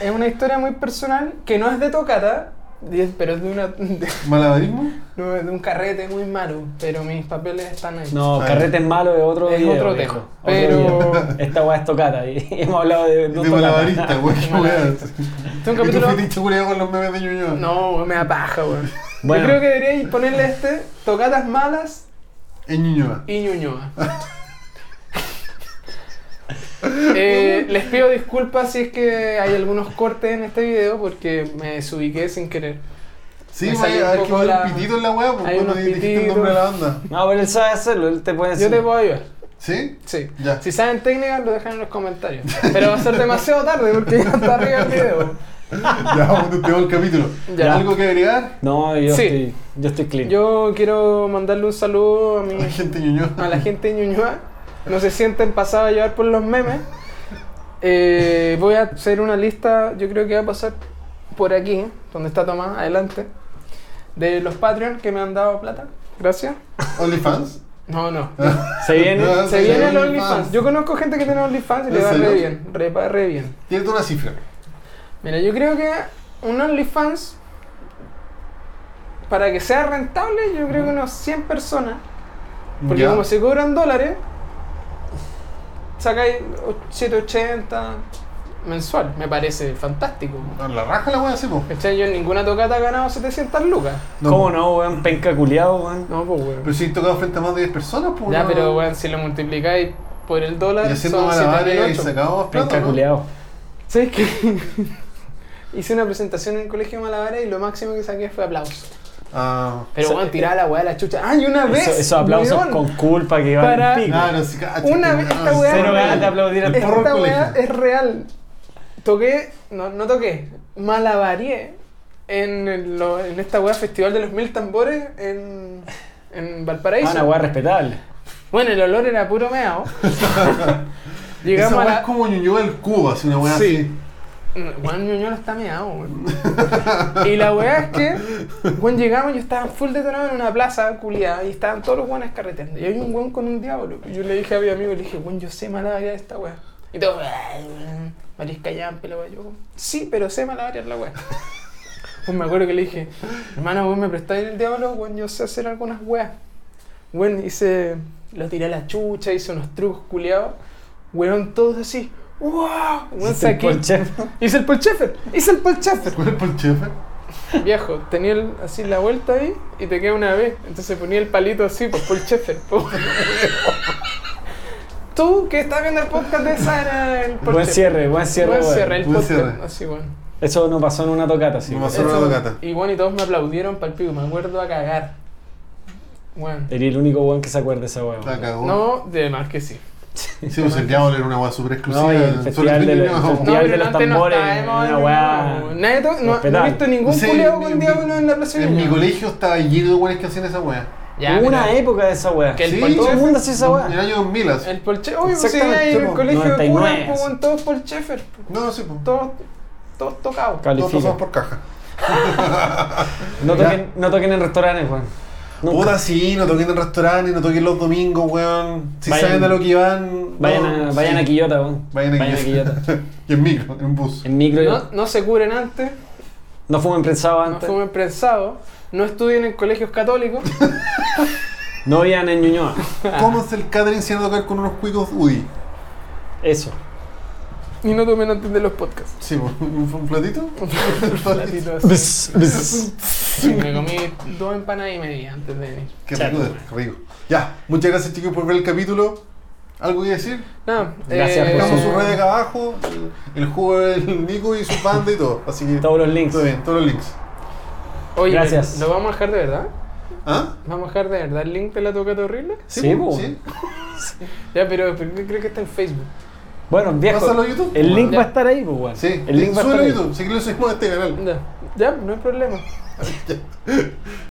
[SPEAKER 2] es una historia muy personal que no es de tocata, y es- pero es de, una, de,
[SPEAKER 1] ¿Malabarismo?
[SPEAKER 2] no, es de un carrete muy malo. Pero mis papeles están ahí.
[SPEAKER 3] No,
[SPEAKER 1] Ay.
[SPEAKER 3] carrete es malo de otro
[SPEAKER 2] Es
[SPEAKER 3] video,
[SPEAKER 2] otro
[SPEAKER 3] viejo.
[SPEAKER 2] tejo.
[SPEAKER 3] Otro
[SPEAKER 2] Pero-
[SPEAKER 3] video. Esta weá es tocata. y Hemos hablado de dos
[SPEAKER 1] de
[SPEAKER 3] tocatas.
[SPEAKER 1] malabarista, weón, qué weá.
[SPEAKER 2] Malabarista.
[SPEAKER 1] ¿Y
[SPEAKER 2] Este
[SPEAKER 1] tú
[SPEAKER 2] es un capítulo-
[SPEAKER 1] fetiche, culiao, con los memes de Ñuñoa?
[SPEAKER 2] No, weón, me da paja, weón.
[SPEAKER 3] Bueno.
[SPEAKER 2] Yo creo que deberíais ponerle este: tocatas malas
[SPEAKER 1] En Ñuñoa.
[SPEAKER 2] y Ñuñoa. Eh, les pido disculpas si es que hay algunos cortes en este video porque me desubiqué sin querer.
[SPEAKER 1] Sí,
[SPEAKER 2] Me
[SPEAKER 1] weón,
[SPEAKER 2] salió un
[SPEAKER 1] hay que
[SPEAKER 2] poco
[SPEAKER 1] poner
[SPEAKER 2] la-
[SPEAKER 1] un pitito en la weá,
[SPEAKER 2] hay
[SPEAKER 1] porque cuando
[SPEAKER 2] unos
[SPEAKER 1] dijiste el nombre de la banda.
[SPEAKER 3] No, pero él sabe hacerlo, él te puede
[SPEAKER 2] Yo
[SPEAKER 3] decir.
[SPEAKER 2] te puedo ayudar.
[SPEAKER 1] ¿Sí?
[SPEAKER 2] Sí.
[SPEAKER 1] Ya.
[SPEAKER 2] Si saben técnicas, lo dejan en los comentarios. Pero va a ser demasiado tarde porque ya está arriba el video.
[SPEAKER 1] Ya, vamos te el capítulo.
[SPEAKER 2] Ya.
[SPEAKER 1] ¿Algo que agregar?
[SPEAKER 3] No, yo,
[SPEAKER 2] Sí.
[SPEAKER 3] estoy, yo estoy clean.
[SPEAKER 2] Yo quiero mandarle un saludo a, mi,
[SPEAKER 1] A la gente Ñuñoa.
[SPEAKER 2] a la gente de Ñuñoa. No se sienten pasados a llevar por los memes. Eh, voy a hacer una lista, yo creo que va a pasar por aquí, donde está Tomás, adelante, de los Patreon que me han dado plata. Gracias.
[SPEAKER 1] ¿OnlyFans?
[SPEAKER 2] No, no.
[SPEAKER 3] Se viene.
[SPEAKER 1] No,
[SPEAKER 2] Se
[SPEAKER 1] sí,
[SPEAKER 2] viene el
[SPEAKER 1] OnlyFans.
[SPEAKER 2] OnlyFans. Yo conozco gente que tiene OnlyFans y
[SPEAKER 1] ¿En
[SPEAKER 2] le va re
[SPEAKER 1] serio?
[SPEAKER 2] bien. Re, va re bien.
[SPEAKER 1] Tírate una cifra.
[SPEAKER 2] Mira, yo creo que un OnlyFans, para que sea rentable, yo creo que unos 100 personas. Porque
[SPEAKER 1] Ya.
[SPEAKER 2] como se cobran dólares, sacáis o- 780 mensual. Me parece fantástico.
[SPEAKER 1] No, Ah, La raja la weá pues. hacemos.
[SPEAKER 2] ¿Cachai? Yo en ninguna tocata he ganado 700 lucas.
[SPEAKER 3] ¿Cómo no, weón? Penca culiado, weón.
[SPEAKER 2] No, pues, weón.
[SPEAKER 1] Pero si he tocado frente a más de 10 personas, pues.
[SPEAKER 2] ya,
[SPEAKER 1] no.
[SPEAKER 2] pero, weón, si lo multiplicáis por el dólar,
[SPEAKER 1] Y haciendo
[SPEAKER 2] son
[SPEAKER 1] malabares y
[SPEAKER 2] 7.800.
[SPEAKER 1] sacamos plata.
[SPEAKER 3] Penca
[SPEAKER 1] ¿no?
[SPEAKER 3] culiao.
[SPEAKER 2] ¿Sabes qué? Hice una presentación en el colegio de Malabares y lo máximo que saqué fue aplauso.
[SPEAKER 1] Ah,
[SPEAKER 2] Pero
[SPEAKER 3] Eso-
[SPEAKER 2] bueno, tiraba la weá de la chucha. ¡Ay, una vez!
[SPEAKER 3] Eso- esos aplausos
[SPEAKER 2] weón!
[SPEAKER 3] con culpa que van
[SPEAKER 2] Para-
[SPEAKER 3] pico.
[SPEAKER 1] ah, no, sí, cacho,
[SPEAKER 2] Una
[SPEAKER 1] que-
[SPEAKER 2] vez
[SPEAKER 1] ah,
[SPEAKER 2] esta
[SPEAKER 1] sí,
[SPEAKER 2] weá-
[SPEAKER 1] cero
[SPEAKER 3] ganas
[SPEAKER 1] weá.
[SPEAKER 3] de aplaudir al
[SPEAKER 1] El porro
[SPEAKER 2] Esta
[SPEAKER 1] del
[SPEAKER 2] weá
[SPEAKER 1] colegio.
[SPEAKER 2] es real. Toqué, no, no toqué, malabareé en, el- lo- en esta weá Festival de los Mil Tambores en, en
[SPEAKER 3] Ah,
[SPEAKER 2] Valparaíso.
[SPEAKER 3] una weá respetable.
[SPEAKER 2] bueno, el olor era puro meao.
[SPEAKER 1] Esa
[SPEAKER 2] Llegamos a
[SPEAKER 1] weá
[SPEAKER 2] la...
[SPEAKER 1] es como Ñuñoa del Cubo, así una weá
[SPEAKER 2] Sí.
[SPEAKER 1] así.
[SPEAKER 2] Mm, Juan Ñuñoa está meado, weón. Y la weá es que, weón, llegamos y yo estaba full detonado en una plaza culiada y estaban todos los weones carreteando. Y hay un weón con un diablo. Y yo le dije a mi amigo, le dije, weón, yo sé malabarear esta weá. Y todo, Marisca Yampe, la weá. Yo, sí, pero sé malabarear la weá. Pues me acuerdo que le dije, hermano, vos me prestáis el diablo, weón, yo sé hacer algunas weas. Weón, hice, lo tiré a la chucha, hice unos trucos culiados. Weón, todos así, wow, weón,
[SPEAKER 3] Este
[SPEAKER 2] saqué.
[SPEAKER 3] porche-
[SPEAKER 2] Hice el Paul Schaeffer, hice el Paul Schaeffer.
[SPEAKER 1] ¿Cuál es por chefe?
[SPEAKER 2] Viejo, tenía el- así la vuelta ahí y te queda una vez. Entonces ponía el palito así, pues Paul Schaeffer. po. Tú que estás viendo el podcast de esa era el Paul
[SPEAKER 3] Buen
[SPEAKER 2] Schaeffer.
[SPEAKER 3] cierre, buen cierre,
[SPEAKER 2] Buen
[SPEAKER 3] weón.
[SPEAKER 2] cierre, el
[SPEAKER 1] Buen
[SPEAKER 2] podcast.
[SPEAKER 1] cierre.
[SPEAKER 2] Así, bueno.
[SPEAKER 3] Eso no pasó en una tocata, sí.
[SPEAKER 1] No pasó. Solo
[SPEAKER 2] Eso-
[SPEAKER 1] la gata.
[SPEAKER 2] Y bueno, y todos me aplaudieron para el pico, me acuerdo a cagar. Bueno.
[SPEAKER 3] Sería el único weón que se acuerde esa weá.
[SPEAKER 1] La
[SPEAKER 3] weón.
[SPEAKER 1] cagó.
[SPEAKER 2] No, de más que sí.
[SPEAKER 1] Sí, pues el diablo era una weá super exclusiva.
[SPEAKER 3] No, y el
[SPEAKER 1] solo
[SPEAKER 3] festival
[SPEAKER 1] en
[SPEAKER 3] de la-
[SPEAKER 1] Ñuñoa.
[SPEAKER 3] el Mundial de los
[SPEAKER 2] antes
[SPEAKER 3] Tambores,
[SPEAKER 2] estábamos en
[SPEAKER 3] una weá
[SPEAKER 2] una- Nadie to- no, no, he
[SPEAKER 3] respetable.
[SPEAKER 2] visto ningún
[SPEAKER 1] No sé,
[SPEAKER 2] culeado
[SPEAKER 1] en-
[SPEAKER 2] con
[SPEAKER 1] en-
[SPEAKER 2] diablo en la plaza. de
[SPEAKER 1] En mi
[SPEAKER 2] Ñuñoa.
[SPEAKER 1] colegio estaba lleno de weones que hacían esa weá.
[SPEAKER 2] Ya,
[SPEAKER 3] Hubo una
[SPEAKER 2] pero-
[SPEAKER 3] época de esa weá.
[SPEAKER 2] Que el
[SPEAKER 1] Sí,
[SPEAKER 2] Paul
[SPEAKER 3] Todo el
[SPEAKER 2] Schaeffer-
[SPEAKER 3] mundo hacía esa
[SPEAKER 1] En
[SPEAKER 3] weá.
[SPEAKER 1] el año 2000 así.
[SPEAKER 2] El Polche, obvio, si
[SPEAKER 3] Exactamente,
[SPEAKER 2] hay en el
[SPEAKER 3] po.
[SPEAKER 2] colegio de
[SPEAKER 3] 99,
[SPEAKER 2] cura, po, weón, todos Polchefer,
[SPEAKER 1] No, sí, pues.
[SPEAKER 2] todos, todos
[SPEAKER 1] Todos pasamos
[SPEAKER 2] tocados.
[SPEAKER 3] Califica.
[SPEAKER 1] por caja.
[SPEAKER 3] No toquen, no toquen en restaurantes, weón. Nunca.
[SPEAKER 1] Puta, sí, no toquen en restaurantes, no toquen los domingos, weón. Si
[SPEAKER 3] Vayan-
[SPEAKER 1] saben a lo que van.
[SPEAKER 3] Vayan,
[SPEAKER 1] no,
[SPEAKER 3] a, vayan
[SPEAKER 1] sí.
[SPEAKER 3] a Quillota, weón.
[SPEAKER 1] Vayan a Quillota. y en micro, en bus.
[SPEAKER 3] En micro.
[SPEAKER 2] No,
[SPEAKER 3] No,
[SPEAKER 2] no se curen antes,
[SPEAKER 3] fumen prensado
[SPEAKER 2] no
[SPEAKER 3] antes.
[SPEAKER 2] fumen prensado, no estudien en colegios católicos.
[SPEAKER 3] No vivan en Ñuñoa.
[SPEAKER 1] ¿Cómo es el catering si van a tocar con unos cuicos UDI?
[SPEAKER 3] Eso.
[SPEAKER 2] Y no tomen antes de los podcasts.
[SPEAKER 1] Sí, po. ¿Un, un platito?
[SPEAKER 2] Un platito así. Sí, me comí dos empanadas y media antes de venir.
[SPEAKER 1] Qué
[SPEAKER 3] Chato,
[SPEAKER 1] rico, qué rico. Ya, muchas gracias chicos por ver el capítulo. ¿Algo que decir?
[SPEAKER 2] Nada,
[SPEAKER 3] Gracias por
[SPEAKER 1] Dejamos
[SPEAKER 3] su-
[SPEAKER 1] sus redes acá abajo, el jugo del Nico y su banda y todo. Así que
[SPEAKER 3] Todos los links.
[SPEAKER 1] todo bien, todos los links.
[SPEAKER 2] Oye,
[SPEAKER 3] Gracias.
[SPEAKER 2] ¿lo vamos a dejar de verdad?
[SPEAKER 1] ¿Ah?
[SPEAKER 2] ¿Vamos a dejar de verdad el link de la tocata horrible?
[SPEAKER 3] Sí,
[SPEAKER 1] po,
[SPEAKER 3] po.
[SPEAKER 1] sí.
[SPEAKER 2] Ya, pero pero creo que está en Facebook.
[SPEAKER 3] Bueno, viejo.
[SPEAKER 1] Pásalo a YouTube.
[SPEAKER 3] El link
[SPEAKER 2] Ya.
[SPEAKER 3] va a estar ahí, pues, weón.
[SPEAKER 1] Sí,
[SPEAKER 3] El link va a
[SPEAKER 1] súbelo
[SPEAKER 3] estar
[SPEAKER 1] a
[SPEAKER 3] ahí.
[SPEAKER 1] YouTube. Si que lo subimos a este canal.
[SPEAKER 2] Ya, ya no hay problema.